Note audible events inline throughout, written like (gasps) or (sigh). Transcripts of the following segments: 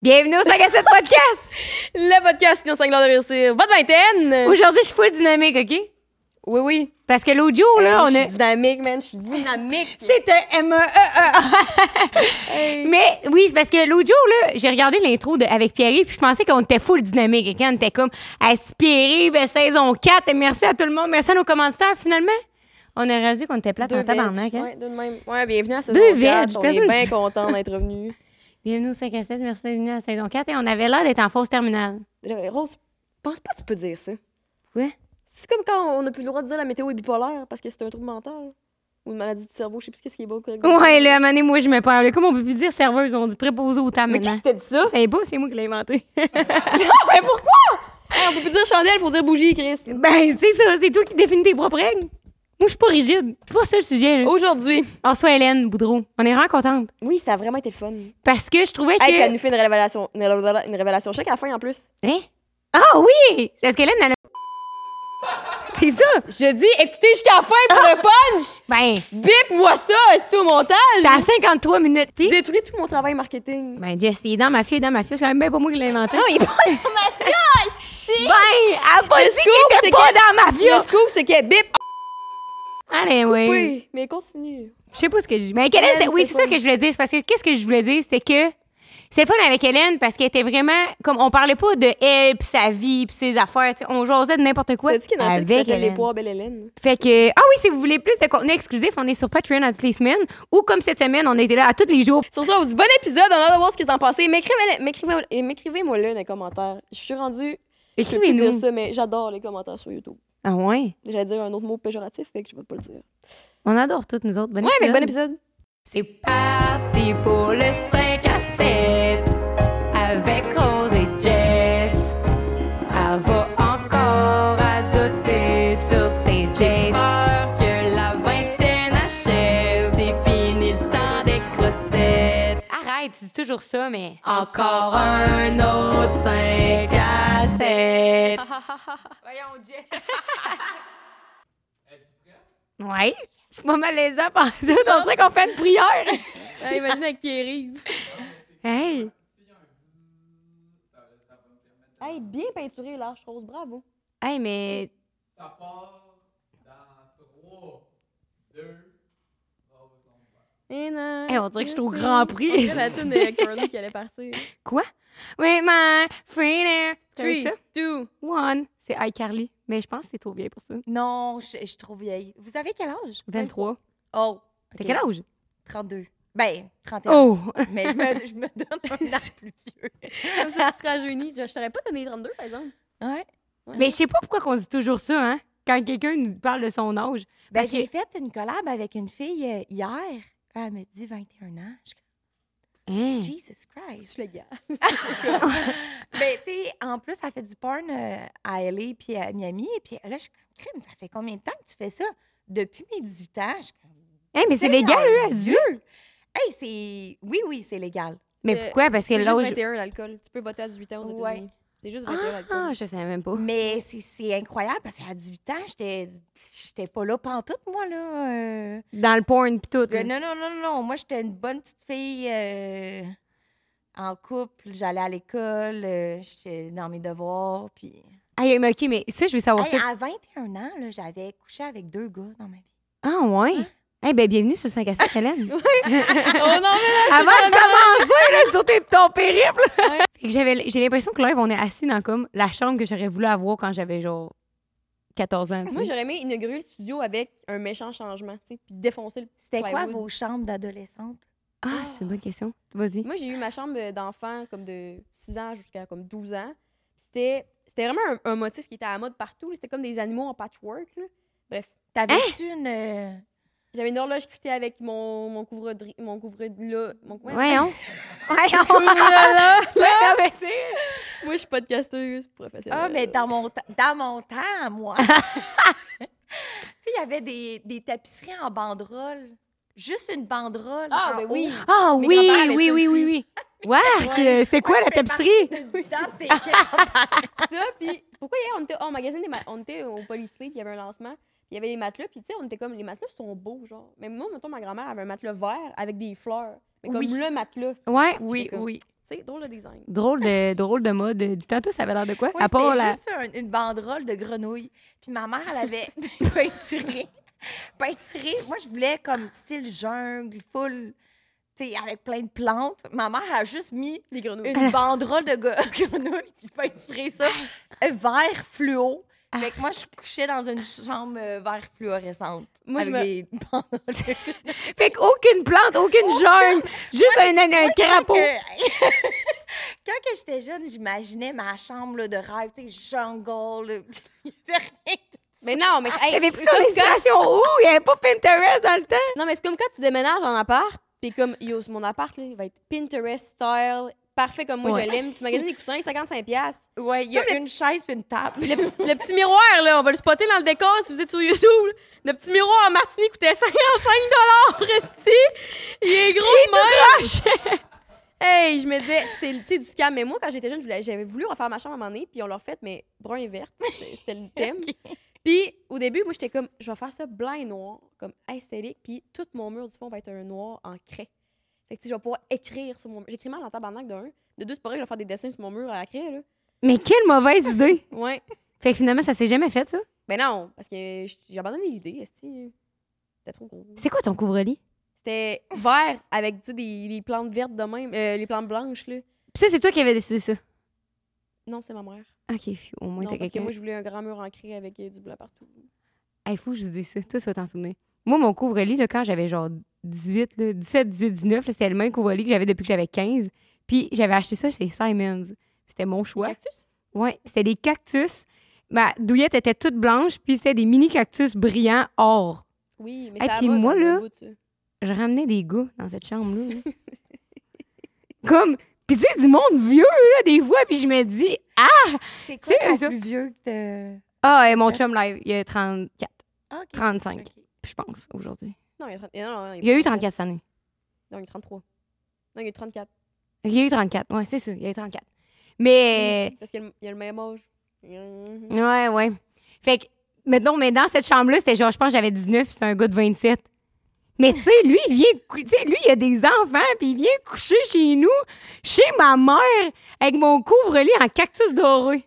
Bienvenue au 5 à 7 podcast! Le podcast qui nous 5 de réussir. Votre vingtaine! (laughs) Aujourd'hui, je suis full dynamique, OK? Oui, oui. Parce que l'audio, là, on Je a... suis dynamique, man. Je suis dynamique. C'est un E m (laughs) Mais oui, c'est parce que l'audio, là, j'ai regardé l'intro de- avec Pierre, puis je pensais qu'on était full dynamique. Et quand on était comme aspiré, ben, saison 4, et merci à tout le monde, merci à nos commanditaires, finalement. On a réalisé qu'on était plate en tabarnak. hein. Ouais, deux de même. Ouais, bienvenue à saison Deux 4. veg, On personne est bien dit- contents (laughs) d'être revenus. Bienvenue au 5 à 7, merci d'être venu à la saison 4. Et on avait l'air d'être en fausse terminale. Là, Rose, pense pas que tu peux dire ça. Ouais. C'est comme quand on n'a plus le droit de dire la météo est bipolaire parce que c'est un trouble mental ou une maladie du cerveau. Je sais plus qu'est-ce qui est bon. correct. Ouais, là, à un moment donné, moi, je me perds. là. Comme on peut plus dire serveuse, on dit préposé au table Mais qui maintenant. t'a dit ça? (laughs) C'est beau, c'est moi qui l'ai inventé. mais pourquoi? Hey, on peut plus dire chandelle, faut dire bougie, Chris. ben, c'est ça, c'est toi qui définis tes propres règles. Moi, je suis pas rigide. C'est pas ça le sujet. Là. Aujourd'hui, On reçoit Hélène Boudreau. On est vraiment contente. oui, ça a vraiment été le fun. Hey, Parce que je trouvais que. puis elle nous fait une révélation, une révélation, une révélation chaque à la fin en plus. Hein? Ah oui! Parce qu'Hélène, elle a. C'est ça! Je dis, écoutez jusqu'à la fin pour (laughs) le punch! Ben, Bip-moi ça, est au montage? c'est à 53 minutes. Tu t'sais. détruis tout mon travail marketing. Ben, Jess, il est dans ma fille, dans ma fille. C'est quand même bien pas moi qui l'ai inventé. Non, il est (laughs) pas Ben, elle a pas dit scoop, qu'il était c'est pas que- dans ma Le fille! scoop, c'est que bip! Allez, oui. Oui, mais continue. Je sais pas ce que je dis. Mais Hélène, Hélène, c'est- oui, c'est c'est ça fun. que je voulais dire. C'est parce que qu'est-ce que je voulais dire, c'était que c'est le fun avec Hélène parce qu'elle était vraiment comme on parlait pas de elle puis sa vie puis ses affaires. tu sais, on jasait de n'importe quoi. Sais-tu qu'il y en a un site qui avec s'appelle Les Hélène. Poires Belle Hélène? Fait que ah oui, si vous voulez plus de contenu exclusif, on est sur Patreon à toutes les semaines ou comme cette semaine, on était là à tous les jours. Sur ça, on vous dit bon épisode, on a hâte de voir ce que vous en pensez. M'écrivez- m'écrivez- et M'écrivez-moi là dans les commentaires. Je suis rendue. je peux plus dire Écrivez-nous. ça, mais j'adore les commentaires sur YouTube. Ah ouais. J'allais dire un autre mot péjoratif, fait que je vais pas le dire. On adore toutes nous autres. Bon Ouais, mais bon épisode. (laughs) C'est parti pour le 5 à 7 avec Rose et Jess. Elle va encore adoter sur ses jets. que la vingtaine achève, c'est fini le temps des crossettes. Arrête, tu dis toujours ça, mais... Encore un autre 5 à 7. Voyons, Jess. Ouais, c'est pas malaisant (laughs) par tout, on dirait qu'on fait une prière. imagine avec Pierre-Yves. Hey, Hey, bien peinturé, l'arche rose, bravo. hey, mais... Ça part dans 3, 2, Et non. Hey, on dirait que je suis au Grand Prix. On dirait la tune de Curly qui allait partir. Quoi? Oui, ma friend air. 3, 2, One. C'est iCarly. Mais je pense que c'est trop bien pour ça. Non, je, je suis trop vieille. Vous avez quel âge? 23. Oh. T'as ok. quel âge? 32. Ben, 31. Oh! Mais je me, je me donne (laughs) un an plus vieux. Comme ça, tu te rajeunis. Je je t'aurais pas donné 32, par exemple. Ouais. Mais je sais pas pourquoi qu'on dit toujours ça, hein? Quand quelqu'un nous parle de son âge. Ben, Parce que- j'ai fait une collab avec une fille euh, hier. Elle me dit 21 ans. Je suis Hein? comme, Jesus Christ. C'est légal. Ben, tu sais, en plus, elle fait du porn euh, à LA puis à Miami. Puis là, je suis comme, crime, ça fait combien de temps que tu fais ça? Depuis mes 18 ans. Je suis comme, Hein, mais c'est légal, Seigneur eux, à Dieu! Dieu. Hey, c'est. Oui, oui, c'est légal. Mais Euh, pourquoi? Parce que C'est juste l'âge. 21 l'alcool. Tu peux voter à 18 ans aux États-Unis. Ouais. C'est juste 21 Ah, l'alcool. je savais même pas. Mais c'est- c'est incroyable parce qu'à 18 ans, j'étais j'étais pas là pantoute, moi, là. euh. Dans le porn pis tout. Euh, là. non, non, non, non. Moi, j'étais une bonne petite fille euh, en couple. J'allais à l'école, euh, j'étais dans mes devoirs. Puis... Hey, mais ok, mais ça, je veux savoir Hey, ça. à 21 ans, là, j'avais couché avec deux gars dans ma vie. Ah, ouais. Eh ben, bienvenue sur 5 à 7, (laughs) Hélène. Ah, Oh non, mais Avant de commencer, là, sur tes- ton périple. Fait que j'avais, j'ai l'impression que live, on est assis dans comme la chambre que j'aurais voulu avoir quand j'avais genre 14 ans. tu sais. moi, j'aurais aimé inaugurer le studio avec un méchant changement, tu sais, puis défoncer le. C'était quoi Plywood. vos chambres d'adolescente? Ah, c'est une bonne question. Vas-y. Moi, j'ai eu ma chambre euh, d'enfant comme de 6 ans jusqu'à comme 12 ans. C'était c'était vraiment un, un motif qui était à la mode partout. là. C'était comme des animaux en patchwork. là. Bref, Hein? T'avais-tu une. euh, j'avais une horloge quittée avec mon, mon couvre mon couvre là, mon coin. Voyons. Voyons. (laughs) Tu m'as traversé. Moi, je suis podcasteuse professionnelle. Ah, mais dans mon, ta- dans mon temps, (laughs) à moi. tu sais, il y avait des, des tapisseries en banderole. Juste une banderole. Ah, en ben haut. oui. (laughs) Ah Mes oui, grands-parents avaient oui, ça oui, aussi. oui, oui. Warc, euh, c'est quoi Moi, la je fais tapisserie? (laughs) partie du Ah, dentiste. ça, puis pourquoi hier on était au magasin des ma- on était au Polysley, puis il y avait un lancement, puis il y avait des matelas, puis tu sais on était comme les matelas sont beaux genre. Mais moi mettons ma grand-mère avait un matelas vert avec des fleurs, mais comme Oui. le matelas. Ouais. Oui, oui. Tu sais, drôle de design. Drôle de, drôle de mode. euh, Du tatou, ça avait l'air de quoi? Ouais, à part c'était la. juste un- une banderole de grenouilles. Puis ma mère, elle avait (laughs) peinturé. peinturé. Moi, je voulais comme style jungle, full, tu sais, avec plein de plantes. Ma mère a juste mis Les grenouilles. une banderole de go- (laughs) grenouilles, puis peinturé ça euh, vert fluo. Fait que moi, je couchais dans une chambre euh, vert fluorescente. Moi, je avec me- des (laughs) banderoles de Fait qu'aucune plante, aucune jungle, juste un, un, un crapaud. que- (laughs) Quand que j'étais jeune, j'imaginais ma chambre là, de rêve, tu sais, jungle. là. (laughs) Il y avait rien. Mais non, mais hey, T'avais plus c'est ton comme inspiration où? Il n'y avait pas Pinterest dans le temps. quand- Non, mais c'est comme quand tu déménages en appart, t'es comme, yo, c'est mon appart, là, il va être Pinterest style, parfait comme moi Ouais. je l'aime. Tu magasines des coussins, 55$. piastres. Ouais, il y a une chaise puis une table. (laughs) Le, le petit miroir, là, on va le spotter dans le décor si vous êtes sur YouTube. là. Le petit miroir à Martini coûtait 55 resti. Il est gros de même. (laughs) Hey, je me disais, c'est le- c'est du scam. Mais moi, quand j'étais jeune, je voulais- j'avais voulu refaire ma chambre à un moment donné, puis on l'a refaite, mais brun et vert. C'est- C'était (laughs) le thème. Puis au début, moi, j'étais comme, je vais faire ça blanc et noir, comme esthétique, puis tout mon mur du fond va être un noir en craie. Fait que, tu sais, je vais pouvoir écrire sur mon mur. J'écris mal en tabarnak de un. De deux, c'est pas vrai que je vais faire des dessins sur mon mur à la craie, là. Mais quelle mauvaise idée. Ouais. Fait que finalement, ça s'est jamais fait, ça. Ben non, parce que j- j'ai abandonné l'idée, esti. C'était trop gros. C'est quoi ton couvre-lit? C'était vert avec, tu sais, des, des plantes vertes de même, euh, les plantes blanches, là. Puis ça, c'est toi qui avais décidé ça. Non, c'est ma mère. Ok, phew, au moins, non, t'as parce que quelqu'un. moi, je voulais un grand mur ancré avec euh, du blanc partout. Hey, faut que je vous dise ça. Toi, tu vas t'en souvenir. Moi, mon couvre-lit, là, quand j'avais genre 18, là, 17, 18, 19, là, c'était le même couvre-lit que j'avais depuis que j'avais 15. Puis j'avais acheté ça chez Simons. C'était mon choix. Cactus? Ouais, c'était des cactus. Ma douillette était toute blanche, puis c'était des mini cactus brillants or. Oui, mais Hey, ça puis va moi, dans le là- bout, ça. Je ramenais des gars dans cette chambre-là. là. Comme, puis tu sais, du monde vieux, là, des fois, puis je me dis, ah, C'est quoi quoi ton ton ça? plus vieux que ah, eh, mon chum live, il a 34, t'as... Ah, OK. 35, Ok. je pense, aujourd'hui. Non, il y a, 30 non, non, Il y a eu 34 cette année. Non, il y a 33. Non, il y a 34. Il y a eu 34, ouais, c'est ça, il y a eu 34. Mais, Parce qu'il y a le- il y a le même âge. Mhm. ouais, ouais. Fait que, maintenant, mais dans cette chambre-là, c'était genre, je pense que j'avais 19, puis c'est un gars de 27. Mais tu sais, lui, il vient, cou- tu sais, lui, il a des enfants, puis il vient coucher chez nous, chez ma mère, avec mon couvre-lit en cactus doré.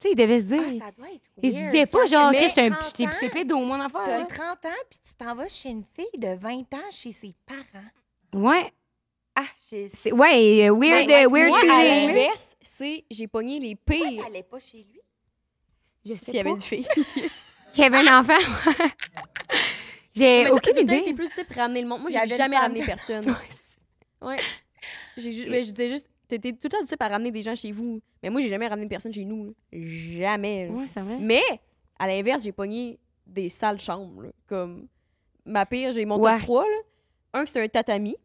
Tu sais, il devait se dire. Ah, ça doit être Il se disait pas genre que Mais j'étais un 30 petit ans, c'est pédo, mon enfant. T'as 30 ans, puis tu t'en vas chez une fille de 20 ans chez ses parents. Ouais, Ah, j'ai... c'est ouais, euh, weird Ouais, euh, weird moi, à feeling. là. l'inverse, c'est j'ai pogné les pires. T'allais pas chez lui? Je S'il y sais avait pas. une fille. Qu'il y avait un enfant. J'ai Mais toi, aucune t'as- t'as été idée. plus type ramener le monde. Moi, Il y avait j'ai une jamais femme. ramené personne. (laughs) ouais. J'ai ju- mais j'étais juste. T'étais tout le temps du type à ramener des gens chez vous. Mais moi, j'ai jamais ramené personne chez nous. là. Jamais. là. Ouais, c'est vrai. Mais, à l'inverse, j'ai pogné des sales chambres. là. Comme ma pire, j'ai mon Ouais. top 3. Là. Un, que c'était un tatami.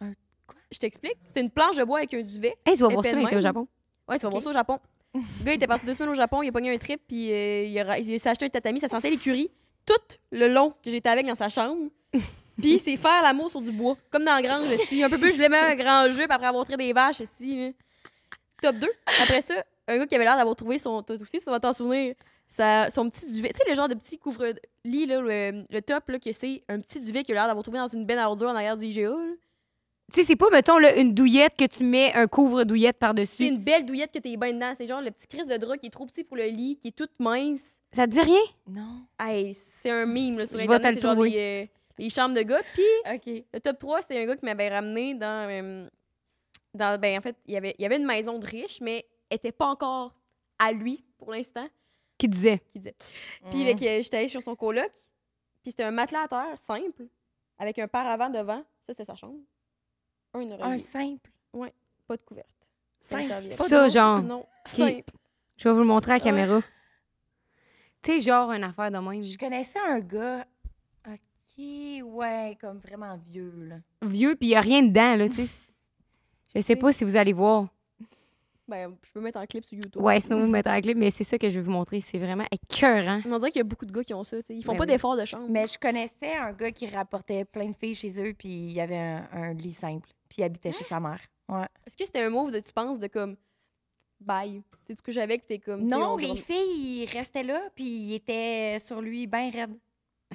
Un quoi? Je t'explique. C'était une planche de bois avec un duvet. Hey, tu vas voir épais ça mais de t'es au même. Japon. Ouais, tu vas voir ça au Japon. Le gars, il était parti deux semaines au Japon, il a pogné un trip, puis euh, il, a, ra- il s'est acheté un tatami, ça sentait l'écurie tout le long que j'étais avec dans sa chambre. Puis c'est faire l'amour sur du bois, comme dans Grange, si un peu plus, je l'ai même un grand jeu, puis après avoir traité des vaches, si. là. Top 2. Après ça, un gars qui avait l'air d'avoir trouvé son. Toi aussi, ça va t'en souvenir. sa- son petit duvet, tu sais, le genre de petit couvre-lit, là, le, le top, là, que c'est un petit duvet qu'il a l'air d'avoir trouvé dans une benne à ordures en arrière du IGA. là. Tu sais, c'est pas mettons là, une douillette que tu mets un couvre-douillette C'est par-dessus. une belle douillette que t'es bien dedans. C'est genre le petit crise de drap qui est trop petit pour le lit, qui est toute mince. Ça te dit rien Non. Hey, c'est un mime là, sur Je vais Internet. te le C'est genre trouver. les, euh, les chambres de gars. Puis OK. le top 3, c'est un gars qui m'avait ramené dans. euh, dans ben, en fait, il y avait, il y avait une maison de riche, mais elle était pas encore à lui pour l'instant. qui disait Qui disait. Mm. Puis avec, euh, j'étais allée sur son coloc. Puis c'était un matelas à terre simple, avec un paravent devant. Ça, c'était sa chambre. Un Un oreiller, simple. pas de couverte. Pas de Simple. serviette. Ça, Pas de- genre, Non, qui- simple. Je vais vous le montrer à la caméra. Tu sais genre une affaire de même. Je connaissais un gars... OK, ouais, comme vraiment vieux, là. Vieux puis il y a rien dedans là, tu sais. Je sais pas si vous allez voir. Ben, je peux mettre en clip sur YouTube. Ouais, sinon vous mettez la clip, mais c'est ça que je vais vous montrer. C'est vraiment écœurant. On dirait qu'il y a beaucoup de gars qui ont ça. tu sais. Ils font Ben pas oui. d'efforts de chambre. Mais je connaissais un gars qui rapportait plein de filles chez eux, puis il y avait un, un lit simple, puis il habitait chez sa mère. Ouais. Est-ce que c'était un move de tu penses de comme bye? Tu sais, tu couches avec, t'es comme. tu sais, Non, on- les filles, ils restaient là, puis ils étaient sur lui bien raide.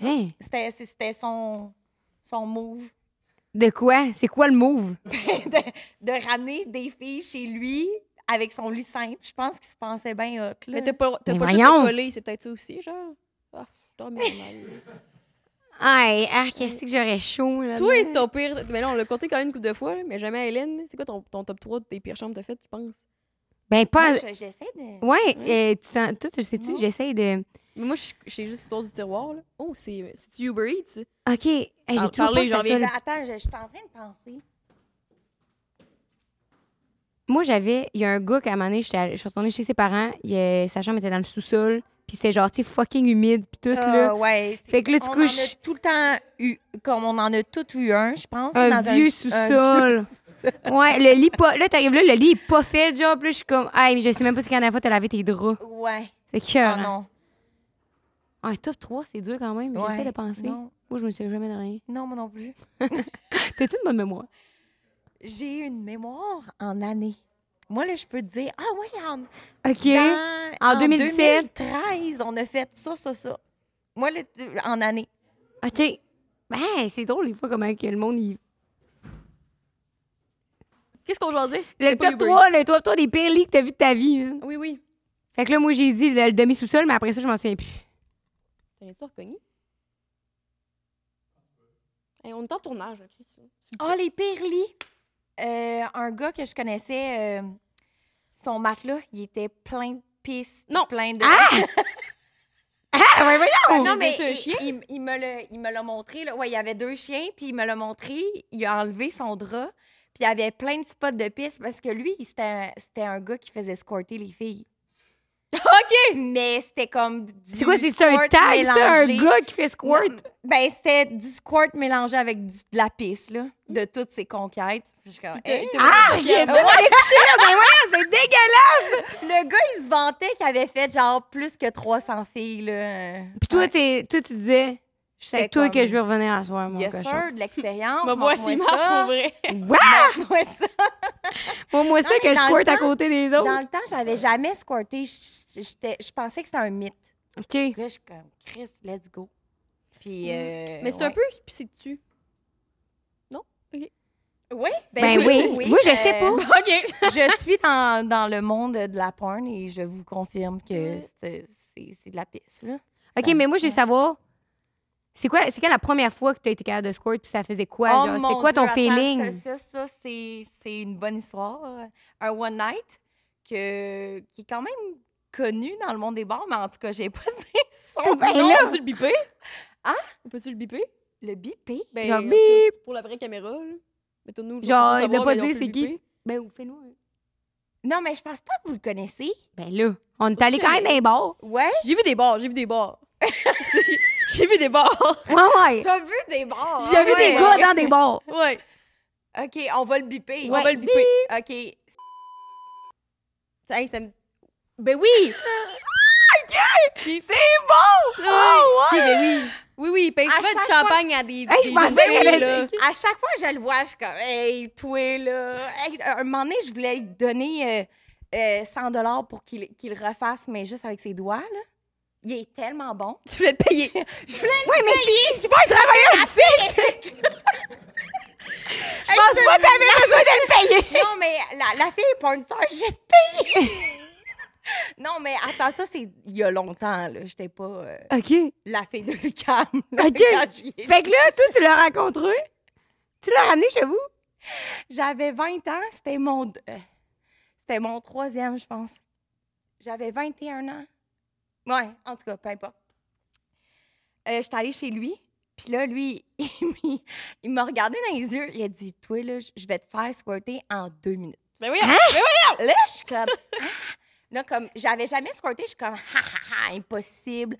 Hein? C'était, c'est- c'était son, son move. (laughs) De quoi? C'est quoi le move? de, de ramener des filles chez lui avec son lit simple. Je pense qu'il se pensait bien hot. Là. Mais t'as pas, t'as Mais pas voyons. juste collé, c'est peut-être ça aussi, genre. Ah, je dors bien mal. Aïe, ah, qu'est-ce que j'aurais chaud, là. Toi, ton pire. Mais là, on l'a compté quand même une couple de fois, là, mais jamais à Hélène. C'est quoi ton, ton top 3 des pires chambres que t'as faites, tu penses? Ben, pas. Moi, je- j'essaie de. Ouais, euh, tu t'en- toi, tu le sais-tu, Non. j'essaye de. Mais moi, je je sais juste l'histoire du tiroir, là. Oh, c'est c'est-tu Uber Eats? OK, hey, j'ai toujours Alors, Ah, parlez, pas que ça soit j'en viens. le- Là, attends, je, je suis en train de penser. Moi, j'avais. Il y a un gars qui, à un moment donné, j'étais allée- je suis retournée chez ses parents. il, euh, sa chambre était dans le sous-sol. Puis c'était genre, tu sais, fucking humide. Puis tout, Ah, là. ouais, c'est- Fait que là, tu on en a couches. tout le temps eu, comme on en a tous eu un, je pense. Un dans vieux un- sous-sol. (laughs) un vieux sous-sol. Ouais, le lit pas. Là, t'arrives là, le lit est pas fait, genre. Puis là, je suis comme, aïe, mais je sais même pas si la dernière fois t'as lavé tes draps. Ouais. C'est cœur. Oh non. Un top 3, c'est dur quand même. mais J'essaie Ouais. de penser. Non, Moi, je me souviens jamais de rien. non, moi non plus. T'as-tu une bonne mémoire? J'ai une mémoire en année. Moi, là, je peux te dire, ah oui, en, OK. dans- En 2017. 2013, on a fait ça, ça, ça. Moi, là, tu- en année. OK. Ben, c'est drôle, des fois, comment que le monde, il. Qu'est-ce qu'on jasait? Le C'est pas top Uber 3, le top 3 des pires lits que t'as vu de ta vie. hein. Eats. Oui, oui. Fait que là, moi, j'ai dit le, le demi-sous-sol, mais après ça, je m'en souviens plus. T'as rien reconnu? Hey, on est en tournage, là, Chris. s'il vous plaît. Ah, les pires lits. Euh, un gars que je connaissais, euh, son matelas, il était plein de pisse. Non. Plein de. Ah, ouais, voyons! non, mais c'est un chien? Il, il me le- il me l'a montré. Là. Ouais, il y avait deux chiens, puis il me l'a montré. Il a enlevé son drap, puis il y avait plein de spots de pisse parce que lui, il- c'était un, c'était un gars qui faisait squirter les (laughs) filles. OK! Mais c'était comme. du C'est quoi, c'est ça, un squirt tag, ça, un mélangé. gars qui fait squirt? Non, ben, c'était du squirt mélangé avec du- de la pisse, là, Hmm. de toutes ses conquêtes. Je suis comme, T'as- Hey! t'as- Ah, t'as- il est bien allé coucher, là, ben voyons, c'est dégueulasse! Le gars, il se vantait qu'il avait fait genre plus que 300 filles, là. Puis toi, t'es- toi, tu disais, c'est toi comme, que je veux revenir à soir, mon Yes, cochon. sir, (laughs) de l'expérience. Me voici montre-moi marche ça. pour vrai. Ouais! (laughs) Montre-moi ça. Pour moi, ça, mais que je dans le squirt à temps- côté des Dans autres. le temps, j'avais jamais squirté. Je- j'étais- je pensais que c'était un mythe. OK. Là, je suis comme, Chris, let's go. Puis. Mm. euh, Mais c'est un ouais. peu pissé dessus. Oui, euh, Ben oui. Moi, je sais pas. (laughs) OK. je suis dans, dans le monde de la porn et je vous confirme que Ouais. c'est c'est- c'est de la pisse, là. OK, Ça- mais moi, je veux savoir, c'est quoi, c'est quand la première fois que t'as été capable de squirt, puis ça faisait quoi? Oh genre, mon c'était quoi ton Dieu, attends, feeling? Ça, ça, ça, c'est c'est une bonne histoire. Un one night que, qui est quand même connu dans le monde des bars, mais en tout cas, j'ai pas (laughs) son Ben nom. là! Peux-tu le biper? Hein? Peux-tu le biper? Le bipé. Ben, Genre, en tout cas, Pour la vraie caméra, là. Mettons-nous. Genre, il doit pas dire c'est qui. Ben, ou fais-nous. un. Non, mais je pense pas que vous le connaissez. Ben là, on est pas allé sûr, quand même mais- dans les (laughs) bars. Ouais. J'ai vu des bars, j'ai vu des bars. (laughs) C'est- j'ai vu des bars. Ouais, ouais. T'as vu des bars? J'ai hein? vu des Ouais. gars dans des bars. Ouais. OK, on va le biper. On va le biper. OK. Hey, ça me- Ben oui! C'est bon! Oh, Ok, ben oui. Oui, oui, il paye À souvent du chaque champagne à des. Hey, je des pensais jeunes qu'elle filles, allait- (laughs) là. À chaque fois que je le vois, je suis comme, hey, toi, là. Hey, à un moment donné, je voulais lui donner euh, euh, 100 pour qu'il qu'il le refasse, mais juste avec ses doigts, là. Il est tellement bon. Tu voulais te (laughs) payer. Oui, mais c'est- c'est pas un travailleur du sexe! Je pense pas que t'avais besoin de le payer! non, mais la, la fille est pas une sœur, je vais te payer. (laughs) non, mais attends, ça, c'est il y a longtemps, là. J'étais pas euh, OK. la fille de Lucam. (laughs) Ok. Fait que là, toi, tu l'as rencontré. Tu l'as ramené chez vous. J'avais 20 ans, c'était mon. d- euh, C'était mon troisième, je pense. J'avais 21 ans. Ouais, en tout cas, peu importe. Euh, J'étais allée chez lui, puis là, lui, (laughs) il m- il m'a regardé dans les yeux. Il a dit Toi, là, je- je vais te faire squirter en deux minutes. Hein? Ben oui, Là, je suis comme. Ah! Là, comme j'avais jamais squirté, je suis comme ha ha ha, impossible.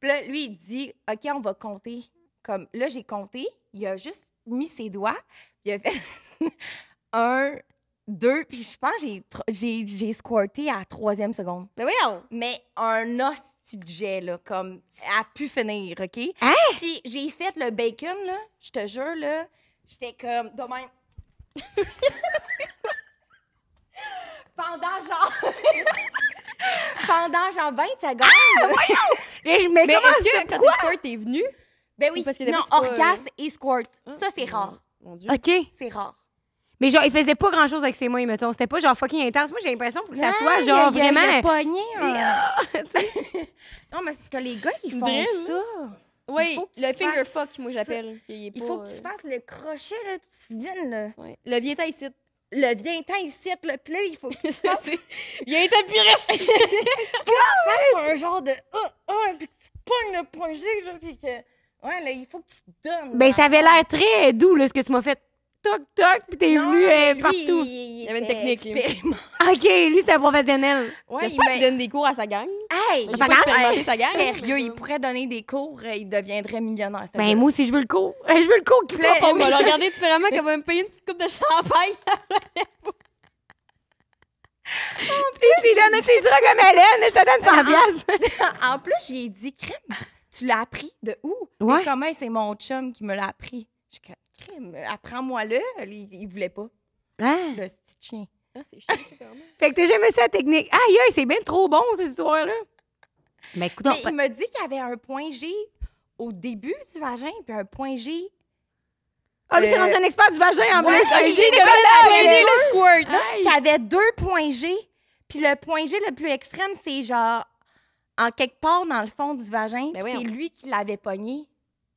Puis là, lui, il dit OK, on va compter. Comme là, j'ai compté, il a juste mis ses doigts, il a fait (laughs) un, deux, puis je pense que j'ai tr- j'ai j'ai squirté à la troisième seconde. Ben voyons! Mais un hostie de jet, là, comme a pu finir, OK? Hein? Puis j'ai fait le bacon, là, je te jure, là, j'étais comme de même. (laughs) Pendant genre. (laughs) Pendant genre 20 secondes. Là, je mais Mais comment est-ce ça? que quand t'es squirt, t'es venu? ben oui, Parce que non, d'habitude, c'est pas, euh, orgasme et Mm. squirt. Ah, hein. Ça, c'est ouais. rare. Mon Dieu. OK. C'est rare. Mais genre, il faisait pas grand-chose avec ses mains, mettons. C'était pas genre fucking intense. Moi, j'ai l'impression que ça soit Non, genre il a- il a- vraiment. il a pogné, hein. (laughs) non, mais parce que les gars, ils font Drill. ça. Oui, faut que le tu finger fasses fuck, moi ça. j'appelle. Il, est Il pas, faut que tu euh, fasses le crochet, là, tu viennes, là. ouais. Le vieux temps ici. Le viens-t'en ici, là, puis là, il faut (laughs) que tu fasses, Il y a un tapis resté. fasses un genre de ah, ah, puis que tu pognes le point G, là, puis que... Ouais, là, il faut que tu te donnes. Ben, là. ça avait l'air très doux, là, ce que tu m'as fait. Toc, toc, puis t'es Non, venu mais euh, lui, partout. Il, Il y avait une était technique, lui. expérimenté. (laughs) OK, lui, c'était un professionnel. Ouais, J'espère il ben, qu'il donne des cours à sa gang. Hey! J'ai Sa pas gang? expérimenté sa gang. Sérieux, il pourrait donner des cours, euh, il deviendrait millionnaire. ce gars-là. Ben, moi aussi, je veux le cours. (laughs) Je veux le cours qui Puis là, prend. Oh, on va le regarder différemment qu'elle va me payer une petite coupe de champagne. (laughs) Tu lui donnes tes drogues à Mélène, je te Ah. donne 100 (laughs) piastres. En plus, j'ai dit, crème, tu l'as appris de où? Ouais. Et comment c'est mon chum qui me l'a appris? Je suis comme, crème, apprends-moi-le. Il, il voulait pas, Ah. le petit chien. Ah, c'est chiant, ça, quand même. Fait que t'as jamais ça la technique. Aïe, aïe, c'est bien trop bon, cette histoire-là. Mais écoute, Mais il m'a dit qu'il y avait un point G au début du vagin, puis un point G. Ah, lui, c'est Euh, rendu un expert du vagin, en Ouais, plus. Un il génie est de comme la la vérité. le squirt. Qu'il y avait deux points G. Puis le point G le plus extrême, c'est genre en quelque part dans le fond du vagin. Ben puis c'est voyons. lui qui l'avait pogné.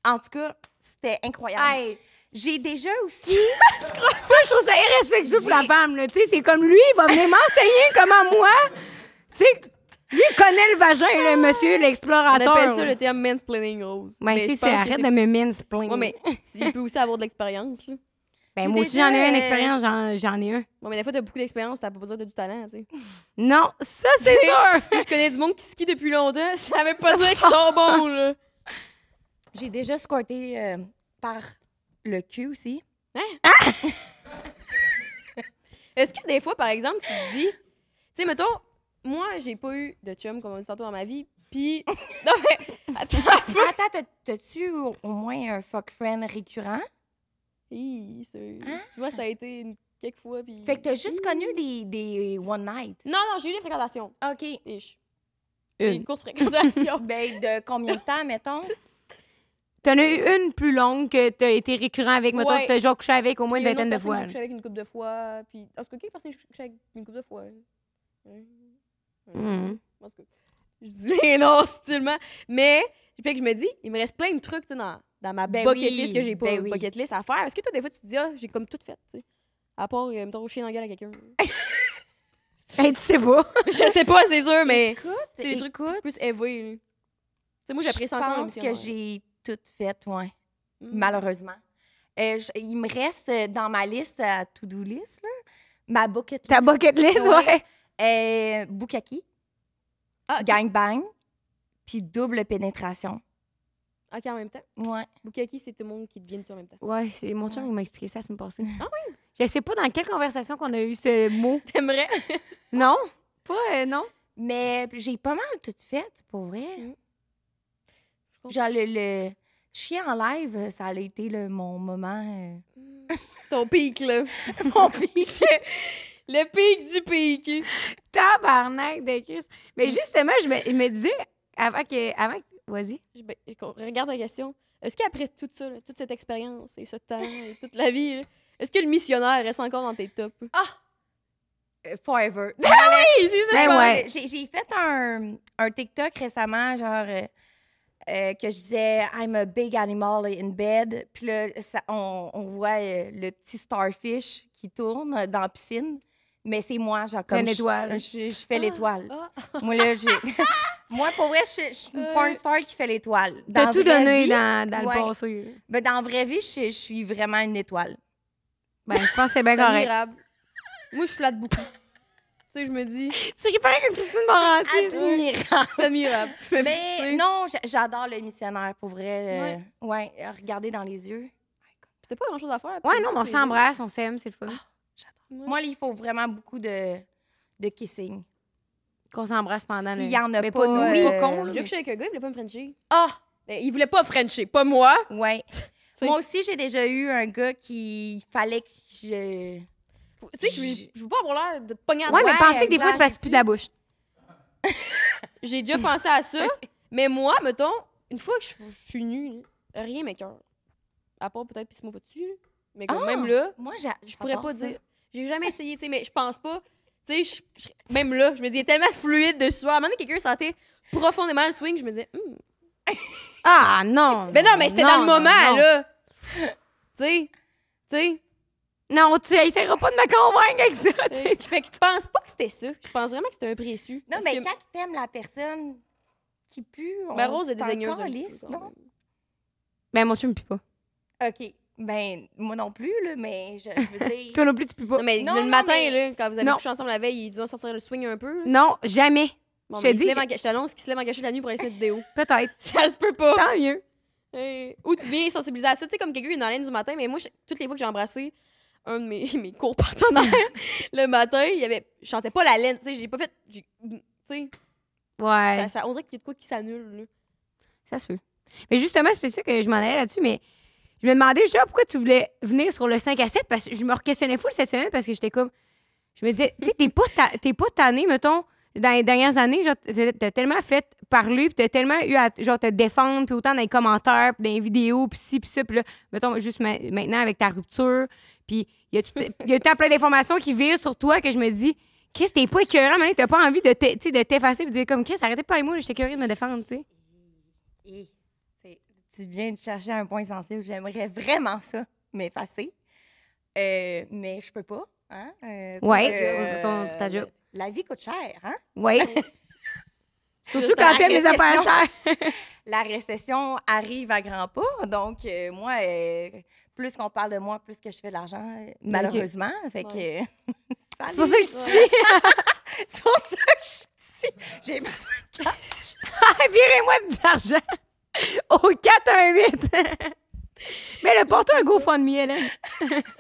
En tout cas, c'était incroyable. Aïe. J'ai déjà aussi. Ça, je trouve ça irrespectueux pour la femme, là. Tu sais, c'est comme lui, il va venir m'enseigner comment moi. Tu sais, lui, il connaît le vagin, le monsieur, On l'explorateur. appelle ça là. le terme mansplaining rose. Ben, je c'est pense ça. que Arrête c'est- de me mince-plaindre. Ouais, mais (laughs) il peut aussi avoir de l'expérience. là. Ben, J'ai moi aussi, déjà, j'en ai une euh, expérience, j'en- j'en ai un. Ouais, mais des fois, t'as beaucoup d'expérience, t'as pas besoin de du talent, tu sais. Non, ça, c'est sûr. Moi, (laughs) je connais du monde qui skie depuis longtemps, (laughs) ça veut pas dire qu'ils sont bons, là. J'ai déjà squatté euh, par le cul aussi. (laughs) Est-ce que des fois, par exemple, tu te dis, tu sais, mettons, moi, j'ai pas eu de chum, comme on dit tantôt, dans ma vie, (laughs) puis... Non, mais... Attends. Attends, t'as- t'as-tu au au moins un fuck friend récurrent? Hi, c'est- Hein? Tu vois, ça a été une... quelques fois, puis... Fait que t'as juste connu des, des one night. Non, non, j'ai eu des fréquentations. Mm. OK. Ish. Une. Une course (laughs) fréquentation. (laughs) Ben, de combien de temps, (laughs) mettons? T'en as eu une plus longue que t'as été récurrent avec, mettons, Ouais. que t'as déjà couché avec au moins une Puis autre vingtaine de personne que fois. J'ai couché avec une couple de fois, puis... En tout cas, quelques personnes que j'ai couché avec une couple de fois. Hum. Hum. Mhm. En tout cas, je dis (laughs) les noms subtilement. Mais, fait que je me dis, il me reste plein de trucs tu sais, dans, dans ma Ben bucket oui, list que j'ai pas, ben oui. bucket list à faire. Est-ce que toi, des fois, tu te dis, ah, j'ai comme tout fait, tu sais? À part, euh, mettons, chier dans la gueule à (laughs) quelqu'un. (laughs) Hey, tu sais pas. (laughs) je sais pas, c'est sûr, mais Écoute, c'est des trucs écoute, plus élevés. là. Tu sais, moi, j'apprécie Je encore pense l'émission, que ouais. j'ai tout fait, ouais, Mm. malheureusement. Euh, je- il me reste euh, dans ma liste à to-do list, là, ma bucket list. Ta bucket list, Ouais. Ah, ouais. Euh, Bukaki, gangbang, puis double pénétration. Ok, en même temps. Ouais. Bukaki, c'est tout le monde qui devient tout en même temps. Ouais, c'est mon chum, Ouais. il m'a expliqué ça la semaine passée. Ah oui? Je sais pas dans quelle conversation qu'on a eu ce (laughs) mot. T'aimerais? (laughs) Non? Pas, euh, non? Mais j'ai pas mal tout fait, pour vrai. Mm. Je comprends. Genre, le, le chien en live, ça a été là, mon moment. Ton pic, (laughs) là. euh, mon (laughs) pic. Le pic du pic. Tabarnak de Christ. Mm. Mais justement, je me, il me disais, avant que. Avant que vas-y. Je- ben, je- qu'on regarde la question. Est-ce qu'après tout ça, là, toute cette expérience et ce temps et toute la vie, là, est-ce que le missionnaire reste encore dans tes tops? Euh, Forever. (laughs) Ben Hey, c'est Je m'en- ouais. J'ai j'ai fait un, un TikTok récemment, genre, euh, euh, que je disais I'm a big animal in bed. Puis là, ça- on, on voit euh, le petit starfish qui tourne dans la piscine. Mais c'est moi, genre, comme. une je- étoile. Je, je fais l'étoile. Ah, Moi, là, j'ai. (laughs) moi, pour vrai, je, je suis une Euh, porn star qui fait l'étoile. T'as Dans tout vraie donné vie- dans, dans ouais. le (laughs) passé. ben, dans la vraie vie, je, je suis vraiment une étoile. Ben, je pense que c'est bien c'est correct. admirable. Moi, je flatte beaucoup. tu sais, je me dis, C'est réparé comme Christine Ah, Morancy. ça. Admirable. c'est admirable. Je me Mais flatter. non, j'a- j'adore le missionnaire, pour vrai. euh, ouais, euh, regarder dans les yeux. T'as pas grand-chose à faire. après Ouais, non, mais on les- s'embrasse, on s'aime, c'est le Ah. fun. Ouais. Moi, il faut vraiment beaucoup de, de kissing. Qu'on s'embrasse pendant S'il le- y en a mais pas, pas nous, euh, pas con. J'ai déjà couché avec un gars, il voulait pas me frencher. Ah! Ben, il voulait pas frencher, pas moi. (laughs) Ouais. C'est- Moi aussi, j'ai déjà eu un gars qui il fallait que je. Tu sais, je veux- je veux pas avoir l'air de pogner à Ouais, mais Ouais, pensez que des fois, exact, ça passe plus de la bouche. J'ai déjà pensé à ça. mais moi, mettons, une fois que je, je suis nue, là, rien m'écœure. À part peut-être pisse-moi pas dessus. là. Mais quand Ah! même là, Moi, j'a- je pourrais pas j'adore ça. dire. J'ai jamais essayé, tu sais, mais je pense pas. Tu sais, je- je- même là, je me dis, il y a tellement de fluide de sueur. À un moment donné, quelqu'un sentait profondément le swing, je me disais, Hum. Ah non! Mais non, mais c'était dans le non, moment, non. là. (laughs) tu sais, tu sais. Non, tu essaieras pas de me convaincre avec ça, tu sais. Fait que tu penses pas que c'était ça. Je pense vraiment que c'était un précieux. Non, Parce mais que- quand t'aimes la personne qui pue, on Ma Rose est t'en dédaigneuse. un petit calisse, peu, quand non? Ben, moi, tu me pues pas. OK. Ben, moi non plus, là, mais je, je veux dire... Toi non plus, tu pues pas. Non, mais Non, le non, matin, mais- là, quand vous avez Non. couché ensemble la veille, ils doivent sortir le swing un peu. là. Non, jamais. Bon, je mais te ils se dis, lèvent en j'ai- ca- Je t'annonce qu'ils se lèvent en cachette la nuit pour aller se mettre du déo. Peut-être. Ça se peut pas. Tant mieux. Euh, Ou tu viens sensibiliser à ça. Tu sais, comme quelqu'un, une haleine du matin, mais moi, je- toutes les fois que j'ai embrassé un de mes, (laughs) mes cours partenaires (laughs) le matin, il y avait, je chantais pas la laine. Tu sais, j'ai pas fait. j'ai- Tu sais, Ouais. ça, ça- on dirait qu'il y a de quoi qui s'annule. là. Ça se peut. Mais justement, c'est pour ça que je m'en allais là-dessus, mais je me demandais justement pourquoi tu voulais venir sur le 5 à 7 parce que je me questionnais full cette semaine parce que j'étais comme. Je me disais, tu sais, t'es pas, ta- t'es pas tanné, mettons, dans les dernières années, genre, t'as t'as tellement fait parler, puis t'as tellement eu à genre, te défendre, puis autant dans les commentaires, puis dans les vidéos, puis ci, puis ça, puis là, mettons, juste ma- maintenant avec ta rupture, puis il y a tout- il y a tant plein d'informations qui virent sur toi que je me dis, Chris, t'es pas écœurant, mais t'as pas envie de te- tu sais, de t'effacer, puis de dire comme Chris, arrêtez pas les mots, là, j'étais curieux de me défendre, tu sais. Et, c'est- tu viens de chercher un point sensible. J'aimerais vraiment ça m'effacer. Euh, mais je peux pas. Hein? euh, parce Ouais, que, pour ton- pour ta job. La vie coûte cher. Hein? Oui. Surtout quand la t'aimes les affaires récession. (laughs) chères. La récession arrive à grands pas. Donc, euh, moi, euh, plus qu'on parle de moi, plus que je fais de l'argent, euh, malheureusement. Fait que. (laughs) C'est pour ça que je Ouais. dis, C'est pour ça que je suis ici. J'ai besoin de cash. virez-moi de l'argent (laughs) au 418. (laughs) Mais là, porte un GoFundMe, hein. Hélène.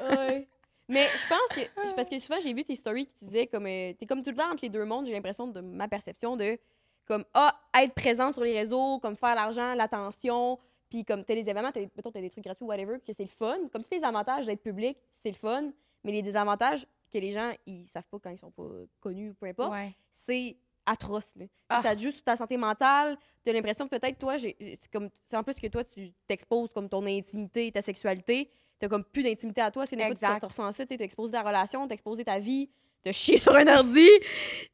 Ouais. Mais je pense que. je- Parce que souvent, j'ai vu tes stories qui tu disais comme. euh, T'es comme tout le temps entre les deux mondes, j'ai l'impression de ma perception de. Comme, ah, être présente sur les réseaux, comme faire l'argent, l'attention, puis comme t'as les événements, t'as, mettons, t'as des trucs gratuits, whatever, que c'est le fun. Comme tous les avantages d'être public, c'est le fun, mais les désavantages que les gens, ils savent pas quand ils sont pas connus ou peu importe, c'est atroce. Là. Ça, Ah. Ça te joue sur ta santé mentale. T'as l'impression que peut-être, toi, j'ai- j'ai- c'est comme c'est en plus que toi, tu t'exposes comme ton intimité, ta sexualité. T'as comme plus d'intimité à toi. Parce que des fois, tu Exact. te ressens ça. tu sais, T'as exposé ta relation, t'as exposé ta vie, t'as chié (laughs) sur un ordi.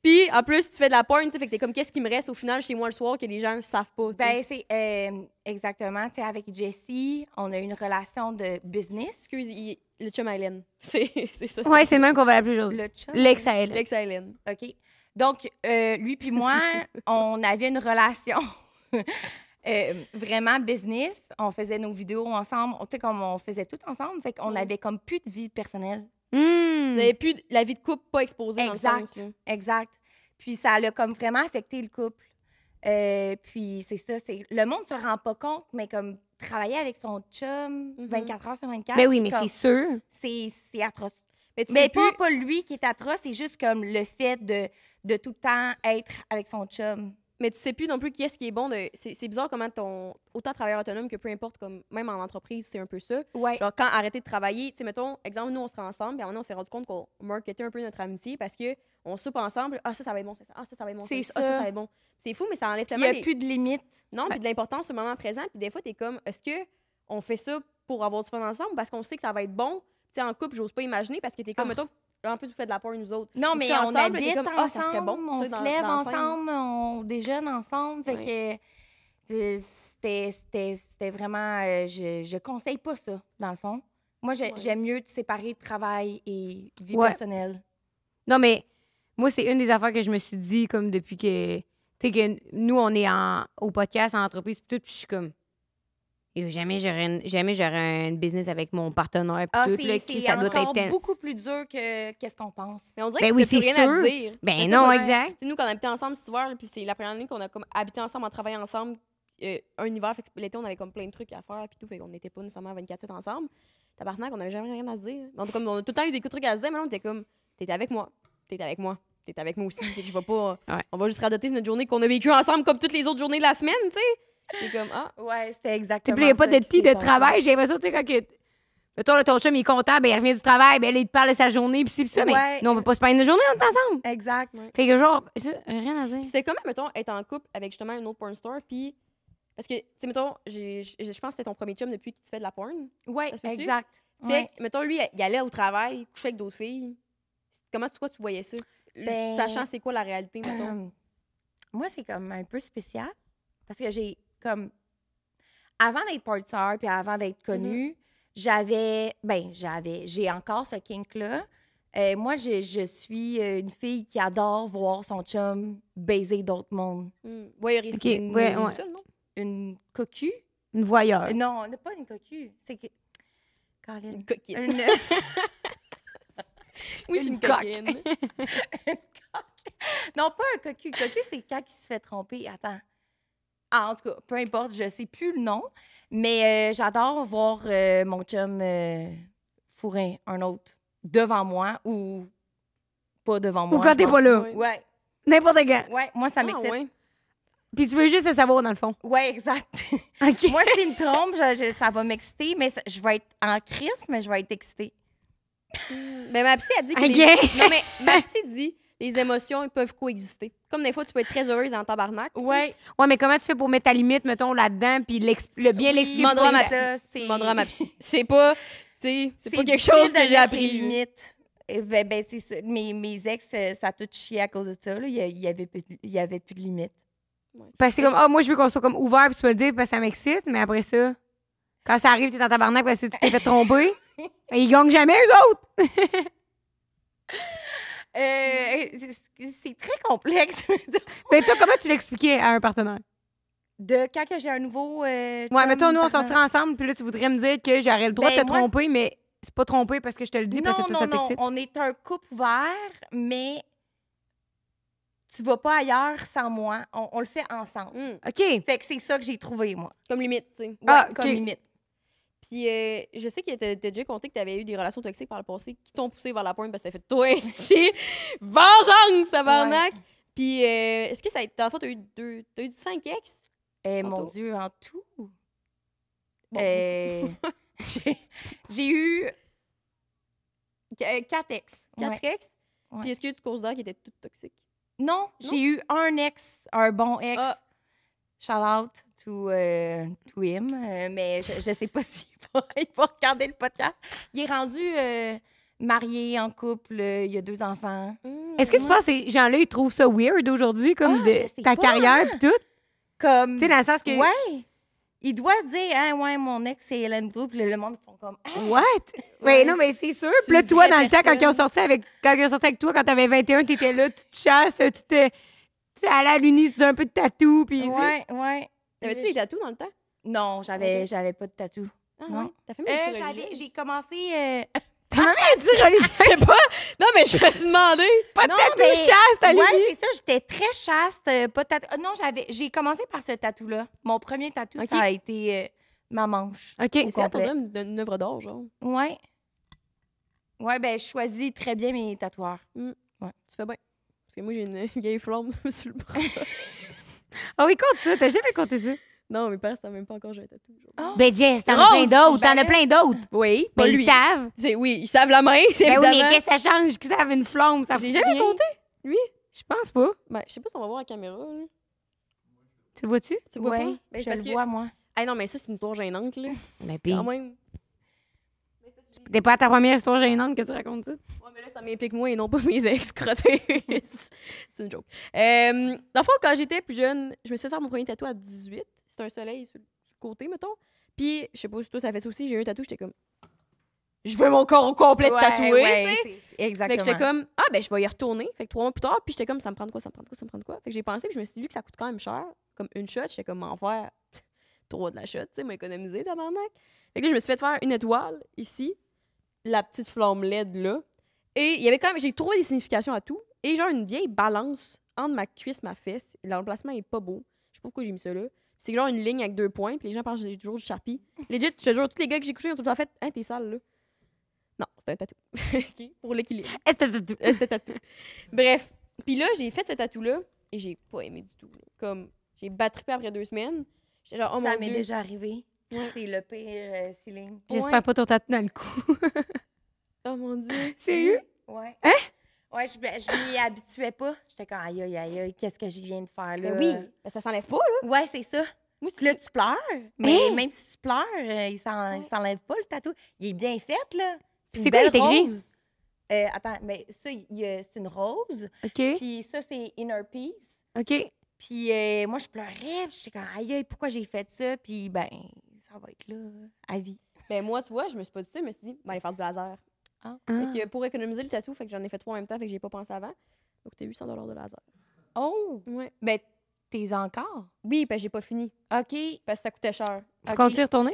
Puis en plus, tu fais de la porn. tu sais, Fait que t'es comme, qu'est-ce qui me reste au final chez moi le soir que les gens ne savent pas? tu sais? Ben, c'est euh, exactement. Tu sais, avec Jessie, on a eu une relation de business. Excuse, il- le chum à Hélène. (laughs) C'est c'est ça. Ouais, c'est le même qu'on va l'appeler aujourd'hui. Le chum. L'ex à Hélène. L'ex à Hélène. OK. Donc, euh, (laughs) lui puis moi, on avait une relation (laughs) euh, vraiment business. On faisait nos vidéos ensemble. Tu sais, comme on faisait tout ensemble. Fait qu'on Ouais. avait comme plus de vie personnelle. Hmm. Vous avez plus de- la vie de couple pas exposée dans le Exact. sens, là. Exact. Puis ça l'a comme vraiment affecté le couple. Euh, puis c'est ça, c'est le monde se rend pas compte, mais comme travailler avec son chum Mhm. 24 heures sur 24. Mm-hmm. Ben oui, mais comme, c'est sûr. c'est c'est atroce. Mais tu Mais sais pas, plus- pas lui qui est atroce, c'est juste comme le fait de, de tout le temps être avec son chum. mais tu sais plus non plus qui est-ce qui est bon. de- C'est c'est bizarre comment ton. Autant travailleur autonome que peu importe, comme même en entreprise, c'est un peu ça. Ouais. Genre, quand arrêter de travailler, tu sais, mettons, exemple, nous, on serait ensemble, puis à un moment, donné, on s'est rendu compte qu'on marketait un peu notre amitié parce que on soupe ensemble. Ah, ça, ça va être bon, ça, ça. ah, ça, ça va être bon, C'est ça, ah, ça, ça. ça va être bon. C'est fou, mais ça enlève Il n'y tellement. a des- plus de limite. Non, puis de l'importance au moment présent. Puis des fois, t'es comme, est-ce que on fait ça pour avoir du fun ensemble parce qu'on sait que ça va être bon? Tu sais, en couple, j'ose pas imaginer parce que t'es comme, Ah. mettons, en plus, vous faites de la porn, nous autres. Non, Coucher mais on ensemble, t'es habite comme, ensemble, Ah, ça serait bon, on ça, se dans- lève dans la scène. ensemble, on déjeune ensemble. Fait que euh, c'était- c'était c'était vraiment... euh, je, je conseille pas ça, dans le fond. Moi, je- Ouais. j'aime mieux de séparer travail et vie Ouais. personnelle. Non, mais moi, c'est une des affaires que je me suis dit, comme depuis que. Tu sais, que nous, on est en, au podcast, en entreprise, puis tout, puis je suis comme. Et jamais j'aurais une- jamais j'aurais un business avec mon partenaire. puis Ah, tout, là, c'est Chris, c'est ça doit être. encore tel- beaucoup plus dur que qu'est-ce qu'on pense. Mais on dirait Ben que oui, t'as plus c'est rien à sûr. te dire. Mais Ben t'as non, comme un- exact. Tu sais, nous, quand on habitait ensemble cet hiver, là, puis c'est la première année qu'on a comme habité ensemble, on travaillait ensemble euh, un hiver. Fait que l'été, on avait comme plein de trucs à faire, puis tout. Fait qu'on n'était pas nécessairement 24-7 ensemble. Tabarnak, on n'avait jamais rien à se dire. On, comme, on a tout le temps eu des trucs à se dire, mais là, on était comme, t'es avec moi, t'es avec moi, t'es avec moi aussi. Fait que je vais pas. Ouais. On va juste radoter notre journée qu'on a vécue ensemble comme toutes les autres journées de la semaine, tu sais. C'est comme, ah, Ouais, c'était Tu sais, exactement puis il n'y a pas ça de qui petit s'est de passé. travail. J'ai l'impression, tu sais, quand que. Mettons, là, ton chum, il est content, ben, il revient du travail, ben, là, il te parle de sa journée, pis ci, pis ça. Mais Ouais. non, on peut pas se peindre une journée, on est ensemble. Exact. Ouais. Fait que, genre, ça, rien à dire. Puis c'était comment, mettons, être en couple avec justement une autre porn star, puis. Parce que, tu sais, mettons, j'ai- j'ai- je pense que c'était ton premier chum depuis que tu fais de la porn. Ouais, Ça se peut-tu? exact. Fait que, mettons, lui, il allait au travail, couchait avec d'autres filles. Comment, toi, tu voyais ça? Lui, Ben- Sachant c'est quoi la réalité, mettons. Euh, moi, c'est comme un peu spécial parce que j'ai comme avant d'être porteur puis avant d'être Mm-hmm. connue, j'avais ben j'avais j'ai encore ce kink là. moi, je, je suis euh, une fille qui adore voir son chum baiser d'autres mondes. Mm. Voyeurisme. Ok, ouais, ouais. Ça, non? Une cocu Une voyeur. Euh, Non, n'est pas une cocu, c'est que Colin. Une coquine. Une, oui, je suis une une coque. coquine. non, pas un cocu. Cocu, c'est quand il se fait tromper. Attends. Ah, en tout cas, peu importe, je sais plus le nom, mais euh, j'adore voir euh, mon chum euh, fourrer un autre devant moi ou pas devant moi. Ou quand je t'es m'en pas là. fous. Ouais, N'importe quand. ouais, moi, ça Ah, m'excite. ouais. ouais. Puis tu veux juste le savoir, dans le (laughs) fond. exact. OK. moi, s'il me trompe, je- je- ça va m'exciter, mais ça- je vais être en crise, mais je vais être excitée. Mais Ben, ma psy a dit que. les- OK. Non, mais ma psy dit les émotions elles peuvent coexister. Comme des fois, tu peux être très heureuse en tabarnak. tu sais. Ouais, mais comment tu fais pour mettre ta limite, mettons, là-dedans, puis l'ex- le bien Oui, l'expliquer? demanderas à ma c'est psy. ça, Tu c'est- demanderas à ma psy. C'est pas. tu sais, C'est pas quelque difficile chose que de j'ai mettre les appris. là. limites. Eh Ben, ben, c'est ça. Mes, mes ex, euh, ça a tout chié à cause de ça. là. Il y a- il y avait, plus de- il y avait plus de limites. Parce que c'est comme, ah, moi, je veux qu'on soit comme ouvert, puis tu peux le dire, parce que ça m'excite, mais après ça, quand ça arrive, t'es en tabarnak parce que tu t'es fait tromper. (laughs) Et ils gagnent jamais, eux autres! Euh, c'est- c'est très complexe. Mais (laughs) Ben, toi, comment tu l'expliquais à un partenaire? de quand que j'ai un nouveau. euh, Ouais, chum, mettons, nous, on partenaire. sortirait ensemble, puis là, tu voudrais me dire que j'aurais le droit de Ben, te moi- tromper, mais c'est pas tromper parce que je te le dis, parce que non, toi, ça non, non. t'excite. On est un couple ouvert, mais tu vas pas ailleurs sans moi. On, on le fait ensemble. Mm. OK. Fait que c'est ça que j'ai trouvé, moi. Comme limite, tu sais. Ah, Comme OK. limite. Puis euh, je sais que t'as t'as déjà compté que t'avais eu des relations toxiques par le passé qui t'ont poussé vers la pointe parce que ça fait toi ici. (laughs) Vengeance, tabarnak! Puis euh, est-ce que ça a été. Dans le fond, t'as eu deux. T'as eu cinq ex? Eh, En mon tout. Dieu, en tout. Bon. Euh, (laughs) j'ai- j'ai eu qu- euh, quatre ex. Ouais. Quatre ex? Ouais. Puis est-ce que tu considères qu'ils étaient toutes toxiques? Non, j'ai eu un ex, un bon ex. Ah. Shout out to, euh, to him. Euh, mais je, je sais pas (laughs) s'il va, il va regarder le podcast. Il est rendu euh, marié, en couple, euh, il a deux enfants. Est-ce que tu penses que ces gens-là, ils trouvent ça weird aujourd'hui, comme Mm-hmm. Ah, de- je sais ta pas, carrière, puis tout? Comme. Tu sais, dans le sens que. Ouais! Il doit se dire, ah ouais, mon ex, c'est Hélène Group. Puis là, le monde font comme, ah, What? Ouais. Ben non, mais c'est sûr. C'est Puis là, une toi, vraie dans le temps, quand personne. ils ont sorti avec, quand ils ont sorti avec toi, quand t'avais 21, t'étais là, tu te chasses, tu te. Tu allais à l'uni, tu faisais un peu de tatou, puis. (laughs) ouais, ouais. T'avais-tu des tatous dans le temps? Non, j'avais Ok. j'avais pas de tatou. Ah Non. ouais. T'as fait Euh, mes j'avais- j'ai commencé. euh, T'as même dit religieuse, (laughs) Je sais pas! Non, mais je me suis demandé! pas de (laughs) Non, tatou, mais- chasse, t'as Ouais, l'uni. c'est ça. J'étais très chaste, euh, pas de tatou. Ah, Non, j'avais. J'ai commencé par ce tatou-là. Mon premier tatou, Ok. ça a été euh, ma manche. OK. Mais C'est complet. attendu d'une œuvre d'art, genre. Ouais. Ouais, ben je choisis très bien mes tatoueurs. Tu fais bien. Parce que moi, j'ai une (laughs) vieille flamme sur le bras. Ah oui, compte ça, t'as jamais compté ça. non, mes parents savent même pas encore que j'ai un tatou. genre. Ah. Ben, Jess, t'en as plein d'autres, t'en as plein d'autres. Oui, pas Ben, lui. ils savent. C'est- Oui, ils savent la main, (laughs) c'est Ben oui, mais évidemment. qu'est-ce que ça change? Qu'ils savent une flamme, ça J'ai fout jamais rien. compté, lui. Je pense pas. Ben, je sais pas si on va voir à la caméra. Là. Tu le vois-tu? Tu vois ouais, pas? Ben, je parce le que- vois, moi. Hey, non, mais ça, c'est une histoire gênante, là. Ben, pis. Quand même. T'es pas à ta première histoire gênante que tu racontes ça. Ouais, mais là, ça m'implique moi et non pas (laughs) mes ex crottés. c'est une joke. Euh, dans le fond, quand j'étais plus jeune, je me suis fait faire mon premier tatou à 18. C'était un soleil sur le sur le côté, mettons. Puis, je sais pas si toi, ça fait ça aussi. J'ai eu un tatou, j'étais comme. Je veux mon corps au complet Ouais, tatoué, ouais, tu sais. c'est- c'est- Exactement. Fait que j'étais comme, ah ben je vais y retourner. Fait que trois mois plus tard, puis j'étais comme, ça me prend de quoi, ça me prend de quoi, ça me prend de quoi. Fait que j'ai pensé, puis je me suis dit, vu que ça coûte quand même cher, comme une shot, j'étais comme, m'en faire (laughs) trois de la shot, tu sais, m'économiser, tabarnak. Fait que là, je me suis fait faire une étoile ici, la petite flamme LED là. Et il y avait quand même, j'ai trouvé des significations à tout. Et genre une vieille balance entre ma cuisse, ma fesse. L'emplacement est pas beau. Je sais pas pourquoi j'ai mis ça là. C'est genre une ligne avec deux points, puis les gens pensent que j'ai toujours du charpie. Legit, je te jure, tous les gars que j'ai couché ont tout le temps fait, hein, t'es sale là. Non, c'était un tatou. (laughs) OK, pour l'équilibre. Est-ce que t'as- Euh, C'était tatou. Bref. Puis là, j'ai fait ce tatou-là et j'ai pas aimé du tout. là. Comme, j'ai battu après deux semaines. J'étais genre, oh ça mon m'est Dieu. déjà arrivé. Ouais. C'est le pire euh, feeling. J'espère Ouais. pas ton tatou dans le cou. Oh mon (laughs) Dieu. (laughs) Sérieux? Ouais. Hein? Ouais, je, me- je m'y habituais pas. J'étais comme, aïe, aïe, aïe, aïe, qu'est-ce que je viens de faire là? Euh, Ben oui. Ben, ça s'enlève pas, là. Ouais, c'est ça. Moi, Puis là, tu pleures, mais Hein? même si tu pleures, euh, il s'en- il s'enlève pas le tatou. Il est bien fait, là. Puis une c'est quoi, il belle est écrit? rose. Euh, attends, mais ça, il y a- c'est une rose. OK. Puis ça, c'est Inner Peace. OK. Puis euh, moi, je pleurais. Puis j'étais comme, aïe, aïe, pourquoi j'ai fait ça? Puis ben, ça va être là, à vie. Mais Ben, moi, tu vois, je me suis pas dit ça, je me suis dit, ben, aller faire du laser. Ah. Fait que pour économiser le tatou, fait que j'en ai fait trois en même temps, fait que j'ai pas pensé avant. Ça coûtait 800 de laser. Oh! Ouais. Ben, t'es encore? Oui, parce que j'ai pas fini. OK. Parce que ça coûtait cher. Tu Ok. comptes y retourner?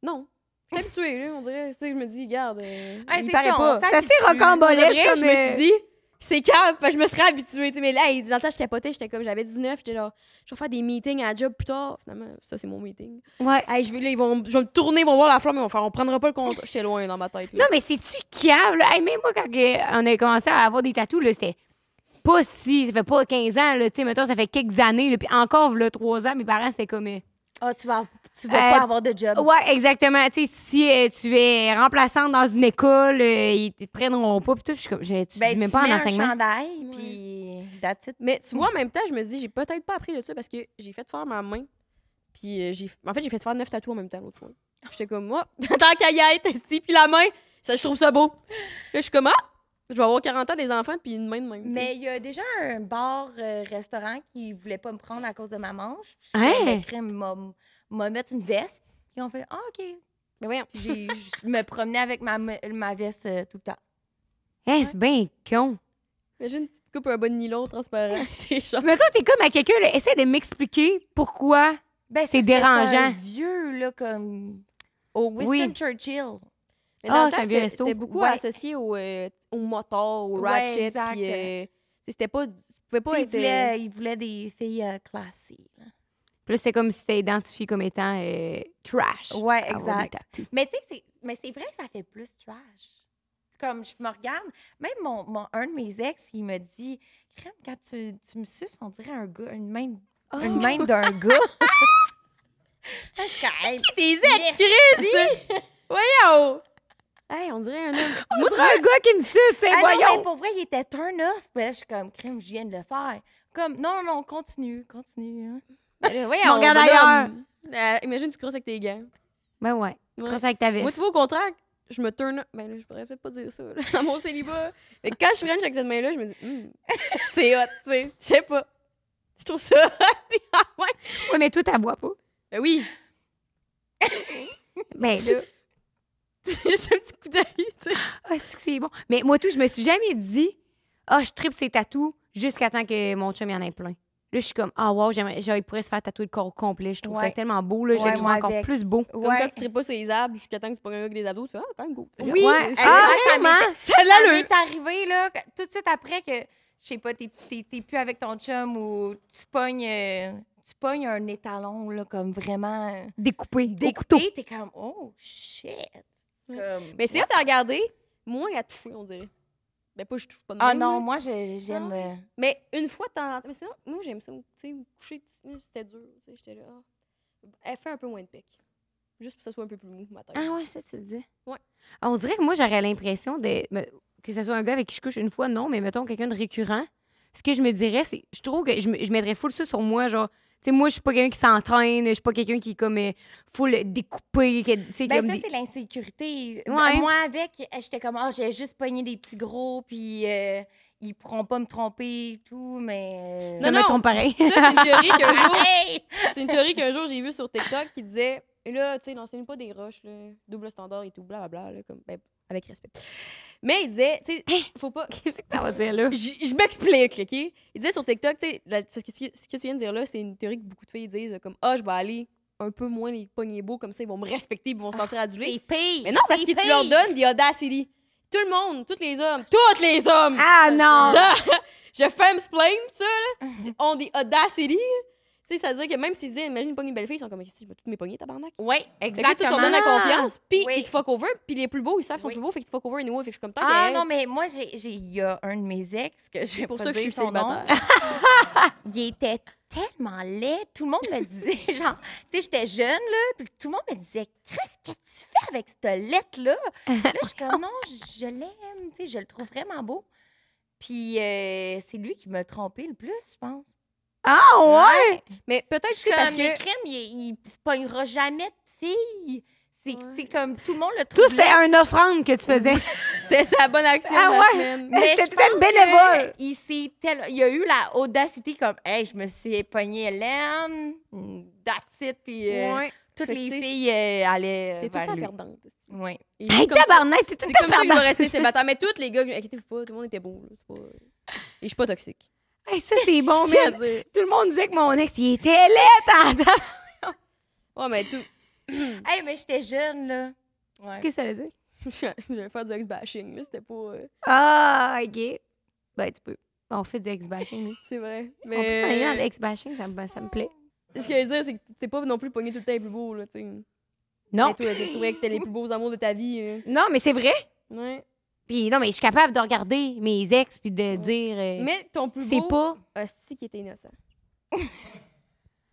Non. Je suis habituée, là, on dirait. Tu sais, je me dis, regarde. euh, Ah, il c'est paraît ça, on pas. s'habitue. Ça c'est Pour de rocambolesque vrai, comme... je me euh, suis dit, c'est cave, parce que je me serais habituée. tu sais, Mais là, hey, dans le temps, je capotais, j'étais comme, j'avais 19, j'étais là, je vais faire des meetings à la job plus tard. Finalement, ça, c'est mon meeting. Ouais. Hey, je vais, là, ils vont, je vais me tourner, ils vont voir la flamme, ils vont faire, on prendra pas le contrat. J'étais loin dans ma tête. Là. Non, mais c'est-tu câble? là? Hey, même moi, quand que on a commencé à avoir des tatous, là, c'était pas si... Ça fait pas 15 ans, là, tu sais, mettons, ça fait quelques années, là, puis encore, là, 3 ans, mes parents, c'était comme... euh, Ah, tu vas, tu vas Euh, pas avoir de job. Ouais, exactement. Tu sais, si euh, tu es remplaçante dans une école, euh, ils te prendront pas. Puis tout, je suis comme, je- tu Ben, dis même tu pas en mets un enseignement. chandail, puis that's it. Mais tu vois, en même temps, je me dis, j'ai peut-être pas appris de ça parce que j'ai fait faire ma main. Puis euh, j'ai. En fait, j'ai fait faire neuf tatouages en même temps l'autre fois. J'étais comme, (laughs) moi, tant qu'à y être, ici, puis la main, ça, je trouve ça beau. Là, je suis comme, ah, je vais avoir 40 ans des enfants, puis une main de même. tu sais. Mais il y a déjà un bar-restaurant qui voulait pas me prendre à cause de ma manche. Puis Hein? je me crème, m'a- m'a mettre une veste. Ils ont fait Ah, OK. Mais voyons. Puis j'ai- je me promenais avec ma, me- ma veste euh, tout le temps. Hey, Eh, c'est bien con. Imagine, tu te coupes un bon nylon transparent. (laughs) T'es genre- Mais toi, t'es comme à quelqu'un, là, essaie de m'expliquer pourquoi. Ben, C'est parce que un dérangeant. vieux, là, comme. Au Winston Oui. Churchill. Mais dans Ah, le temps, c'est un vieux c'était- resto. c'était beaucoup Ouais. associé au, euh, au motor, au Ouais, ratchet. exact. puis, euh, tu sais, c'était pas. Tu pouvais Tu sais, pas Il être. euh, voulait, il voulait des filles euh, classées. là. Puis là, c'est comme si t'es identifié comme étant euh, trash. Ouais, à avoir des exact. tatous. Mais tu sais, c'est- mais c'est vrai que ça fait plus trash. Comme je me regarde, même mon, mon- un de mes ex, il me dit Crème, quand tu, tu me suces, on dirait un gars, une main, Oh. une main d'un (laughs) gars. Ah, je suis comme, Hey, Tes merci. Voyons! Hey, on dirait (laughs) un homme. Moi, tu un gars qui me suce, tu sais, Ah non, mais voyons. pour vrai, il était turn off. Mais là, je suis comme Crème, je viens de le faire. Comme non, non, non, continue, continue. hein. Euh, voyons, Mon regarde bonhomme. ailleurs. Euh, imagine, tu crosses avec tes gants. Ben ouais, tu Ouais. crosses avec ta Moi, veste. tu vois, au contraire, je me turn up. Ben là, je pourrais peut-être pas dire ça, là, (laughs) dans mon célibat. Mais quand je french avec cette main-là, je me dis, Hmm, (laughs) c'est hot, tu sais. Je sais pas. Je trouve ça hot. Ah ouais. Ouais, mais toi, t'as bois pas. Ben oui. Ben (laughs) là. C'est Juste un petit coup d'œil, tu sais. Ah, c'est que c'est bon. Mais moi, tout, je me suis jamais dit, ah, je tripe ses tatous jusqu'à temps que mon chum y en ait plein. Là, je suis comme, ah, wow, j'aimerais- j'aurais- il pourrait se faire tatouer le corps au complet. Je trouve ça Ouais. tellement beau, là. je Ouais, le trouve moi encore avec. plus beau. Comme Ouais. quand tu tripes pas sur les arbres jusqu'à temps que tu pognes un gars avec des abdos, tu fais, ah, quand même cool. Ouais. Ah, ça vraiment? Ça Là, l'a le. est arrivé, là, que- tout de suite après que, je sais pas, t'es, t'es, t'es plus avec ton chum ou tu pognes, euh, tu pognes un étalon, là, comme vraiment euh, Découpé. Des couteaux. découpé, t'es comme, oh, shit. Ouais. Comme- Mais c'est hot à regarder, moins à toucher, on dirait. Ben pas, je touche pas de Ah même, Mm-hmm. non, là. moi, je- j'aime... euh, Mais une fois, t'en... Mais sinon, moi, j'aime ça. Tu sais, me coucher, tu- là, c'était dur. Tu sais, j'étais là. ah. Elle fait un peu moins de pic. Juste pour que ça soit un peu plus mou, ma tête. Ah, ouais, ça, tu te dis. Ouais. Ah, On dirait que moi, j'aurais l'impression de. me- Que ce soit un gars avec qui je couche une fois, non, mais mettons quelqu'un de récurrent. Ce que je me dirais, c'est. Je trouve que je, me- je mettrais full ça sur moi, genre. Tu sais, moi, je suis pas quelqu'un qui s'entraîne, je suis pas quelqu'un qui est comme euh, full découpé. que- tu sais, Ben comme ça, des- c'est l'insécurité. Ouais. Moi, avec, j'étais comme, ah, j'ai juste pogné des petits gros, puis euh, ils pourront pas me tromper et tout, mais... euh, Non, (laughs) Non, non. non, pareil. Ça, c'est une théorie qu'un jour, Hey! c'est une théorie qu'un jour j'ai vue sur TikTok qui disait là, tu sais, lancez-nous pas des rushs, là, double standard et tout, blablabla, là, comme, ben, avec respect. Mais il disait, tu Hein? sais, faut pas. Qu'est-ce (laughs) que ça va dire, (laughs) là? J- Je m'explique, OK? Il disait sur TikTok, tu sais, la- parce que ce que ce que tu viens de dire là, c'est une théorie que beaucoup de filles disent, comme, ah, je vais aller un peu moins les pognés beaux, comme ça, ils vont me respecter, puis ils vont se sentir adulés. Ah, C'est pire! Mais non, parce que c'est tu leur pire. donnes des audacity. Tout le monde, tous les hommes, tous les hommes! Ah non! (laughs) Je femsplain ça, (laughs) là, ont des audacity. Tu sais, ça veut dire que même s'ils disent, imagine une pognée de belle fille, ils sont comme, Qu'est-ce que je vais toutes mes pognées, tabarnak. Oui, Fait que là, tu exactement. leur donnes la confiance, puis Oui. ils te fuck over, puis les plus beaux, ils savent qu'ils sont Oui. plus beaux, fait qu'ils te fuck over anyway, fait que je suis comme tant Ah non, mais moi, j'ai- j'ai- il y a un de mes ex que je vais pour pas ça que je dire suis son nom. (laughs) célibataire. Il était tellement laid. Tout le monde me disait, (laughs) genre, tu sais, j'étais jeune, là, puis tout le monde me disait, Chris, qu'est-ce que tu fais avec cette lettre-là? là, je suis comme, non, je je l'aime, tu sais, je le trouve vraiment beau. Puis euh, c'est lui qui m'a trompé le plus, je pense. Ah ouais? Mais peut-être Je suis que parce comme, que. mais crème, il, il se pognera jamais de fille. C'est Ouais. c'est comme tout le monde le Tout, trouve. c'était une offrande que tu faisais. C'était sa bonne action. Ah de la ouais? semaine. Mais C'était je pense peut-être bénévole. que Il, s'est tel- il a eu la audacité comme, hey, je me suis pognée Hélène, that's it, puis euh, Ouais. toutes Fait que tu les sais, filles euh, allaient. T'es tout le vers temps lui. perdante. Oui. Il est Hey, comme ça. tabarnak, t'es tout C'est le temps comme ça que je vais perdant. rester célibataire. Mais tous les gars, inquiétez-vous pas, tout le monde était beau. là, c'est pas- Et je suis pas toxique. Hey, ça, c'est (laughs) bon, Je tiens à man. dire. Tout le monde disait que mon ex, il était (laughs) laid. Attends, Ouais, mais tout. (laughs) Hey, mais j'étais jeune, là. Ouais. Qu'est-ce que ça veut dire? Je vais faire du ex-bashing, là, c'était pas. euh, Ah, OK. Ben, tu peux. On fait du ex-bashing, nous. C'est vrai. On peut s'en aller dans Mais. euh, l'ex-bashing, ça me, ça me plaît. Ce que je veux dire, c'est que t'es pas non plus pogné tout le temps les plus beaux, là, tu sais. Non. Hey, Toi, t'as trouvé que t'es les plus beaux amours de ta vie, là. Non, mais c'est vrai. Ouais. Puis non, mais je suis capable de regarder mes ex puis de dire... euh, Mais ton plus c'est beau. pas... Hostie qui était innocent.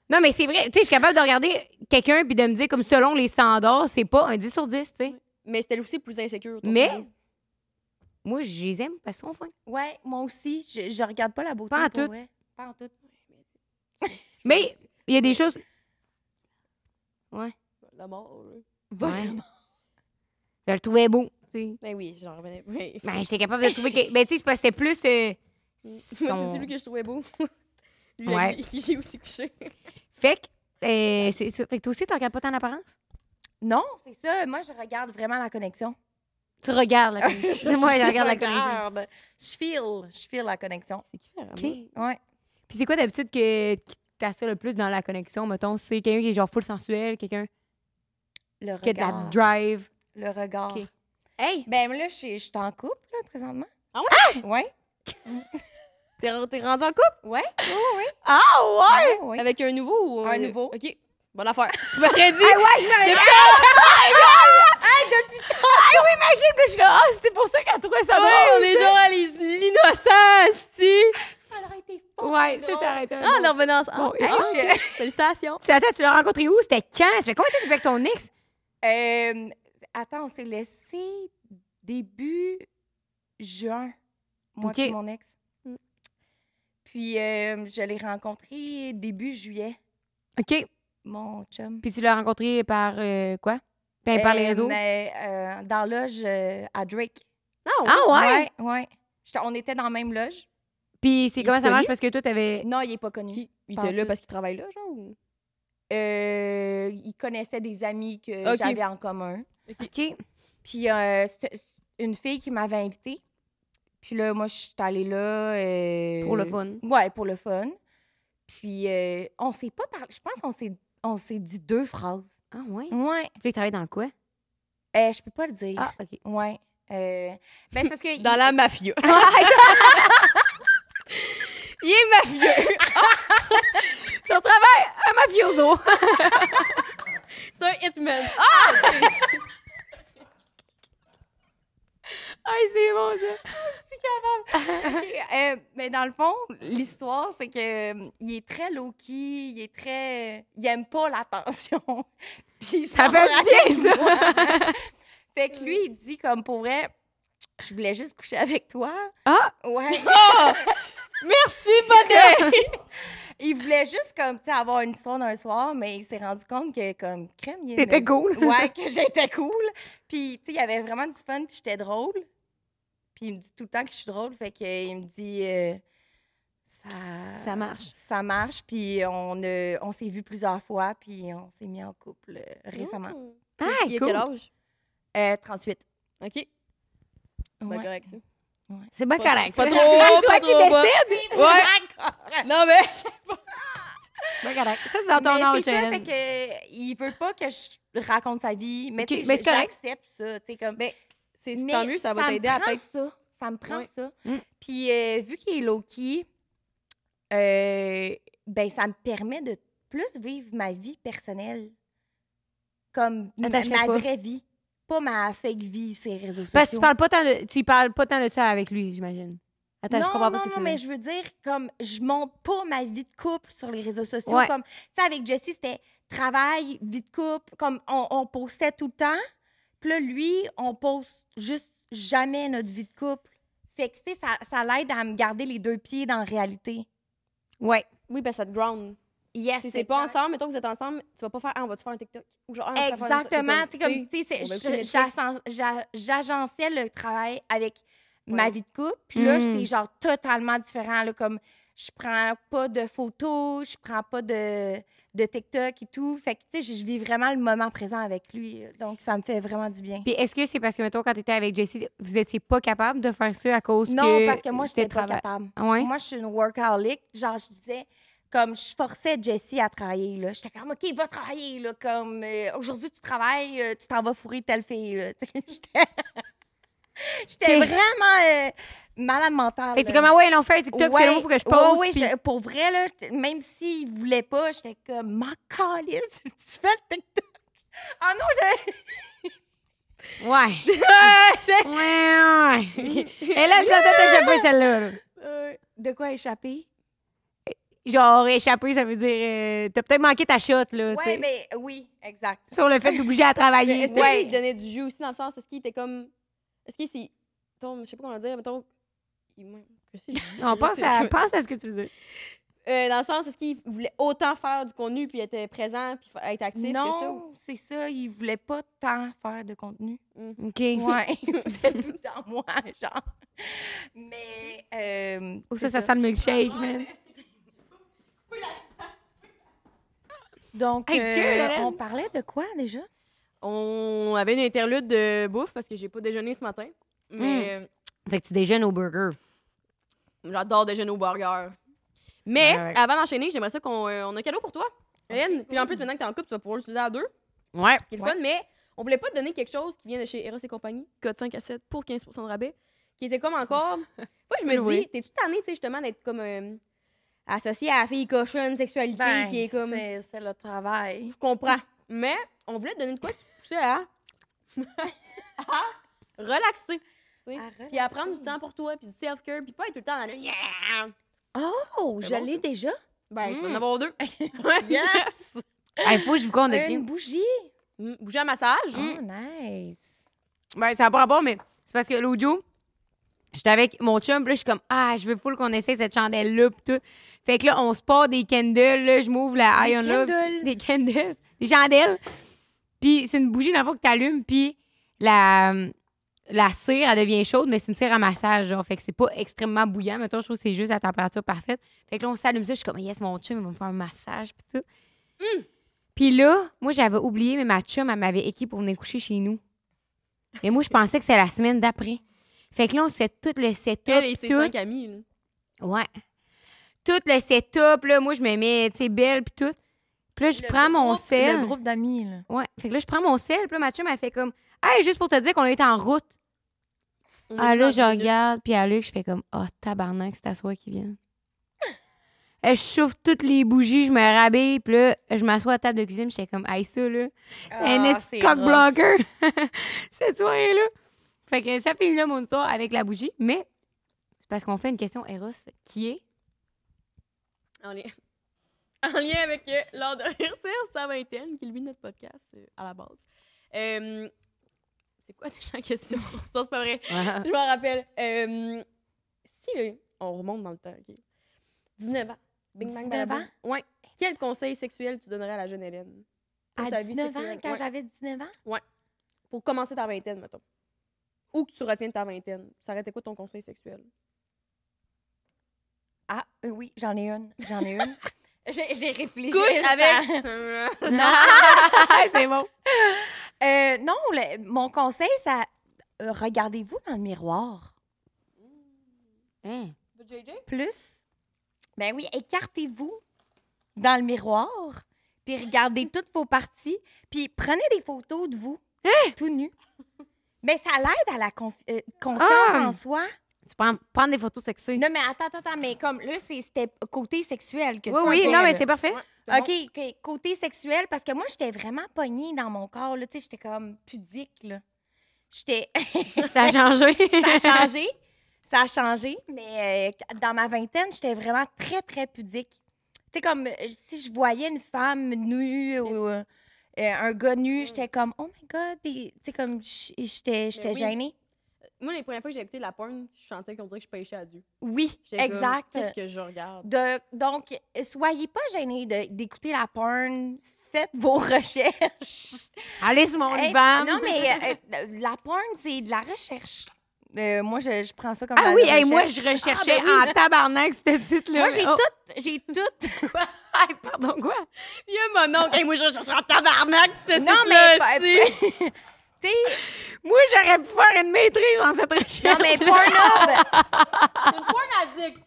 Non, mais c'est vrai. Tu sais, je suis capable de regarder quelqu'un puis de me dire, comme selon les standards, c'est pas un 10 sur 10, tu sais. Mais c'était aussi plus insécure. ton Mais- plus beau. Moi, je les aime parce qu'on fait. Ouais, moi aussi, je, je regarde pas la beauté. Pas en pour tout. vrai. Pas en tout. (laughs) Mais il y a des choses... La mort, là. Ouais. Je le trouvais beau, tu sais. Ben oui, j'en revenais. (laughs) Oui. Ben, j'étais capable de trouver. Que... Ben, tu sais, c'est parce que c'était (laughs) plus. euh, son- C'est celui que (laughs) je trouvais beau. (laughs) Lui, Ouais. avec qui j'ai aussi couché. (laughs) Fait que. euh, c'est ça. Fait que toi aussi, tu regardes pas tant l'apparence? Non, c'est ça. Moi, je regarde vraiment la connexion. Tu regardes (laughs) la connexion. Moi, je regarde la connexion. Regarde. Je feel, je feel la connexion. C'est qui, Farah? OK. Ouais. Puis c'est quoi d'habitude que... qui t'attire le plus dans la connexion? Mettons, c'est quelqu'un qui est genre full sensuel, quelqu'un Le qui a de la regard. drive. le regard. Ok. Hey! Ben là, je suis je suis en couple, là, présentement. Ah ouais? Ouais. T'es t'es rendu en couple? Ouais. Ah ouais! Ouais. ouais. Avec un nouveau ou Un nouveau. OK. (laughs) Bonne affaire. Super ouais, ready. je me Depuis... Ah oui, imagine! Puis là, je suis comme, ah, c'est pour ça qu'elle trouvait ça Ouais, Oh, on drôle. est genre à les- l'innocence, tu Ça aurait été Ouais, ça, ça arrête. Ah, leur venance. Ah, Bon, et- ah, ah, ok. Félicitations. C'est- Attends, tu l'as rencontré où? C'était quand? Ça fait combien de temps que t'es avec ton ex? Euh, attends, on s'est laissé début juin, moi Ok. et mon ex. Mm. Puis euh, je l'ai rencontré début juillet, OK. mon chum. Puis tu l'as rencontré par euh, quoi? Ben, par les Euh, réseaux? mais, euh, dans la loge euh, à Drake. Ah ouais? Ouais, ouais. J'étais- on était dans la même loge. Puis c'est Il comment se ça marche? connaît? Parce que toi, t'avais... Non, il est pas connu. Qui? Il Pas était là tout. parce qu'il travaille là, genre? ou- Euh, il connaissait des amis que Ok. j'avais en commun. OK. Puis euh, c'était une fille qui m'avait invitée. Puis là, moi, je suis allée là. euh, Pour le fun. Ouais, pour le fun. Puis euh, on s'est pas parlé. Je pense qu'on s'est on s'est dit deux phrases. Ah ouais? Ouais. Puis il travaille dans quoi? Euh, je peux pas le dire. Ah, OK. Ouais. Euh, ben c'est parce que Dans (laughs) la mafia. Il est mafieux. Son travail, un mafioso. C'est un hitman. Ah! (laughs) ah, c'est bon, ça. (laughs) Euh, mais dans le fond, l'histoire c'est que euh, il est très low key, il est très il aime pas l'attention. (laughs) Puis il Ça sort fait du avec bien, ça. moi. (laughs) fait que lui il dit comme pour vrai, je voulais juste coucher avec toi. (laughs) Ah! Ouais. Merci, Potter. (laughs) Il voulait juste comme tu sais, avoir une histoire d'un soir, mais il s'est rendu compte que comme crème, il aimait- T'étais cool. ouais, que j'étais cool. Puis tu sais, il y avait vraiment du fun, puis j'étais drôle. Puis il me dit tout le temps que je suis drôle, fait que euh, il me dit euh, ça Ça marche. Ça marche, puis on euh, on s'est vu plusieurs fois, puis on s'est mis en couple euh, récemment. Ah, Il a cool. quel âge? Euh, 38. OK. Ouais. Ben, (laughs) correct, ça. C'est bien Pas- correct. pas ça. trop, C'est pas toi trop qui bas. décides. Ouais. Non, mais... Bien correct. Ça, c'est dans ton Mais âge, c'est ça, Hélène. fait que euh, il veut pas que je raconte sa vie, mais Ok, tu sais, mais je- c'est correct. j'accepte ça, tu sais comme C'est Mais tant mieux, ça va me t'aider à prend peut-être... ça. Ça me prend Ouais. ça. Mm. Puis euh, vu qu'il est low-key, euh, ben ça me permet de plus vivre ma vie personnelle. Comme ma, Attends, je cache ma pas. vraie vie. Pas ma fake vie, ces réseaux Parce que tu sociaux. parles pas tant de, tu y parles pas tant de ça avec lui, j'imagine. Attends, non, je comprends pas non, ce que non, tu veux mais dire. je veux dire, comme, je monte pas ma vie de couple sur les réseaux sociaux. Ouais. Comme, tu sais, avec Jessie, c'était travail, vie de couple. Comme, on, on postait tout le temps. Puis là, lui, on poste juste jamais notre vie de couple. Fait que, tu sais, ça, ça l'aide à me garder les deux pieds dans la réalité. Ouais. Oui, ben ça te ground. Yes, Si c'est pas ensemble, mettons que vous êtes ensemble, tu vas pas faire, ah, on va-tu faire un TikTok? Ou genre, Ah, on va faire une- Exactement. Tu sais, comme, tu sais, on va c'est- écouter je- Netflix. j'agen- j'a- j'agençais le travail avec ma Ouais. vie de couple. Puis là, Mm. c'est genre totalement différent. Là, comme, je prends pas de photos, je prends pas de, de TikTok et tout. Fait que, tu sais, je- je vis vraiment le moment présent avec lui. Donc, ça me fait vraiment du bien. Puis est-ce que c'est parce que, mettons, quand t'étais avec Jessie, vous étiez pas capable de faire ça à cause Non, que... parce que moi, j'étais pas travail- capable. Ah ouais? Moi, je suis une workaholic. Genre, je disais, comme je forçais Jessie à travailler. là. J'étais comme, OK, va travailler. Là, comme euh, aujourd'hui, tu travailles, euh, tu t'en vas fourrer telle fille. là. (laughs) Tu sais, J'étais j'étais Ok. vraiment euh, malade mentale. Fait que t'es là. comme, ah ouais, non, fait un TikTok, Ouais, c'est faut que je pose. ouais, ouais, puis- je- pour vrai, là, t- même s'il voulait pas, j'étais comme, ma calisse, (laughs) tu fais le TikTok. Ah non, (laughs) j'avais. Ouais. (laughs) c'est- ouais, ouais. Et là, attends, attends, échappé celle-là. (laughs) là. Euh, de quoi échapper? Genre, échapper, ça veut dire. euh, T'as peut-être manqué ta shot, là, tu Ouais, sais. mais oui, exact. Sur le fait d'obliger (laughs) à travailler. Est-ce que Ouais. lui, il te donnait du jus aussi, dans le sens, est-ce qu'il était comme. Est-ce qu'il s'est. mettons, Je sais pas comment dire, mettons. il- moi, qu'est-ce que je dis? On pense Je- à, je- pense à ce que tu veux dire. Euh, dans le sens, est-ce qu'il voulait autant faire du contenu puis être présent puis fa- être actif que ça? ou- Non, c'est ça. Il voulait pas tant faire de contenu. OK. Ouais, (laughs) c'était tout dans moi, genre. Mais. Euh, Ou c'est ça, ça sent le milkshake, man. Donc, Hey, euh, Karen! on parlait de quoi déjà? On avait une interlude de bouffe parce que j'ai pas déjeuné ce matin. Mais Fait que tu déjeunes au burger. euh, j'adore déjeuner au burger. Mais Ouais, ouais. avant d'enchaîner, j'aimerais ça qu'on euh, on a un cadeau pour toi, Hélène. Puis en plus, maintenant que t'es en couple, tu vas pouvoir l'utiliser à deux. Ouais. C'est le fun, mais on voulait pas te donner quelque chose qui vient de chez Eros et compagnie, code 5 à 7 pour 15 de rabais, qui était comme (laughs) encore. Moi, je me dis, Loué. t'es toute tannée, tu sais, justement, d'être comme euh, associée à la fille cochonne, sexualité, qui est comme. C'est le travail. Je comprends. Mais on voulait te donner de quoi qui te poussait (laughs) à. à relaxer. tu sais. Puis à prendre du temps pour toi, puis du self-care, puis pas être tout le temps dans le. Yeah! (laughs) Oh, C'est je bon, l'ai déjà. (laughs) Ben, je vais en Mm. avoir deux. (laughs) Yes! Il faut que je vous compte depuis. Une bougie. Mm, Bouger à massage. Oh, nice. Ben, ça n'a pas rapport, mais c'est parce que l'autre jour, j'étais avec mon chum, puis là, je suis comme, ah, je veux full qu'on essaie cette chandelle-là, puis tout. Fait que là, on se part des candles, là, je m'ouvre la Des Ion Love. candles? Des candles. Des chandelles. Puis c'est une bougie, dans le fond, que t'allumes, puis la, la cire, elle devient chaude, mais c'est une cire à massage, genre. Fait que c'est pas extrêmement bouillant. Mettons, je trouve que c'est juste à température parfaite. Fait que là, on s'allume ça, je suis comme, yes, mon chum, il va me faire un massage, puis tout. Mm. Puis là, moi, j'avais oublié, mais ma chum, elle m'avait équipé pour venir coucher chez nous. Mais moi, je pensais que c'était la semaine d'après. Fait que là, on se fait tout le Elle et setup. ses Tout, cinq amis. là. ouais. Tout le setup, là. Moi, je me mets, tu sais, belle, puis tout. Puis là, je Oh, Le prends mon groupe- sel. Le groupe d'amis, là. Ouais. Fait que là, je prends mon sel, puis là, ma chum, elle fait comme Hey, juste pour te dire qu'on est en route. On Ah est là, dans je une minute. regarde, puis à Luc, je fais comme Ah, tabarnak, c'est à soi qui (laughs) vient. je chauffe toutes les bougies, je me rabais, puis là, je m'assois à la table de cuisine, puis j'étais comme Hey, ça, là. C'est un Ah, esti c'est de cock rough. blocker (laughs) cette soirée-là. Fait que ça fait là mon histoire avec la bougie, mais c'est parce qu'on fait une question Eros qui (laughs) est. En lien, (laughs) en lien avec euh, l'art de rire sur sa vingtaine, qui lui, notre podcast, euh, à la base. Euh, c'est quoi (laughs) déjà la question? Non, c'est pas vrai. Hein? Je m'en rappelle. Euh, si, là, on remonte dans le temps, OK? 19 ans. Bing, bang, 19 badaboum. Ouais. Quel conseil sexuel tu donnerais à la jeune Hélène? Pour ta À vie 19 ans, sexuelle, quand ouais. j'avais 19 ans? Pour commencer ta vingtaine, mettons. Ou que tu retiennes ta vingtaine. Ça aurait été quoi ton conseil sexuel? Ah, euh, oui, j'en ai une. J'en ai (laughs) une. J'ai j'ai réfléchi. Couche Ça- avec... (laughs) Non. c'est bon. (laughs) Euh, non, le- mon conseil, ça. euh, Regardez-vous dans le miroir JJ? plus. Ben oui, écartez-vous dans le miroir, puis regardez (laughs) toutes vos parties, puis prenez des photos de vous, Hein? tout nu. Mais ça l'aide à la confi- euh, confiance Ah! en soi. Tu prends, prends des photos sexy. Non, mais attends, attends, attends, mais comme là, c'est- c'était côté sexuel que tu oui, oui, en non, fais, mais là. c'est (laughs) parfait. C'est OK, OK, côté sexuel, parce que moi, j'étais vraiment pognée dans mon corps. Là, tu sais, j'étais comme pudique, là. J'étais... Ça a changé. ça (laughs) a changé. Ça a changé, mais euh, dans ma vingtaine, j'étais vraiment très, très pudique. Tu sais, comme euh, si je voyais une femme nue ou euh, Mm. Ben euh, un gars nu, j'étais comme, oh my God. Puis, tu sais, comme j- j'étais j'étais oui. gênée. Moi, les premières fois que j'ai écouté de la porn, je sentais qu'on dirait que je pêchais à Dieu. Oui, J'étais comme, exact. Qu'est-ce que je regarde? De- donc, soyez pas gênés de- d'écouter la porn. Faites vos (laughs) recherches. Allez sur mon Hey, divan. non, (laughs) mais euh, euh, la porn, c'est de la recherche. Euh, moi, je, je prends ça comme de Ah la oui, hey, recherche. moi, je recherchais Ah, ben oui. en tabarnak ce titre-là. Moi, j'ai Oh, tout. J'ai tout. hey, pardon, quoi? Il y a mon oncle. Hey, moi, je je suis en tabarnak, c'est non, là mais. pas- (laughs) Tu sais, Moi, j'aurais pu faire une maîtrise dans cette recherche. non, (laughs) mais Pornhub. une porn addict.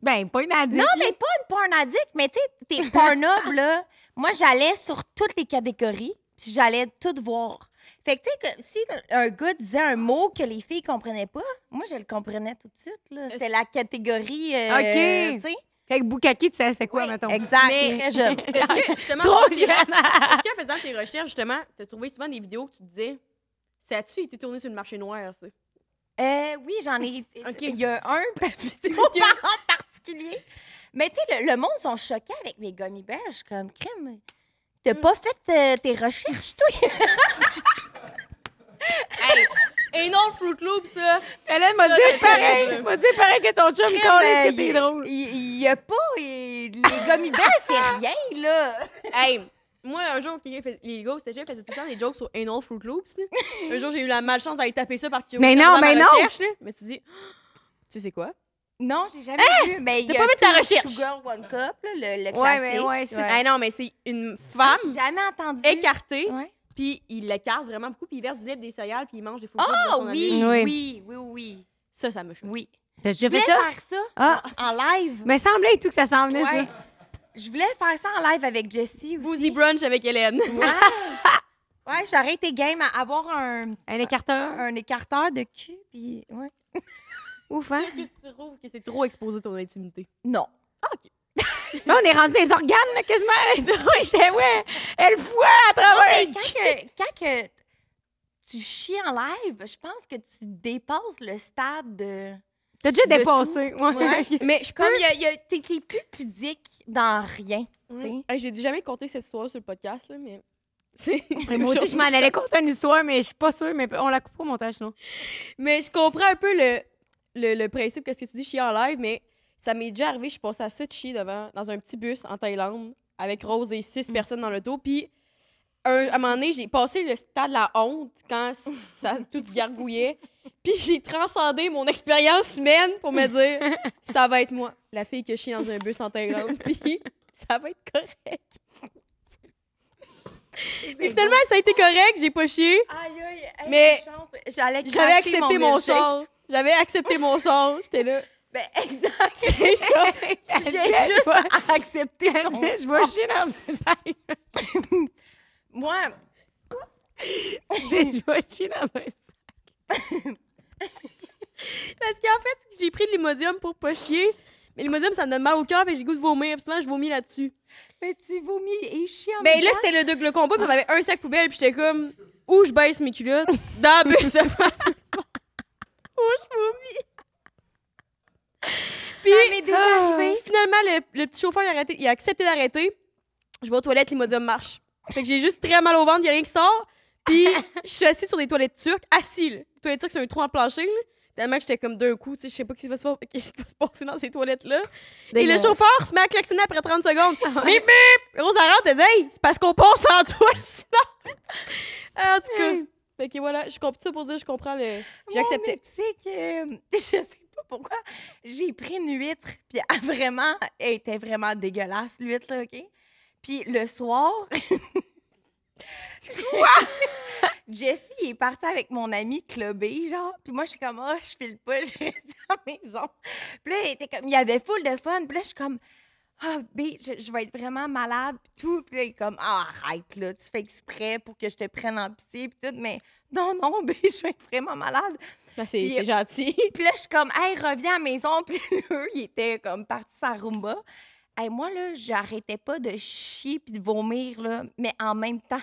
Ben, pas une addict. Non, Ah, mais pas une porn addict, mais tu sais, t'es pornoble, là. Moi, j'allais sur toutes les catégories, puis j'allais toutes voir. Fait que, tu sais, que si un gars disait un mot que les filles comprenaient pas, moi, je le comprenais tout de suite, là. C'était la catégorie. euh, OK. Tu sais. Fait que Boukaki, tu sais, c'est quoi, Oui, mettons? Exact. Mais- Très jeune. Est-ce que, justement, Ah, Trop en faisant tes- jeune! est-ce qu'en faisant tes recherches, justement, t'as trouvé souvent des vidéos que tu te disais, ça a-tu été tourné sur le marché noir, ça? Euh, oui, j'en ai. OK. Il y a un (laughs) par vidéo OK. par en particulier. Mais tu sais, le, le monde sont choqués avec mes gummy bears. Je suis comme, crime, t'as pas fait euh, tes recherches, toi? Hey! Et non, Fruit Loop, ça! Hélène m'a Ça, dit c'est pareil. terrible. m'a dit pareil que ton chum, il Crime, colle, est-ce euh, que t'es il- drôle? Il il y, a pas. il- les gummy bears, c'est rien, là. Hey! Moi, un jour, quelqu'un fait- les gars au cégep faisaient tout le temps des jokes sur Anal Fruit Loops. là. Un jour, j'ai eu la malchance d'aller taper ça par curiosité. Mais non, dans mais ma non. recherche, là. Je me suis dit, (gasps) tu sais quoi? Non, j'ai jamais vu. Mais il T'as y a pas vu ta Two- recherche? Two Girl, One Cup, là, le, le classique. Ouais, mais ouais, c'est Ah non, mais c'est une Ah, femme J'ai jamais entendu. écartée, Ouais. puis il l'écarte vraiment beaucoup, puis il verse du lait des céréales, puis il mange des faux Ah oui, Oui. oui, oui, oui, oui. Ça, ça me choque. Oui. T'as Je déjà voulais fait ça? faire ça Ah, en live. me semblait et tout que ça s'en venait, Ouais. ça. Je voulais faire ça en live avec Jessie aussi. Boozy brunch avec Hélène. Ouais. (laughs) ouais, j'aurais été game à avoir un, Un écarteur. un écarteur de cul. Puis, ouais. Ouf, (laughs) hein? Est-ce que tu trouves que c'est trop exposé ton intimité? Non. Là, on est rendu des organes, là, (laughs) quasiment. Ouais, J'étais, ouais, elle foie à travers. Mais quand, que, quand que tu chies en live, je pense que tu dépasses le stade de. T'as déjà de dépassé. Ouais. Ouais. Mais je Comme, il y a- il y a- t'es t'es plus pudique dans rien. Mmh. Hey, J'ai jamais compté cette histoire sur le podcast, là, mais. (laughs) C'est (laughs) c'est Mais moi, autre aussi, je m'en chose. allais compter une histoire, mais je suis pas sûre. Mais on la coupe au montage, non? Mais je comprends un peu le, le, le principe que ce que tu dis chier en live, mais ça m'est déjà arrivé, je passais à ça de chier devant, dans un petit bus en Thaïlande, avec Rose et six personnes dans l'auto, puis un- à un moment donné, j'ai passé le stade de la honte quand (laughs) s- ça tout gargouillait, puis j'ai transcendé mon expérience humaine pour me dire (laughs) « ça va être moi, la fille que je chie dans un bus en Thaïlande, (laughs) puis ça va être correct. » Puis finalement, ça a été correct, j'ai pas chié. Aïe, aïe, quelle Mais j'allais J'avais accepté mon, sort. J'avais accepté mon sort. J'étais là. Ben, (laughs) exact. C'est ça. (laughs) J'ai juste accepté Elle ton dit, Je vais chier dans un (laughs) sac. Moi, Je vais chier dans un sac. Parce qu'en fait, j'ai pris de l'imodium pour pas chier. Mais l'imodium, ça me donne mal au cœur, fait que j'ai le goût de vomir. Puis Souvent, je vomis là-dessus. mais tu vomis et chies en Mais même là, temps. c'était le, le combat, puis on avait un sac poubelle, puis j'étais comme, où je baisse mes culottes, dans le bus de femme. Où je vomis. Puis, Ça m'est déjà Ah. arrivé. finalement, le, le petit chauffeur, il a, arrêté- il a accepté d'arrêter. Je vais aux toilettes, l'imodium marche. Fait que j'ai juste très mal au ventre, il n'y a rien qui sort. Puis, je suis assise sur des toilettes turques, assis. là. Les toilettes turques, c'est un trou en plancher, là. Tellement que j'étais comme d'un coup, tu sais, je sais pas ce qui va se fa- (laughs) qu'est-ce qui va se passer dans ces toilettes-là. Et le chauffeur se met à klaxonner après 30 secondes. Bip, bip! Rose Arante, elle dit Hey, c'est parce qu'on passe en toi, (laughs) sinon. en tout cas. Fait que voilà, je comprends ça pour dire, je comprends le. J'ai accepté. Moi, mais Tu sais que (laughs) euh, je sais pas pourquoi j'ai pris une huître puis elle vraiment elle était vraiment dégueulasse l'huître là, OK Puis (laughs) le soir (laughs) Jessie il est parti avec mon ami clubé, genre. Puis moi, je suis comme, ah, je file pas, (laughs) je reste à la maison. Puis là, il était comme, il y avait full de fun. Puis là, je suis comme, ah, B, je, je vais être vraiment malade, puis tout. Puis là, il est comme, ah, arrête, là, tu fais exprès pour que je te prenne en pitié, puis tout. Mais non, non, (laughs) B, je vais être vraiment malade. Ben, c'est Puis- c'est (laughs) gentil. Puis là, je suis comme, hey, reviens à la maison. (laughs) Puis eux, ils étaient comme partis sa rumba. Hey, moi, là, j'arrêtais pas de chier puis de vomir, là, mais en même temps.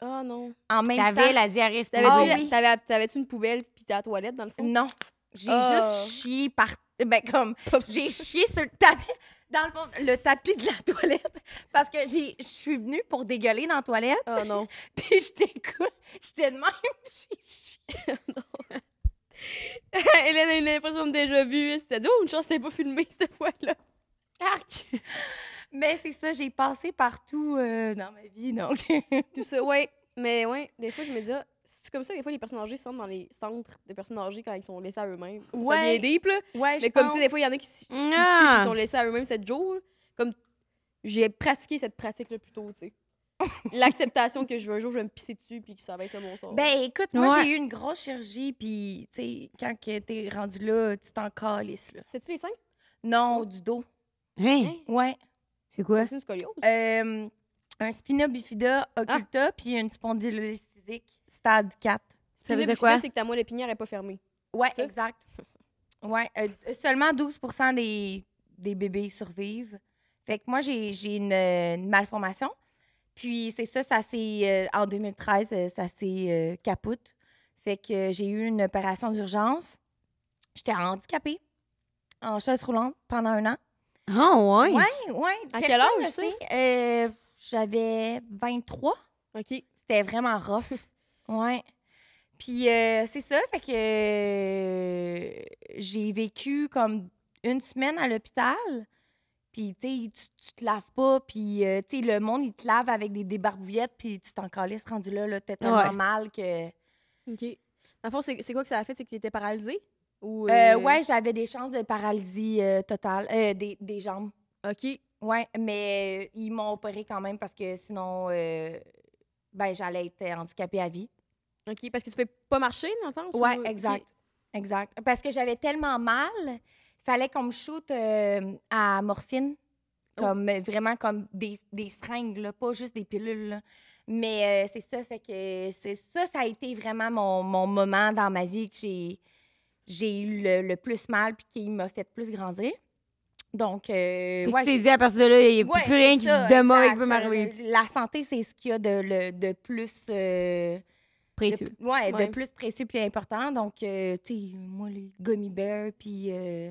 Oh non. En même T'avais temps. la diarrhée T'avais-tu Ah spontanée. la- oui. t'avais- t'avais-tu une poubelle puis ta toilette dans le fond? Non. J'ai Oh. Ah. juste chié par. Ben, comme, (laughs) j'ai chié sur le tapis. (laughs) Dans le fond, le tapis de la toilette. Parce que j'ai- je suis venue pour (laughs) dégueuler dans la toilette. (laughs) Oh Ah, non. Puis j'étais quoi? J'étais de même. J'ai chié. Hélène a une impression de déjà vu. C'était dit, oh, une chance, c'était pas filmé (laughs) cette fois-là. Arc! Mais c'est ça, j'ai passé partout euh, dans ma vie, donc. Tout ça, ouais. Mais ouais, des fois, je me dis, ah, c'est comme ça, des fois, les personnes âgées se sentent dans les centres de personnes âgées quand ils sont laissés à eux-mêmes. Ça Ouais. vient deep, là. ouais, Mais comme tu sais, des fois, il y en a qui se se tuent Ah. puis sont laissés à eux-mêmes sept jours. Comme j'ai pratiqué cette pratique-là plus tôt, tu (laughs) sais. L'acceptation que je veux un jour, je vais me pisser dessus puis que ça va être ça mon sort. Ben écoute, moi Ouais. j'ai eu une grosse chirurgie, puis tu sais, quand que t'es rendu là, tu t'en calisses, là. C'est-tu les seins? Non, du dos. Hein? Ouais. C'est quoi? C'est une scoliose? Euh, un spina bifida occulta, puis une spondylolisthique stade 4. Ça Puis veut le dire plus quoi? c'est que ta moelle épinière est pas fermée. Ouais, C'est ça? (laughs) exact. Ouais, euh, seulement 12 des, des bébés survivent. Fait que moi, j'ai j'ai une, euh, une malformation. Puis c'est ça, ça s'est. euh, en 2013, euh, ça s'est euh, capote. Fait que euh, j'ai eu une opération d'urgence. J'étais handicapée en chaise roulante pendant un an. Ah, ouais. Ouais, ouais. À personne quel âge, le ça? sait. Euh, J'avais 23. OK. C'était vraiment rough. ouais. Puis euh, c'est ça, fait que euh, j'ai vécu comme une semaine à l'hôpital. Puis tu sais, tu- tu te laves pas, puis euh, tu sais, le monde, il te lave avec des débarbouillettes, puis tu t'en calisses rendu là, là, t'as tellement Ouais. mal que... OK. Dans le fond, c'est c'est quoi que ça a fait? C'est que t'étais paralysée? Ou, Euh, ouais, j'avais des chances de paralysie euh, totale, euh, des, des jambes. OK. Ouais, mais euh, ils m'ont opéré quand même parce que sinon, euh, ben, j'allais être euh, handicapée à vie. OK. Parce que tu fais pas marcher, dans le sens? Ouais, ou- OK. exact. Exact. Parce que j'avais tellement mal, fallait qu'on me shoot euh, à morphine. Oh. Comme euh, vraiment comme des, des seringues, là, pas juste des pilules. là. Mais euh, c'est ça, fait que c'est ça, ça a été vraiment mon, mon moment dans ma vie que j'ai j'ai eu le, le plus mal puis qui m'a fait plus grandir. Donc, euh, Puis ouais, tu t'es dit, à partir de là, il n'y a Ouais, plus rien c'est qui, ça, de mauvais qui exact. peut m'arriver. Euh, La santé, c'est ce qu'il y a de, le- de plus. euh, Précieux. de, ouais, Ouais. de plus précieux, plus important. Donc, euh, tu sais, moi, les gummy bears, puis euh,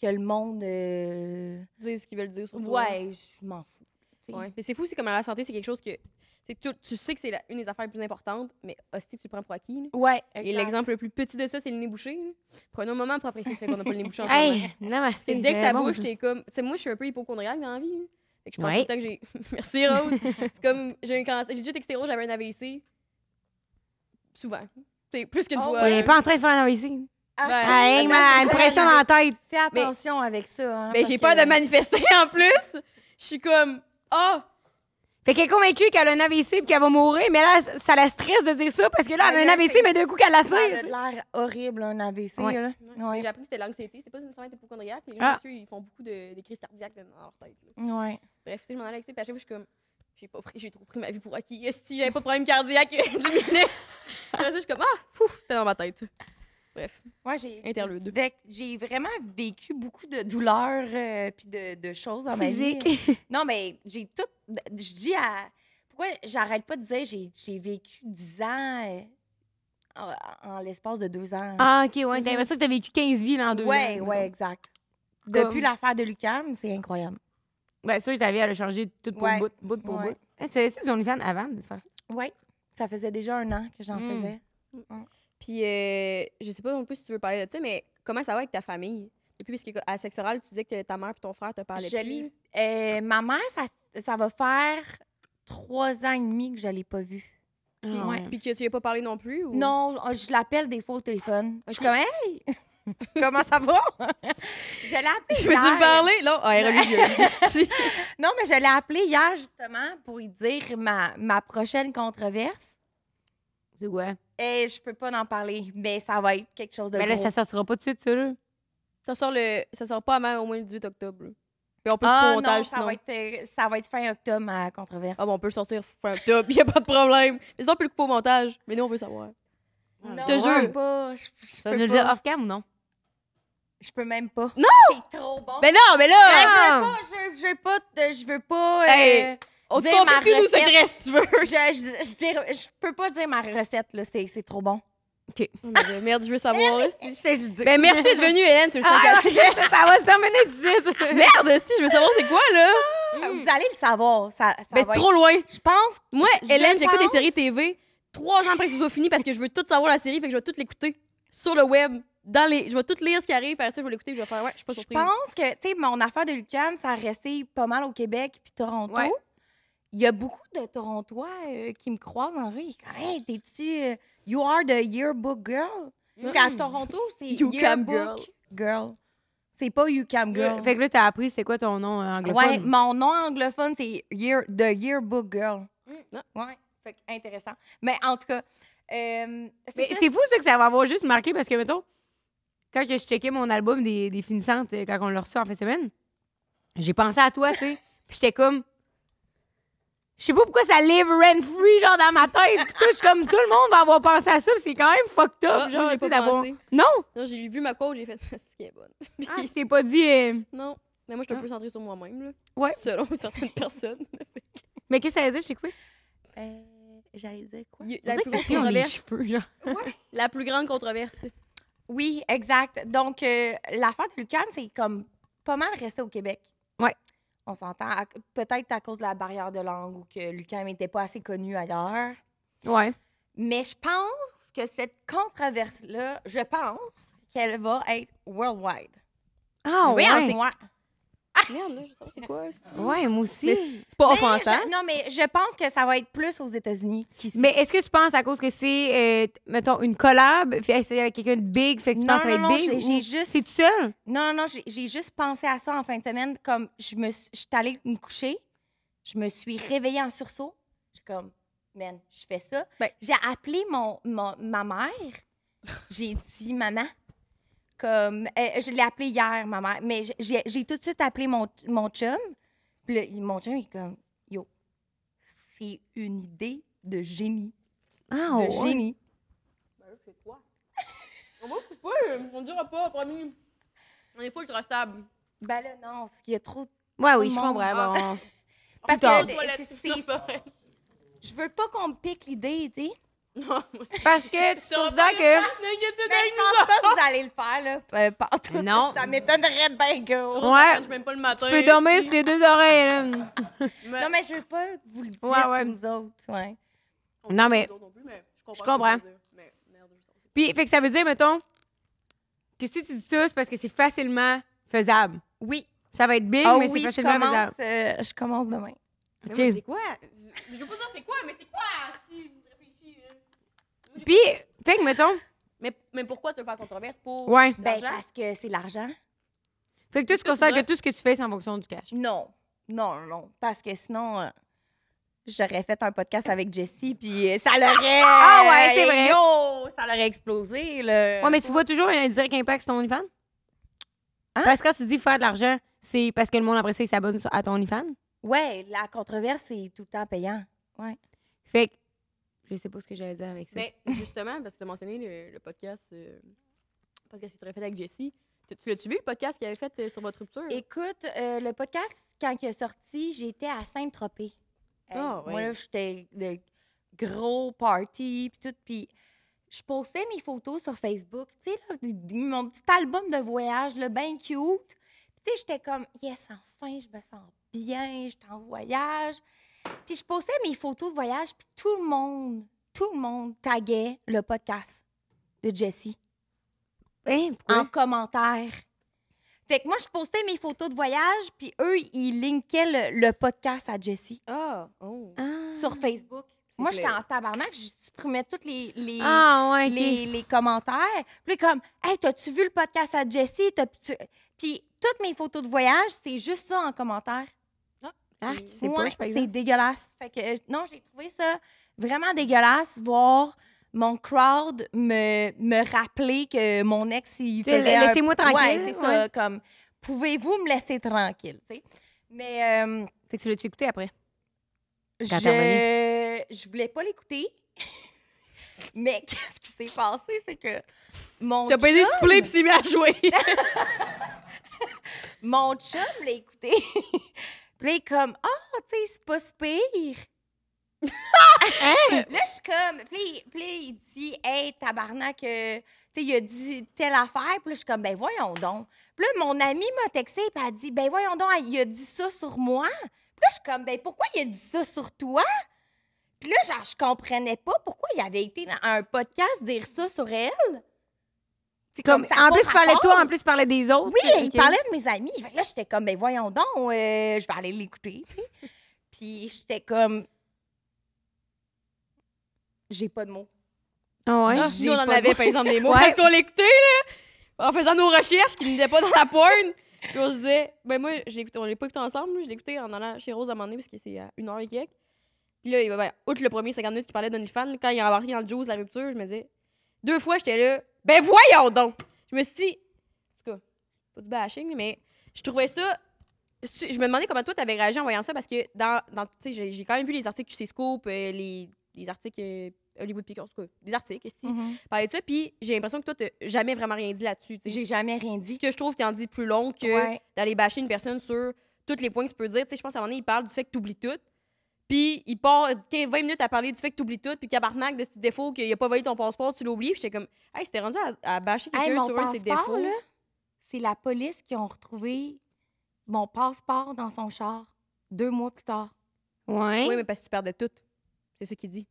que le monde. euh, Dire ce qu'ils veulent dire sur toi. ouais, je m'en fous. tu sais. Ouais. Mais c'est fou, c'est comme à la santé, c'est quelque chose que. c'est que Tu, tu sais que c'est la- une des affaires les plus importantes, mais hostie, tu le prends pour acquis. là. Ouais, Et exact. l'exemple le plus petit de ça, c'est le nez bouché. là. Prenons un moment pour apprécier le fait qu'on n'a pas le nez bouché en ce moment. Hey, namasté. C'est dès que c'est ça bon, bouge, ça. t'es comme. Tu sais, moi, je suis un peu hypochondriaque dans la vie. hein. Fait que je pense Ouais. tout le temps que j'ai. (laughs) Merci, Rose. c'est comme. J'ai un cancer. J'ai déjà texté Rose, j'avais un AVC. Souvent. C'est plus qu'une Oh, fois. On n'est là. pas en train de faire un ici. Ah, Ouais. Hey, man, attends, une attends, pression dans attends. la tête. Fais attention avec ça. hein, Mais parce j'ai que- peur de manifester (laughs) en plus. Je suis comme. Ah! Fait qu'elle est convaincue qu'elle a un AVC et qu'elle va mourir, mais là, ça la stresse de dire ça parce que là, elle a un Là, AVC, c'est- mais d'un coup qu'elle la Ça a tire. l'air horrible, un AVC. Ouais. Là. Mais Ouais. J'ai appris que c'était l'anxiété. C'était pas nécessairement être hypochondriaque. Les Ah. gens, monsieur, ils font beaucoup de, des crises cardiaques dans leur tête. là. ouais. Bref, tu sais, je m'en allais avec ça. Puis à chaque fois, je suis comme. J'ai pas pris, j'ai trop pris ma vie pour acquis. Si j'avais pas de problème cardiaque, (laughs) 10 minutes. Après ça, je suis comme. Ah! Pouf! C'était dans ma tête. Bref. Ouais, j'ai Interlude. Fait que J'ai vraiment vécu beaucoup de douleurs euh, puis de, de choses dans ma vie. Physique. Non, mais j'ai tout. Je dis à. Pourquoi j'arrête pas de dire j'ai, j'ai vécu 10 ans euh, en, en l'espace de deux ans? Ah, ok, ouais. T'as l'impression que t'as vécu 15 vies en deux ouais, ans. ouais, mettons. exact. Comme- Depuis l'affaire de Lucam, c'est incroyable. Ben, sûr, ta vie, elle a changé tout pour Ouais. bout, bout pour Ouais. bout. Hey, tu faisais ça sur OnlyFans avant de faire ça? Ouais. Ça faisait déjà un an que j'en Mm. faisais. Puis, euh, je sais pas non plus si tu veux parler de ça, mais comment ça va avec ta famille? Depuis, parce que à sexe oral, tu disais que ta mère et ton frère te Ah, parlaient Je plus. l'ai- Euh, ma mère, ça, ça va faire trois ans et demi que je l'ai pas vue. Puis- Ah, ouais. Puis que tu lui as pas parlé non Oh. plus? Ou... (laughs) Non, oh, je- je l'appelle des fois au téléphone. Je suis Ok. comme, hey! (laughs) Comment (laughs) ça va? je l'ai appelée. Je veux-tu hier. me parler? Non, ah, elle est (laughs) religieuse. ici. Non, mais je l'ai appelée hier, justement, pour lui dire ma, ma prochaine controverse. C'est quoi? Et je peux pas en parler, mais ça va être quelque chose de Mais Ben, là, gros. ça sortira pas tout de suite, ça, là. ça, sort le... ça sort pas avant au moins le 18 octobre. là. Puis on peut Ah le non, montage ça sinon. va, être, euh, ça va être fin octobre, ma controverse. Ah bon, on peut le sortir fin octobre, (laughs) y a pas de problème. Mais sinon, on peut le couper au montage. Mais nous, on veut savoir. Non, je te jure. peux pas. Je, je Tu vas peux nous le pas. dire off-cam ou non? Je peux même pas. Non! C'est trop bon. Mais Ben non, mais Mais là! je veux pas, je veux, je veux pas, te- je veux pas. euh, Hey. on te Dire ma confie tous nos recette. secrets si tu veux. je, je, je dirais- je peux pas dire ma recette, là, c'est c'est trop bon. Oh, mon Dieu, Merde, je veux savoir. là, c'est- Je t'ai juste dit. ben merci d'être venue, Hélène, sur le Ah, (laughs) 5 à ça va se terminer d'ici. (laughs) Merde, si, je veux savoir c'est quoi, là? Vous allez le savoir. Ça, ça Hmm. Ben, va trop loin. être- Je pense Moi, Je Hélène, j'écoute des pense- séries TV trois ans après que ce soit fini parce que je veux tout savoir la série, fait que je vais tout l'écouter. sur le web. Dans les... Je vais tout lire ce qui arrive, faire ça, je vais l'écouter, je vais faire, ouais, je suis pas Je surprise. pense que, tu sais, mon affaire de Lucam, ça a resté pas mal au Québec puis Toronto. Ouais. Il y a beaucoup de Torontois euh, qui me croisent en rue. Ils disent, Hey, t'es-tu. euh, you are the yearbook girl? Parce qu'à Toronto, c'est Youcam yearbook girl. C'est pas YouCam girl. Fait que là, t'as appris c'est quoi ton nom euh, anglophone? ouais, mon nom anglophone, c'est year, The Yearbook Girl. Ouais, fait que intéressant. Mais en tout cas, euh, Mais ça, c'est fou, ça, que ça va avoir juste marqué parce que, mettons, quand que je checkais mon album des, des finissantes, euh, quand on l'a reçu en fin de semaine, j'ai pensé à toi, tu sais. Puis j'étais comme. Je sais pas pourquoi ça live rent free, genre, dans ma tête. Puis tout, je suis comme, tout le monde va avoir pensé à ça, puis c'est quand même fucked up, Ah, moi, genre, j'ai tu sais, pas d'avoir- pensé. Non! Non, j'ai vu ma quote, j'ai fait, (laughs) c'est qui est bonne. Puis- Ah, c'est pas dit. euh, non. Mais moi, je suis un peu centrée sur moi-même, là. Ouais. Selon (laughs) certaines personnes. Mais qu'est-ce que ça veut dire, je sais quoi? euh, j'allais dire quoi? On La dirait que plus grande parce qu'ils ont les controverse. cheveux, genre. La plus grande controverse. Oui, exact. Donc, euh, l'affaire de Lucam, c'est comme pas mal resté au Québec. Ouais. On s'entend. à- Peut-être à cause de la barrière de langue ou que Lucam n'était pas assez connu ailleurs. Ouais. Mais je pense que cette controverse-là, je pense qu'elle va être worldwide. Ah, Oui, ouais. on sait- Ouais. Merde, là, je sais pas c'est quoi. c'est-tu? Ouais, moi aussi. Mais C'est pas Mais offensant. je- non, mais je pense que ça va être plus aux États-Unis qu'ici. Mais est-ce que tu penses à cause que c'est, euh, mettons, une collab, fait- c'est avec quelqu'un de big, fait que tu non, penses que ça non, va non, être j'ai big? j'ai ou- juste. C'est tout seul? Non, non, non, j'ai- j'ai juste pensé à ça en fin de semaine. Comme je me suis- je suis allée me coucher, je me suis réveillée en sursaut. J'ai comme, man, je fais ça. Ben- j'ai appelé mon, mon- ma mère. J'ai dit, maman, comme, euh, je l'ai appelée hier, ma mère, mais j- j'ai j'ai tout de suite appelé mon, mon chum. Puis là, il- mon chum, il est comme, yo, c'est une idée de génie. Ah, De ouais. génie. C'est toi. On va couper. On dira pas, promis. On est full trustable. Ben là, non, il y a trop. Ouais, oui, je Tout le comprends. monde, (laughs) bon. Parce tard. que Toilette, c'est- non, c'est c'est- pas vrai. je veux pas qu'on me pique l'idée, tu sais. Non, moi, Parce que tu je considères (laughs) que. Ben, Mais Ben, je pense pas que vous allez le faire, (laughs) là. Euh, pas en tout. Non. Ça m'étonnerait bien gros. Ouais, même pas le matin. tu peux dormir sur tes deux oreilles, là. Mais- Non, mais je veux pas que vous le dites, Ouais, ouais. nous autres. Ouais. on Non, dit mais- nous autres non plus, mais je comprends. Je comprends. ce que tu veux dire. Mais merde, je sais Puis, fait que ça veut dire, mettons, que si tu dis ça, c'est parce que c'est facilement faisable. Oui. Ça va être big, Ah mais oui, c'est je facilement faisable. commence, euh, je commence demain. pas. Ok. Mais moi, C'est quoi? Je je veux pas dire c'est quoi, mais c'est quoi? Si, je réfléchis. là. Puis, fait que, mettons, Mais, mais pourquoi tu veux faire controverse pour ouais. Ben, L'argent? parce que c'est l'argent. Fait que toi, tu considères que tout ce que tu fais, c'est en fonction du cash. Non. Non, non. Parce que sinon, euh, j'aurais fait un podcast avec Jessie, puis euh, ça l'aurait. (laughs) Ah ouais, c'est vrai. Yo, ça l'aurait explosé, là. Ouais, mais tu vois toujours un direct impact sur ton OnlyFans? Hein? Parce que quand tu dis faire de l'argent, c'est parce que le monde, après ça, il s'abonne sur- à ton OnlyFans? Ouais, la controverse, c'est tout le temps payant. Fait que, je sais pas ce que j'allais dire avec ça. Ben, Mais Ben, justement, parce que tu as mentionné le, le podcast, euh, parce que c'est très fait avec Jessie. Tu tu l'as-tu vu, le podcast qu'il avait fait euh, sur votre rupture? Écoute, euh, le podcast, quand il est sorti, j'étais à Saint-Tropez. Hey, Ah, Moi, ouais. là, j'étais de gros party, puis tout. Puis je postais mes photos sur Facebook. Tu sais, là, d- d- mon petit album de voyage, le bien cute. Puis tu sais, j'étais comme, yes, enfin, je me sens bien, j'étais en voyage. Puis je postais mes photos de voyage, puis tout le monde, tout le monde taguait le podcast de Jessie Hein, pourquoi? en commentaire. Fait que moi, je postais mes photos de voyage, puis eux, ils linkaient le, le podcast à Jessie Ah! Oh! Ah. sur Facebook. Moi, j'étais clair. en tabarnak, je supprimais tous les, les, Ah, ouais, ok. les, les commentaires. Puis là, comme, hey, t'as-tu vu le podcast à Jessie? T'as- tu- Puis toutes mes photos de voyage, c'est juste ça en commentaire. Arc, c'est Ouais, poche, par C'est exemple. dégueulasse. Fait que, euh, non, j'ai trouvé ça vraiment dégueulasse, voir mon crowd me, me rappeler que mon ex, il T'sais, faisait un- laissez-moi tranquille, Ouais, c'est ouais. ça, comme, pouvez-vous me laisser tranquille, tu sais. Mais euh, Fait que tu l'as-tu écouté après? Quand t'as je, je voulais pas l'écouter, (laughs) mais qu'est-ce qui s'est passé, c'est que mon chum, souffler pis c'est mis à jouer! mon chum l'a écouté. Puis là, il est comme, ah, tu sais, c'est pas si pire. Euh, Là, je suis comme. Puis, là, il- puis là, il dit, hey, tabarnak, euh, tu sais, il a dit telle affaire. Puis là, je suis comme, ben voyons donc. Puis là, mon ami m'a texté, puis elle dit, ben voyons donc, il a dit ça sur moi. Puis là, je suis comme, ben pourquoi il a dit ça sur toi? Puis là, genre, je comprenais pas pourquoi il avait été dans un podcast dire ça sur elle. C'est Comme, ça a en pas plus, tu parlais de toi, rapport. en plus, tu parlais des autres. Oui, tu sais, il ok. parlait de mes amis. Fait que là, j'étais comme, ben voyons donc, euh, je vais aller l'écouter, (laughs) tu sais. Puis j'étais comme, j'ai pas de mots. Ah ouais. Ah, J'ai nous, on en pas- avait, par exemple, des mots. Ouais. Parce qu'on l'écoutait, là, en faisant nos recherches qui n'étaient pas dans la porn. Puis on se disait, ben moi, j'ai écouté, on l'a pas écouté ensemble, là, je l'ai écouté en allant chez Rose à un moment donné, parce que c'est à une heure et quelques. Puis là, il- ben, outre le premier 50 minutes qui parlait d'OnlyFans, quand il a embarqué dans le Juice, la rupture, je me disais, deux fois, j'étais là, ben voyons donc! Je me suis dit, en tout cas, pas du bashing, mais je trouvais ça. su- Je me demandais comment toi, t'avais réagi en voyant ça, parce que dans. dans tu sais, j'ai- j'ai quand même vu les articles QC Scoop, euh, les, les articles euh, Hollywood Pickers, en tout cas, des articles, si parler de ça, puis j'ai l'impression que toi, t'as jamais vraiment rien dit là-dessus. t'sais. J'ai jamais rien Ce dit. que je trouve qui en dit plus long que Ouais. d'aller bâcher une personne sur tous les points que tu peux dire. Tu sais, je pense à un moment donné, il parle du fait que tu oublies tout. Puis il part 15, 20 minutes à parler du fait que tu oublies tout, puis qu'abarnac de ce défaut, qu'il a pas volé ton passeport, tu l'oublies. Puis j'étais comme, hey, c'était rendu à, à bâcher Hey, quelqu'un mon sur un de ses passeport, défauts. là, c'est la police qui ont retrouvé mon passeport dans son char deux mois plus tard. Ouais. Hein? Oui, mais parce que tu perdais tout. C'est ça qu'il dit.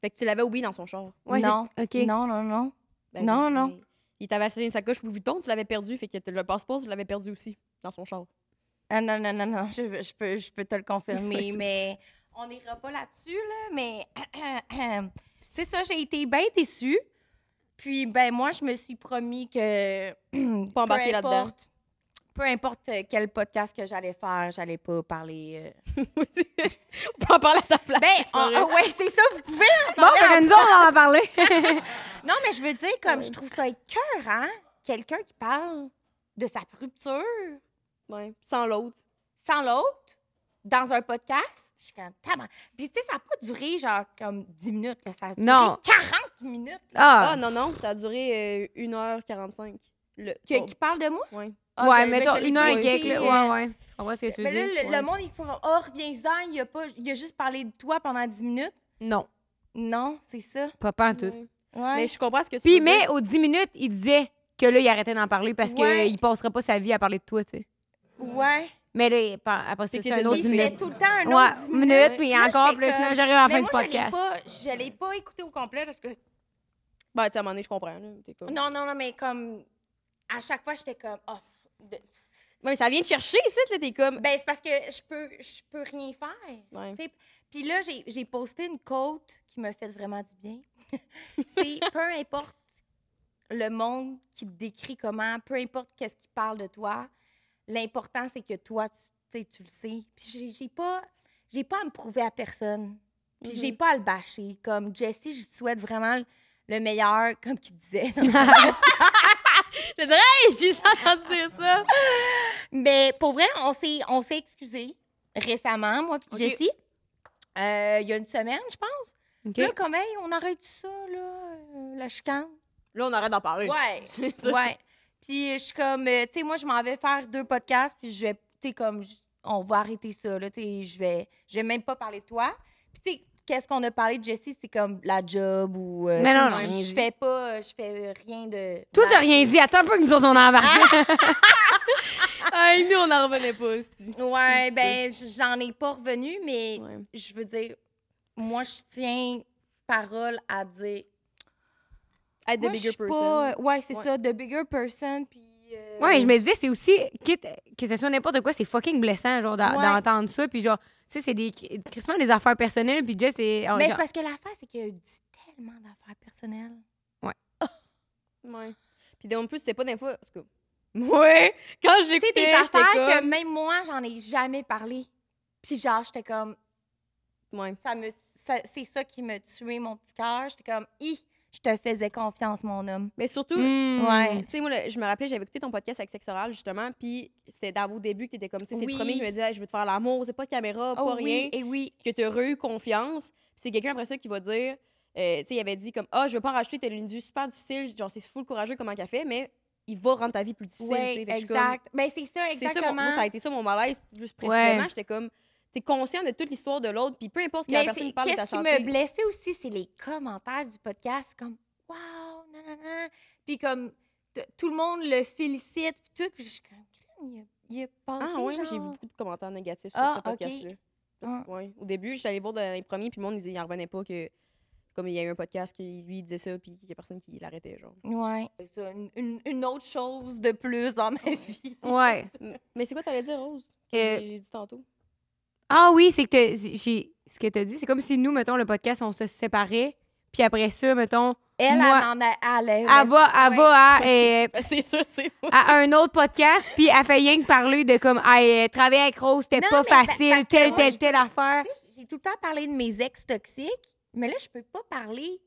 Fait que tu l'avais oublié dans son char. Ouais, c'est- non, OK. non, non, non. Ben Non, oui, non. mais Il t'avait acheté une sacoche Louis Vuitton, tu l'avais perdu. Fait que le passeport, tu l'avais perdu aussi dans son char. Ah, non, non, non, non, je, je peux, je peux te le (laughs) confirmer, Ouais, c'est mais on n'ira pas là-dessus, là, mais (clears throat) c'est ça, j'ai été bien déçue. Puis, ben moi, je me suis promis que... Pas peu embarqué là-dedans. importe- Peu importe quel podcast que j'allais faire, j'allais pas parler... euh, (laughs) on peut en parler à ta place. Ben, pas on- vrai. ouais, c'est ça, vous pouvez en Bon, parler ben, nous, on va en parler. Non, mais je veux dire, comme je trouve ça écœurant, quelqu'un qui parle de sa rupture Ouais, sans l'autre. sans l'autre dans un podcast. Je suis comme, tabarnak. Puis, tu sais, ça n'a pas duré genre comme 10 minutes. là. Ça a duré Non. 40 minutes Ah. Ah, non, non, ça a duré euh, 1h45. Le... que- ton- qui parle de moi. Ouais. Ah, ouais, je- mais ben, mettons, je l'ai une heure et pas quelques, écouté, là. euh, Ouais, ouais. On voit ce que tu veux Mais là, dire. le, ouais. le monde, il faut comme, oh, reviens-en, il a, pas, il a juste parlé de toi pendant 10 minutes. Non, Non, c'est ça. pas en tout. Ouais. Ouais. Mais je comprends ce que tu Puis, veux mais dire. aux 10 minutes, il disait que là, il arrêtait d'en parler parce Ouais. qu'il passerait pas sa vie à parler de toi, tu sais. ouais. Mais là, il- par- après ça, C'est c'est qu'il un était autre Il 10 fait minutes. tout le temps un autre 10 Ouais, minutes. minute, puis Là, encore, j'étais puis là, comme- finalement, j'arrive à la Mais fin du moi, je l'ai podcast. pas- (laughs) Je l'ai pas écouté au complet parce que Ben, tu sais, à un moment donné, je comprends. Là. T'es comme- Non, non, non, mais comme à chaque fois, j'étais comme oh. de- Ouais, mais ça vient de chercher, ici, là, t'es comme. Ben c'est parce que je peux je peux rien faire. Ouais. T'sais, Puis là, j'ai j'ai posté une quote qui me fait vraiment du bien. (laughs) C'est peu importe le monde qui te décrit comment, peu importe qu'est-ce qui parle de toi, l'important c'est que toi tu, t'sais, tu le sais. Puis j'ai- j'ai pas j'ai pas à me prouver à personne. Puis j'ai pas à le bâcher comme Jessie, je te souhaite vraiment le meilleur (laughs) comme qui disait. Je dirais, hey, j'ai jamais entendu dire ça. Mais pour vrai, on s'est, on s'est excusés récemment, moi puis Ok. Jessie. Euh, il y a une semaine, je pense. OK? Là, comme, hey, on arrête ça, là, euh, la chicane. Là, on arrête d'en parler. Ouais. C'est ça. ouais. Puis je suis comme, euh, tu sais, moi, je m'en vais faire deux podcasts, puis je vais, tu sais, comme, je- on va arrêter ça, là, tu sais, je vais, je vais même pas parler de toi. Puis, tu sais, qu'est-ce qu'on a parlé de Jessie, c'est comme la job ou. euh, Mais tu sais, non, je- non. Je fais pas, euh, je fais rien de. Toi, t'as rien dit. Attends un peu que nous autres, Ah! on en va. (laughs) Hey, nous, on n'en revenait pas, aussi. Ouais, ben, j'en ai pas revenu, mais Ouais. je veux dire, moi, je tiens parole à dire. Être the moi, je bigger suis person. pas- ouais, c'est Ouais. ça, the bigger person. Puis. euh, Ouais, mais je me disais, c'est aussi, quitte que ce soit n'importe quoi, c'est fucking blessant, genre, d'en- Ouais. d'entendre ça. Puis, genre, tu sais, c'est des. Christement, des affaires personnelles. Puis, Jess, c'est. oh, Oh on- Mais c'est parce que l'affaire, c'est qu'il dit tellement d'affaires personnelles. Ouais. Puis en plus, c'est pas des fois. parce que- Ouais. Quand je Tu sais, des l'écoutais, affaires j'étais que comme. même moi, j'en ai jamais parlé. Puis genre, j'étais comme, Ouais. ça me, ça- c'est ça qui me tuait mon petit cœur. J'étais comme, hi, je te faisais confiance, mon homme. Mais surtout, ben, Hmm. Ouais. Tu sais, moi, le- je me rappelais, j'avais écouté ton podcast avec Sexe Oral, justement, puis c'était dans vos débuts que t'étais comme, tu sais, c'est Oui. le premier qui me disait, Hey, je veux te faire l'amour, c'est pas de caméra, Oh pas rien, oui, et oui. que t'as eu confiance. Puis c'est quelqu'un après ça qui va dire, euh, tu sais, il avait dit comme, ah, je veux pas en racheter, t'as une vie super difficile, genre, c'est fou le courageux comment qu'elle fait, mais il va rendre ta vie plus difficile, tu Oui, sais. Fait que je suis comme, exact. Ben, c'est ça, c'est ça, mon- exactement. moi, ça a été ça mon malaise plus précisément. J'étais comme, t'es conscient de toute l'histoire de l'autre, puis peu importe que la Mais personne c'est- parle de ta qu'est-ce qui santé. me blessait aussi, c'est les commentaires du podcast, c'est comme « Wow, nanana ». Puis comme t- tout le monde le félicite, puis tout, puis je suis comme « Crime, il a, il a passé, Ah ouais, moi, genre... j'ai vu beaucoup de commentaires négatifs Ah, sur ce podcast-là. Ah. Ouais. Au début, j'étais allée voir dans les premiers, puis le monde, ils- ils en revenaient pas que Comme il y a eu un podcast qui lui disait ça, puis il y a personne qui l'arrêtait, genre. Ouais. C'est ça, une, une- une autre chose de plus dans ma vie. Ouais. M- (laughs) Mais c'est quoi t'allais dire, Rose? Que Euh, j'ai j'ai dit tantôt. Ah oui, c'est que t'as- j'ai- ce que tu as dit, c'est comme si nous, mettons, le podcast, on se séparait, puis après ça, mettons, Elle, Moi- elle en a. Elle, elle- elle va, elle ouais. va (laughs) à, euh, Ah, c'est sûr, c'est moi. à un autre podcast, puis elle fait rien que parler de comme, Hey, euh, travailler avec Rose, c'était Non, pas mais pa- facile, parce que telle, moi, telle, je- telle affaire. Tu sais, J'ai tout le temps parlé de mes ex toxiques, mais là, je peux pas parler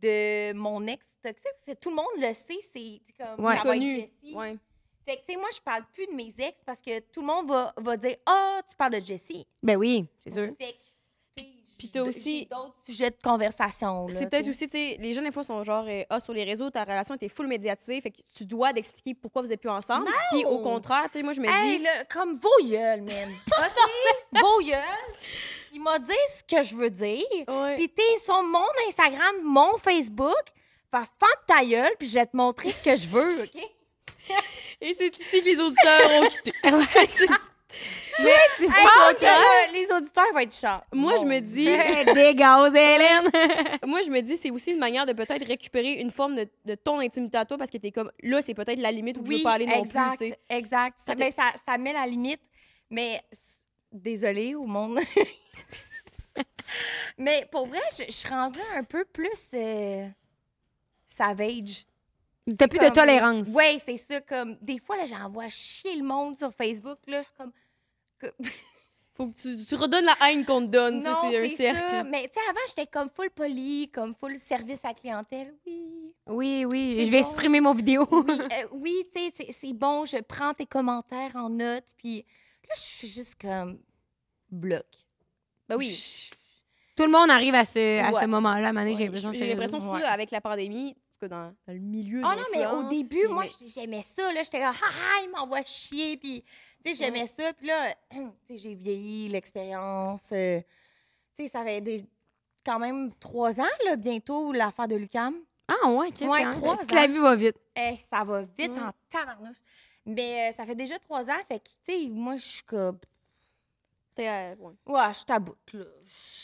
de mon ex toxique parce que tout le monde le sait. C'est c'est comme Ouais. Ah, ça va être Connu. Jessie. Ouais. Fait que, tu sais, moi, je parle plus de mes ex parce que tout le monde va, va dire Ah, tu parles de Jessie. Ben (laughs) oui, c'est sûr. Fait que, tu sais, puis t'as j'ai- aussi- j'ai d'autres sujets de conversation. là, C'est peut-être tu aussi, tu sais, les gens, des fois, sont genre, euh, ah, sur les réseaux, ta relation était full médiatisée, fait que tu dois d'expliquer pourquoi vous êtes plus ensemble. Puis au contraire, tu sais, moi, je me sais. Hey, dis, là, comme vos (laughs) gueules, man. OK? (laughs) vos gueules. Ils m'ont dit ce que je veux dire. Ouais. Puis t'es sur mon Instagram, mon Facebook. Fait fente ta gueule, puis je vais te montrer ce que (laughs) je veux, OK? et c'est ici que les auditeurs ont (laughs) quitté. Tu Hey, parles donc, euh, les auditeurs vont être chats. Moi, je me (laughs) dis, de- des gaz, Hélène. (laughs) moi, je me dis, c'est aussi une manière de peut-être récupérer une forme de, de ton intimité à toi parce que t'es comme, là, c'est peut-être la limite où je veux pas aller non exact, plus, tu sais. Exact. Ça, Ça te- ben, ça, ça met la limite, mais s- désolée au (laughs) monde. mais pour vrai, je, je suis rendue un peu plus euh, savage. T'as plus de Comme- tolérance. Ouais, c'est ça. Comme des fois, là, j'envoie chier le monde sur Facebook. Là, je suis comme Faut que tu, tu redonnes la haine qu'on te donne, tu sais, non, c'est un cercle. ça. Mais tu sais, avant, j'étais comme full poli, comme full service à clientèle. Oui. Oui, oui, C'est je vais bon. supprimer mon vidéo. (laughs) oui, (laughs) euh, oui, tu sais, c'est- c'est bon, je prends tes commentaires en note, puis là, je suis juste comme bloc. Ben oui. Je- Tout le monde arrive à ce, à ce Ouais. moment-là. À un moment donné, Ouais, j'ai l'impression que J'ai c'est l'impression, les surtout autres. là, avec la pandémie, en tout cas, dans, dans le milieu Ah de non, mais au l'influence, euh, début, et moi, ouais. j- j'aimais ça, là, j'étais là, ah, il m'envoie chier, puis, tu sais, j'aimais ça, puis là, (clears throat) tu sais, j'ai vieilli, l'expérience, euh, tu sais, ça fait des, quand même trois ans, là, bientôt, l'affaire de Lucam. Ah ouais, qu'est-ce Ouais, que trois Si la ans. vie va vite. Eh, ça va vite Ouais. en tabarnouche. Mais euh, ça fait déjà trois ans, fait que, tu sais, moi, je suis comme, T'es, euh, ouais. ouais, je taboute, là.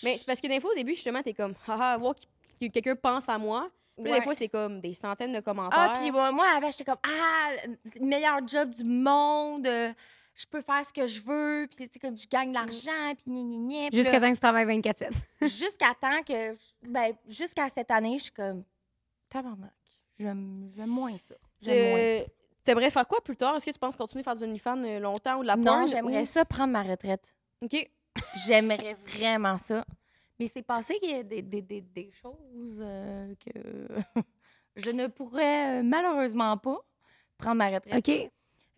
Mais c'est parce que des fois, au début, justement, t'es comme, haha, voir que quelqu'un pense à moi. Puis là, Ouais. des fois, c'est comme des centaines de commentaires. Ah, puis moi, moi, avant, j'étais comme Ah, euh, meilleur job du monde, euh, je peux faire ce que je veux, puis tu sais, comme je gagne de l'argent, puis gna, gna, gna. Puis Jusqu'à là, temps que tu travailles 24-7. jusqu'à temps que. je- Ben, jusqu'à cette année, je suis comme Tabarnak, j'aime j'aime moins ça. J'aime moins ça. Euh, T'aimerais faire quoi plus tard? Est-ce que tu penses continuer à faire du OnlyFans euh, longtemps ou de la Non, porn j'aimerais ou- ça prendre ma retraite. OK. J'aimerais vraiment ça. Mais c'est passé qu'il y a des, des, des, des choses euh, que (laughs) je ne pourrais euh, malheureusement pas prendre ma retraite. OK.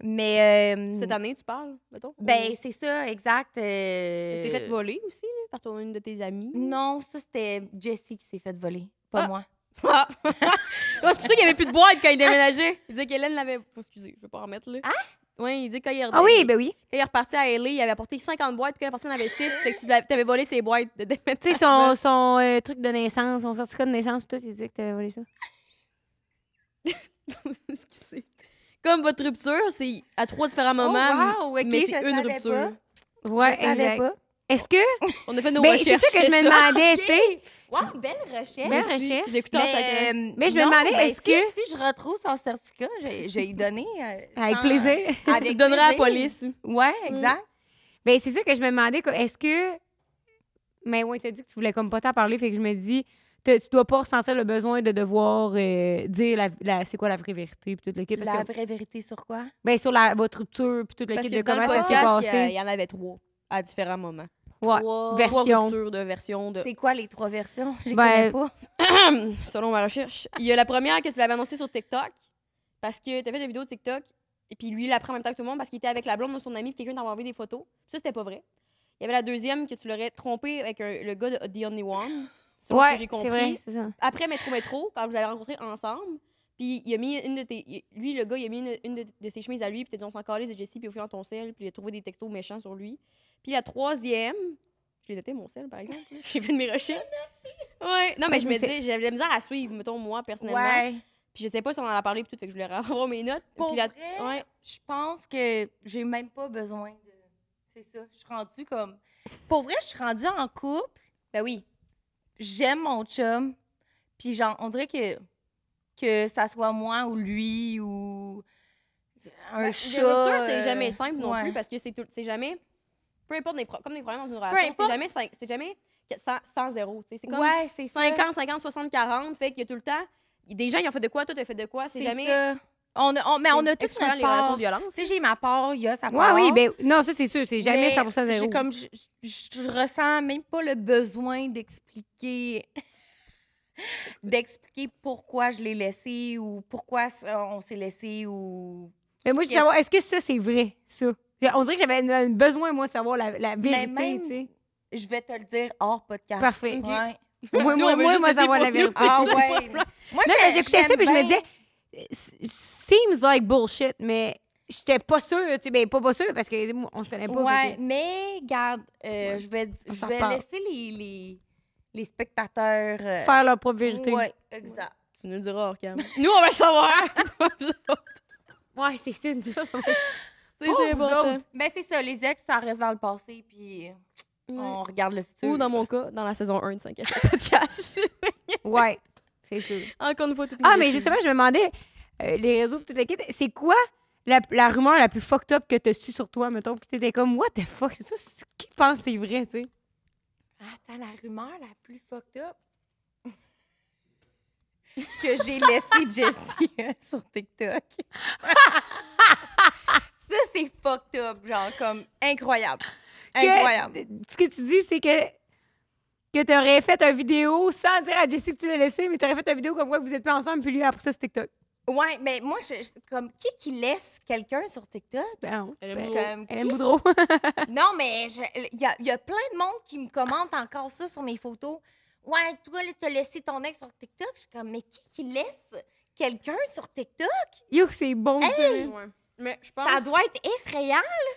Mais. euh, Cette année, tu parles, mettons? Ben, Ou- c'est ça, exact. Elle s'est euh, Mm. fait voler aussi, là, par ton- une de tes amies. Non, ça, c'était Jessie qui s'est fait voler, pas Ah. moi. (laughs) Ah! (laughs) Ouais, c'est pour ça qu'il n'y avait plus de boîte quand il déménageait. Il disait qu'Hélène l'avait. Oh, excusez, je vais pas en remettre, là. Ah? Oui, il dit que quand il, est Ah oui, ben oui. quand il est reparti à LA, il avait apporté 50 boîtes, puis quand la personne avait 6. fait que tu l'avais- t'avais volé ses boîtes de (laughs) déménagement. Tu sais, son, son euh, truc de naissance, son certificat de naissance, tout, il disait que t'avais volé ça. ce qui c'est. Comme votre rupture, c'est à trois différents Oh, moments. Oh, wow, ok, mais je c'est une savais rupture. pas. Ouais, Je savais exact. pas. Est-ce que. On a fait nos Ben, c'est recherches. ça que je me ça. demandais, tu sais. Wow, belle recherche. Belle Aussi, recherche. J'ai écouté hein. en Mais, sacré. euh, Mais je me non, demandais, ben, est-ce si- que- Si je retrouve son certificat, je je vais lui donner. euh, (laughs) Avec sans- plaisir. tu avec le donneras à la plaisir. police. Ouais, exact. Ben, c'est ça que je me demandais. quoi. Est-ce que. Mais ouais, t'as dit que tu voulais comme pas t'en parler, fait que je me dis, t'as- tu dois pas ressentir le besoin de devoir euh, dire la, la- c'est quoi la vraie vérité, puis toute l'équipe. La Parce que, vraie vérité sur quoi? ben, sur la, votre rupture, puis toute Parce l'équipe que de dans le comment ça s'est podcast, il y a- euh, passé. il y en avait trois à différents moments. Ouais. Trois, Version. trois ruptures de versions de. C'est quoi les trois versions? Je Ben, connais pas. Selon ma recherche. Il y a la première que tu l'avais annoncée sur TikTok parce que tu as fait des vidéos de TikTok et puis lui, il la prend en même temps que tout le monde parce qu'il était avec la blonde de son ami puis quelqu'un t'a envoyé des photos. Ça, c'était pas vrai. Il y avait la deuxième que tu l'aurais trompé avec un- le gars de The Only One. selon ce que Ouais, j'ai c'est compris. vrai, c'est ça. après Métro Métro, quand vous avez rencontré ensemble, puis il a mis une de tes. il- Lui, le gars, il a mis une, une de, de ses chemises à lui, puis t'as dit on s'en calait, c'est Jessie, puis au fur dans ton sel, puis il a trouvé des textos méchants sur lui. Puis la troisième, je l'ai noté mon sel, par exemple, là. j'ai fait de mes recherches. Ouais, non, mais je me disais, j'avais de la misère à suivre, mettons, moi, personnellement. Ouais. Puis je sais pas si on en a parlé, puis tout, fait que je voulais (laughs) avoir mes notes. Pour puis la- vrai, ouais. je pense que j'ai même pas besoin de. C'est ça. Je suis rendue comme. Pour vrai, je suis rendue en couple. Ben oui. j'aime mon chum, puis genre, on dirait que, que ça soit moi ou lui ou un Ouais, chat. Les ruptures, c'est jamais euh, simple non ouais. plus parce que c'est tout- c'est jamais. Peu importe les pro- comme les problèmes dans une Peu relation, c'est importe. jamais, cinq- c'est jamais 100-0. C'est comme Ouais, c'est ça. 50, 50, 60, 40. Fait qu'il y a tout le temps. Des gens, ils ont fait de quoi, toi, t'as fait de quoi. C'est jamais. ça. On a- on- mais on a toutes Excluant notre les relations part. de Tu violence. sais, j'ai ma part, il y a sa Ouais, part. oui, ben non, ça c'est sûr, c'est jamais mais 100% zéro. j'ai comme, je, je- je ressens même pas le besoin d'expliquer (laughs) d'expliquer pourquoi je l'ai laissé ou pourquoi ça- on s'est laissé ou Mais moi, je veux Qu'est-ce- savoir, est-ce que ça c'est vrai, ça? On dirait que j'avais un- un besoin, moi, de savoir la, la vérité, même- tu (laughs) sais. je vais te le dire hors podcast. Parfait. Ouais. (laughs) Moi, moi, on veut moi, juste moi, essayer savoir pour la nous, vérité. Ah ouais. Moi Non, mais je- j'écoutais ça, j'aime puis je me bien- disais, s- seems like bullshit, mais j'étais pas sûre, tu sais, ben pas, pas sûre, parce que moi, on se connaît pas. Ouais, fait mais garde, euh, je vais, On je s'en vais reparle. laisser les, les, les spectateurs que euh, faire leur propre vérité. Ouais, exact. Tu nous le diras, hors cam. Nous, on va le savoir. Ouais, c'est ça. C'est c'est vous important. (laughs) Ben c'est ça, les ex ça reste dans le passé puis euh, Ouais. on regarde le futur. Ou dans mon cas, dans la saison 1 de 5 à 7 podcast. ouais, c'est sûr. (laughs) Encore une fois, tout Ah, mais justement, je me demandais, euh, les réseaux, tout le kit, c'est quoi la, la rumeur la plus fucked up que t'as su sur toi, mettons, que t'étais comme, what the fuck, c'est ça, c'est- qui pense que c'est vrai, tu sais? Attends, Ah, la rumeur la plus fucked up (laughs) que j'ai laissé Jessie (laughs) euh, sur TikTok. (laughs) ça, c'est fucked up, genre, comme incroyable. Incroyable. Ce que tu dis, c'est que, que t'aurais fait une vidéo sans dire à Jessie que tu l'as laissé, mais t'aurais fait une vidéo comme quoi que vous êtes plus ensemble, puis lui, après ça, c'est TikTok. Ouais, mais moi, je, je- comme, qui qui laisse quelqu'un sur TikTok? (laughs) Ben, non. Elle Ben, aime Comme, Hélène qui- Boudreau. (laughs) Non, mais je- il y a, il y a plein de monde qui me commente encore ça sur mes photos. Ouais, toi, là, t'as laissé ton ex sur TikTok. Je suis comme, mais qui qui laisse quelqu'un sur TikTok? Yo, c'est bon, ça. me. Mais je pense Ça doit être effrayant, là.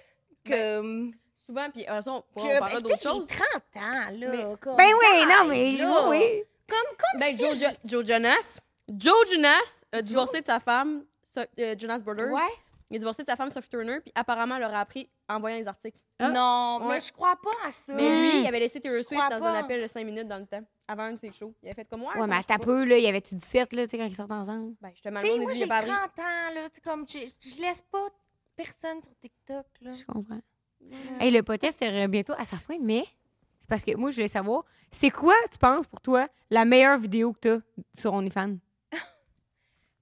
Comme. souvent, puis de toute façon, on Que- parlera ben, d'autres tu sais, choses. J'ai 30 ans, là. Mais- comme, Ben oui, guys, non, mais là. oui. Comme, comme Ben, si Joe, je- Jo- Joe Jonas. Joe Jonas a divorcé de sa femme, So- euh, Jonas Brothers. Ouais. Il a divorcé de sa femme, Sophie Turner, puis apparemment, elle leur a appris en voyant les articles. Ah. Non, Ouais. Hmm. mais je crois pas à ça. hein? Mais lui, Mm. il avait laissé Taylor Hmm. Je Swift crois dans pas. un appel de 5 minutes dans le temps, avant un de ses shows. Il avait fait comme moi. Ouais, mais à ta peu, là, il y avait-tu 17, là, tu sais, quand ils sortent ensemble? Ben, justement, Tu sais, le moi, monde, il j'ai est pas 30 abri. ans, là. Tu sais, comme, je, je laisse pas personne sur TikTok, là. Je comprends. Hey, le podcast est bientôt à sa fin, mais c'est parce que moi, je voulais savoir, c'est quoi, tu penses, pour toi, la meilleure vidéo que t'as sur OnlyFans?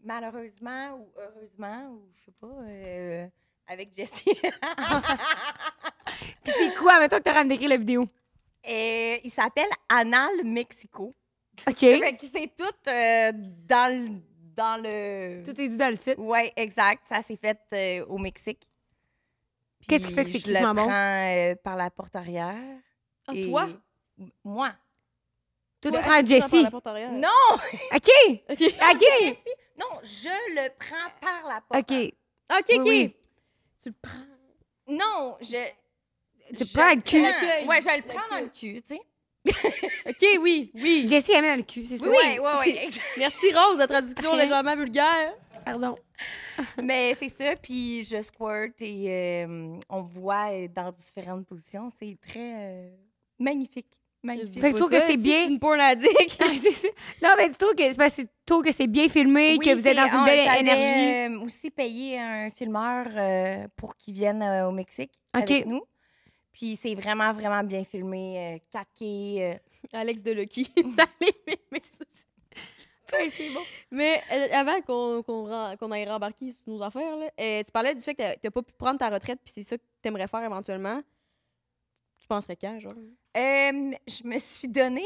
Malheureusement ou heureusement, ou je sais pas, euh, avec Jessie. (laughs) Puis c'est quoi, mettons, que t'aurais à me décrire la vidéo? Et il s'appelle Anal Mexico. OK. Fait que C'est tout euh, dans le. Dans le... Tout est dit dans le titre. Oui, exact. Ça s'est fait euh, au Mexique. Qu'est-ce qui fait que Puis c'est Je le crissement bon? prends euh, par la porte arrière. Ah, et- toi? M- Moi. Toi, tu Ouais, prends par Jessie. la porte arrière. Non! OK! OK! Non, je le prends par la porte arrière. OK. Ok, Oui, ok. oui. Tu le prends. Non, je. Tu je prends le cul. prends- Ouais, je le prends dans le cul, tu sais. Ok, oui, oui. Jessie, elle met dans le cul, c'est ça? Ouais, ouais, (laughs) ouais. exact. Merci Rose, la traduction légèrement vulgaire. Pardon. Mais c'est ça, puis je squirt et euh, on voit euh, dans différentes positions. C'est très euh, magnifique. Magnifique. Fait que tu trouves que c'est bien. Une porn (laughs) addict. Ah, c'est ça. non, mais tu trouves que c'est parce que tu trouves que c'est bien filmé, Oui, que vous êtes c'est- dans une ah, belle j'avais, énergie. euh, aussi payé un filmeur euh, pour qu'il vienne euh, au Mexique OK. avec nous. Puis c'est vraiment, vraiment bien filmé, euh, 4K. euh. Alex de Lucky. (laughs) Dans les mêmes- mais ça, c'est- c'est bon. mais euh, avant qu'on qu'on ren- qu'on aille rembarquer sur nos affaires, là, euh, tu parlais du fait que t'as- t'as pas pu prendre ta retraite puis c'est ça que t'aimerais faire éventuellement. Tu penserais quand, (laughs) genre? Euh, je me suis donné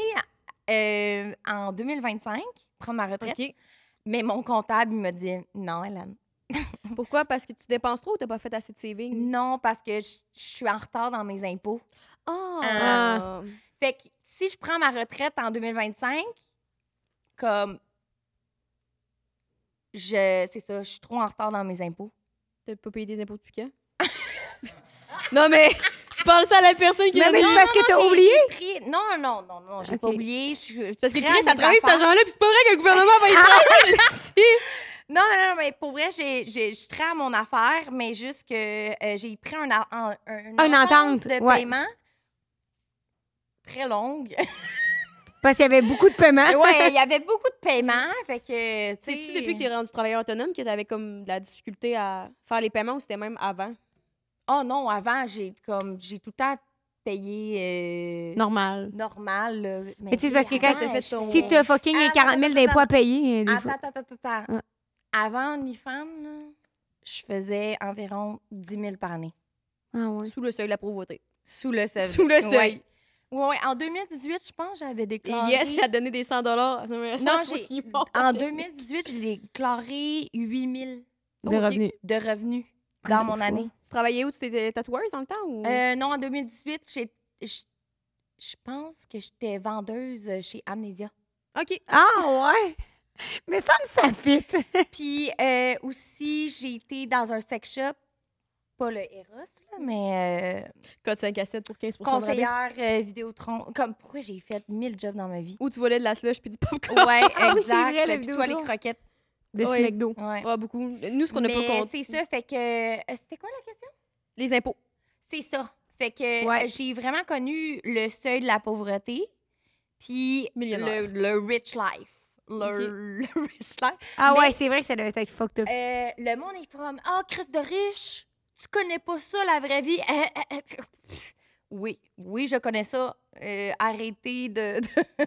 euh, en 2025 prendre ma retraite, Ok. mais mon comptable il m'a dit non, Hélène. Pourquoi? Parce que tu dépenses trop ou t'as pas fait assez de savings? Non, parce que je je suis en retard dans mes impôts. Ah! Fait que si je prends ma retraite en 2025, comme je c'est ça, je suis trop en retard dans mes impôts. T'as pas payé des impôts depuis quand? (laughs) non, mais tu parles ça à la personne qui Non, l'a mais dit. c'est parce que non, t'as Ah, j'ai- oublié. j'ai pris- Non, non, non, non, j'ai pas Ok. oublié. C'est Parce que Chris, ça travaille cet argent-là, Ah, puis c'est pas vrai que le gouvernement va y Ah, (laughs) Non, non, non, mais pour vrai, j'ai, j'ai- je traite à mon affaire, mais juste que euh, j'ai pris un, a- un, un- Une entente, de ouais. (laughs) paiement très longue. Parce qu'il y avait beaucoup de paiements. Ouais, il y avait beaucoup de paiements, fait que, tu C'est-tu sais... Mm. depuis que t'es rendu travailleur autonome que t'avais comme de la difficulté à faire les paiements ou c'était même avant? Oh non, avant, j'ai comme... J'ai tout le temps payé... euh, Normal. Normal, là. Mais tu sais, parce que quand avant, t'as fait je- ton- Si t'as fucking Ah, 40 000 d'impôts à payer, euh, des Attends, fois. attends, attends, attends. Ah. Avant OnlyFans, là, je faisais environ 10 000 par année. Ah ouais. Sous le seuil de la pauvreté. Sous le seuil. Sous le seuil. Ouais. Ouais, en 2018, je pense, j'avais Et déclaré. (laughs) Yes, elle a donné des 100 dollars. Non, j'ai. En 2018, j'ai déclaré 8 000 Des Ok. revenus. de revenus Ah, dans c'est mon fou. année. Tu travaillais où? Tu étais tatoueuse dans le temps? Ou... Euh, non, en 2018, j'ai- je je pense que j'étais vendeuse chez Amnesia. (laughs) OK. Ah ouais. Mais ça me ça fit. Puis euh, aussi, j'ai été dans un sex shop, pas le Eros, là, mais. euh, Code 5 à 7 pour 15 de rabais. conseillère euh, Vidéotron. Comme pourquoi j'ai fait 1000 jobs dans ma vie. Où tu volais de la slush puis du popcorn. (laughs) Ouais, Ah oui, c'est exact. vrai, le Puis toi, les Vidéotron. croquettes. De Ouais. ce McDo. Ouais. Pas beaucoup. Nous, ce qu'on n'a pas Mais compté. c'est ça, fait que. euh, C'était quoi la question? Les impôts. C'est ça. Fait que Ouais. euh, j'ai vraiment connu le seuil de la pauvreté, puis Millionnaire. le, le rich life. Le, Ok. (laughs) le rich life. Ah Mais- ouais, c'est vrai que ça devait être fucked up. Euh, le monde est from Ah, Chris de riche, tu connais pas ça, la vraie vie. Eh, eh, eh. Pff, Oui, oui, je connais ça. Euh, arrêtez de, (laughs)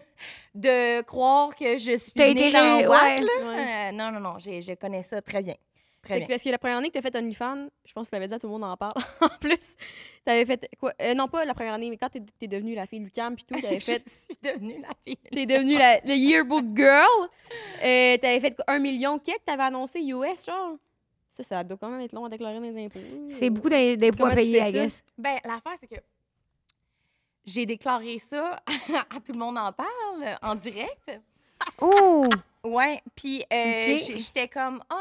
de, de croire que je suis T'as née été dans ré- Watt, ouais. là. Euh, non, non, non, j'ai- je connais ça très bien. Très Fait que, bien. parce que la première année que t'as fait OnlyFans, je pense que tu l'avais dit à tout le monde en parle. (laughs) en plus, t'avais fait quoi? Euh, non, pas la première année, mais quand t'es t'es devenue la fille du Lucam puis tout, (laughs) t'avais fait. (laughs) Je suis devenue la fille. T'es devenue la, le yearbook girl. Euh, t'avais fait quoi, un million que t'avais annoncé US, genre. Ça, ça doit quand même être long à déclarer dans les impôts. C'est beaucoup d'im- d'impôts à Comment tu payer, fais I ça? guess. Ben, l'affaire, c'est que j'ai déclaré ça (laughs) à tout le monde en parle, en direct. Oh! Ouais, puis euh, Ok. j- j'étais comme « Oh,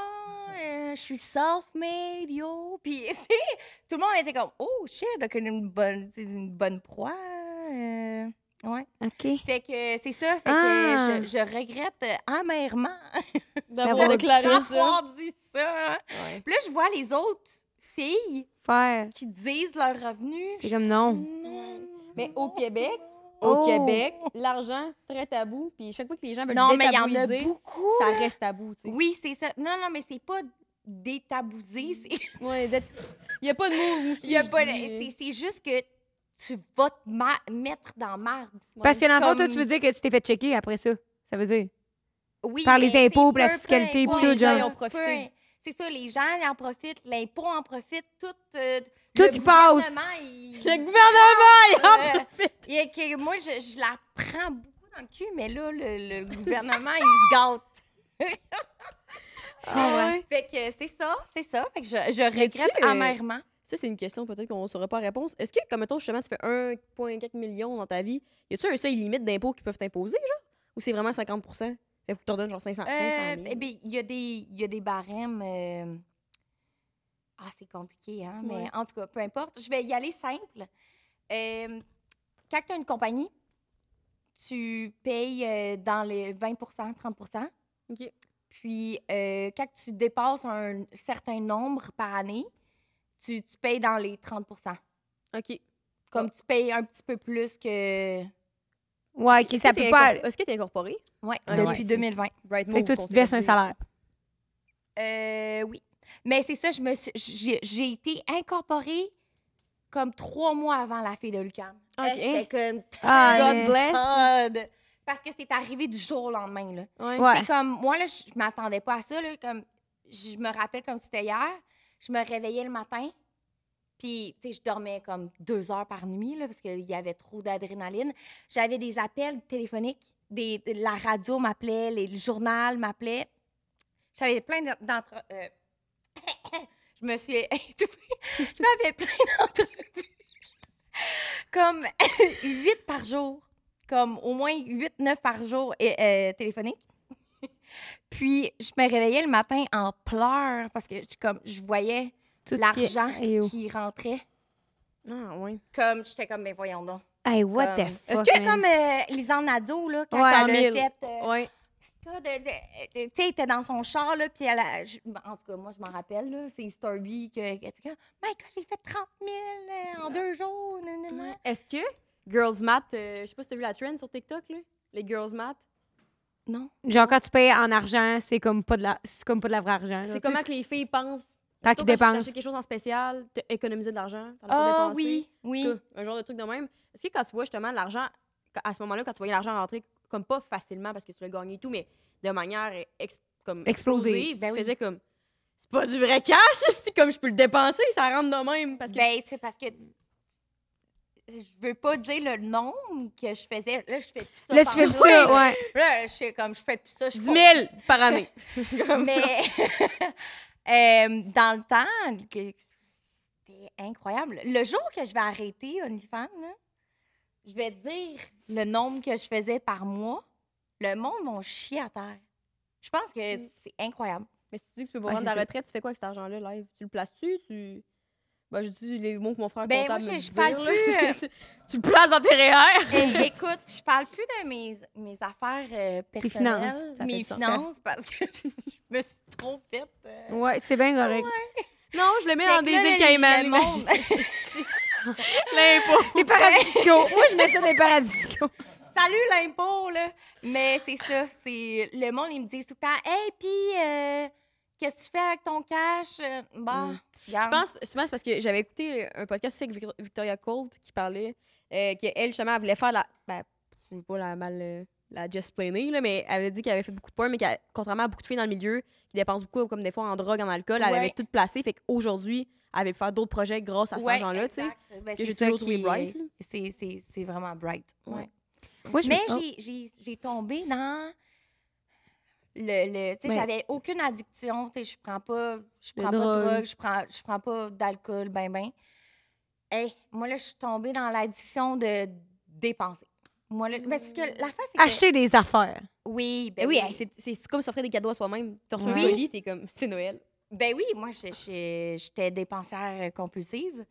euh, je suis self-made, yo! » Puis (laughs) tu sais, tout le monde était comme « Oh, shit, donc une bonne, c'est une bonne proie! euh. OK. Fait que c'est ça, fait Ah. que je, je regrette euh, amèrement (laughs) D'avoir D'avoir déclaré ça. d'avoir dit ça. Ouais. Puis là, je vois les autres filles Faire. qui disent leurs revenus. C'est comme non. Non, Mais au Québec, Oh. au Québec, l'argent, très tabou. Puis chaque fois que les gens veulent non mais il y en a détabouiser, beaucoup. ça reste tabou, tu sais. Oui, c'est ça. Non, non, mais c'est pas détabousé, Mm. c'est... Ouais, d'être- Il n'y a pas de mot aussi. Il y a je pas. dis. de- C'est c'est juste que tu vas te ma- mettre dans marde. Parce que dans le fond, toi, comme- tu veux dire que tu t'es fait checker après ça. Ça veut dire. Oui, Par les mais impôts, c'est puis la peu- peu fiscalité, puis importe, tout, les gens, genre. ils ont profité. C'est ça, les gens ils en profitent, l'impôt en profite, tout. euh, Tout le y passe. gouvernement, il- Le gouvernement, il en euh, profite. il y a que- moi, je, je la prends beaucoup dans le cul, mais là, le, le gouvernement, il se gâte. Ah Fait que c'est ça, c'est ça. Fait que je, je regrette euh, amèrement. Ça, c'est une question peut-être qu'on ne saura pas la réponse. Est-ce que, comme mettons, justement, tu fais 1,4 million dans ta vie, y a-tu un seuil limite d'impôts qu'ils peuvent t'imposer, genre? Ou c'est vraiment 50 Fait que tu redonnes genre 500, 500 Euh, 000. eh ben, il y, a des- il y a des barèmes. euh, Ah, c'est compliqué, hein? Mais Ouais. en tout cas, peu importe. Je vais y aller simple. Euh, quand tu as une compagnie, tu payes euh, dans les 20 30 OK. Puis, euh, quand tu dépasses un certain nombre par année, tu, tu payes dans les 30 OK. Comme Oh. tu payes un petit peu plus que. Ouais, OK, Est-ce ça que t'es peut pas. incorpor- Est-ce que tu es incorporé? Ouais, Ah, depuis ouais, 2020. Bright Fait que toi, tu te verses un salaire. Euh, oui. Mais c'est ça, je me suis- j'ai j'ai été incorporée comme trois mois avant la fille de Lucam. OK. Euh, J'étais comme Ah, God mais- bless. God! Parce que c'est arrivé du jour au lendemain. Là. Ouais. Ouais. C'est comme moi, là, je je m'attendais pas à ça. Là, comme, je me rappelle comme c'était hier. Je me réveillais le matin. Puis, tu sais, je dormais comme deux heures par nuit là, parce qu'il y avait trop d'adrénaline. J'avais des appels téléphoniques. Des, de- la radio m'appelait, les- le journal m'appelait. J'avais plein d'en- d'entre... euh, (coughs) je me suis étouffée. Je m'avais plein d'entrevues. comme (coughs) huit par jour. Comme au moins huit, neuf par jour et, euh, téléphoniques. Puis, je me réveillais le matin en pleurs parce que je- comme, je voyais Tout l'argent qui est- Eh, oh. qui rentrait. Ah, ouais. Comme, j'étais comme, ben voyons donc. Hey, what the Comme- fuck? Est-ce Tu que- sais, comme euh, Lisanne Nadeau, là, quand Ouais, elle a 100 000. fait... euh, Ouais. cas de- de- de- tu sais, elle était dans son char, là, puis elle a- je- ben, en tout cas, moi, je m'en rappelle, là, c'est Story que, elle était comme, My God, j'ai fait 30 000 euh, en deux jours, nanana. Est-ce que Girls Math, euh, je sais pas si t'as vu la trend sur TikTok, là? Les girls math. Non. Genre, quand tu payes en argent, c'est comme pas de la, c'est comme pas de la vraie argent. C'est comment que les filles pensent. Tant Toi, qu'ils quand tu dépensent. t'achètes quelque chose en spécial, t'as économisé de l'argent. t'en as pas Ah dépensé. oui, En oui. tout cas, Un genre de truc de même. Est-ce que quand tu vois justement l'argent, qu- à ce moment-là, quand tu voyais l'argent rentrer, comme pas facilement parce que tu l'as gagné et tout, mais de manière ex- comme Explosive, ben tu oui. faisais comme. C'est pas du vrai cash, (laughs) c'est comme je peux le dépenser, ça rentre de même. Parce que Ben, c'est parce que je veux pas dire le nombre que je faisais. Là, je fais plus ça. Là, tu par fais plus mois. ça, ouais. Là, je fais comme je fais plus ça. Je 10 compte 000 par (laughs) année. Comme- Mais (laughs) euh, dans le temps, que- c'était incroyable. Le jour que je vais arrêter OnlyFans, là, je vais dire le nombre que je faisais par mois. Le monde vont chier à terre. Je pense que Mm. c'est incroyable. (laughs) Mais si tu dis que tu peux pas Ouais, prendre c'est ta sûr. retraite, tu fais quoi avec cet argent-là, live? Tu le places-tu? Tu... Ben, j'ai dit les mots que mon frère Ben, comptable moi, me je- je dit parle dire, plus, euh, là. (laughs) tu le places dans tes E REER! Eh, écoute, je parle plus de mes, mes affaires euh, personnelles, finances, ça mes fait du sens. finances, parce que (laughs) je me suis trop faite. euh. Ouais, c'est bien correct. Non, je le mets Fait dans que des là, îles le- Caïman, le imagine. monde- (laughs) L'impôt. Les paradis fiscaux. Moi, je mets ça dans les paradis fiscaux. Salut l'impôt, là! Mais c'est ça, c'est... Le monde, ils me disent tout le temps, « Hey, puis, euh, qu'est-ce que tu fais avec ton cash? » Euh, Bah, Mm. Je regarde. pense souvent c'est parce que j'avais écouté un podcast aussi avec Victor- Victoria Cold qui parlait euh, qu'elle, justement, elle voulait faire la. Ben, je veux pas la mal. euh, la just plainer, là, mais elle avait dit qu'elle avait fait beaucoup de points, mais qu'elle- contrairement à beaucoup de filles dans le milieu qui dépensent beaucoup, comme des fois en drogue, en alcool, elle Ouais. avait tout placé. Fait qu'aujourd'hui, elle avait pu faire d'autres projets grâce à cet Ouais, argent-là, tu sais. exact. Ben, que c'est j'ai ça toujours trouvé qui- bright, là. C'est, c'est, c'est vraiment bright, ouais. Ouais. Moi, je Mais mets- oh. j'ai, j'ai, j'ai tombé dans... Le, le, tu sais, Mais- j'avais aucune addiction, tu sais, je prends pas, je De prends pas de drogue. drogue, je prends, je prends pas d'alcool, ben ben. Hey, moi là, je suis tombée dans l'addiction de dépenser. Moi là, ben, c'est que Mm. l'affaire c'est que- Acheter des affaires. Oui, ben Ben oui, oui, hey, c'est- c'est c'est comme s'offrir des cadeaux à soi-même. T'as reçu Ouais. un colis, t'es comme, (laughs) c'est Noël. Ben oui, moi, je- je- j'étais dépensière euh, compulsive.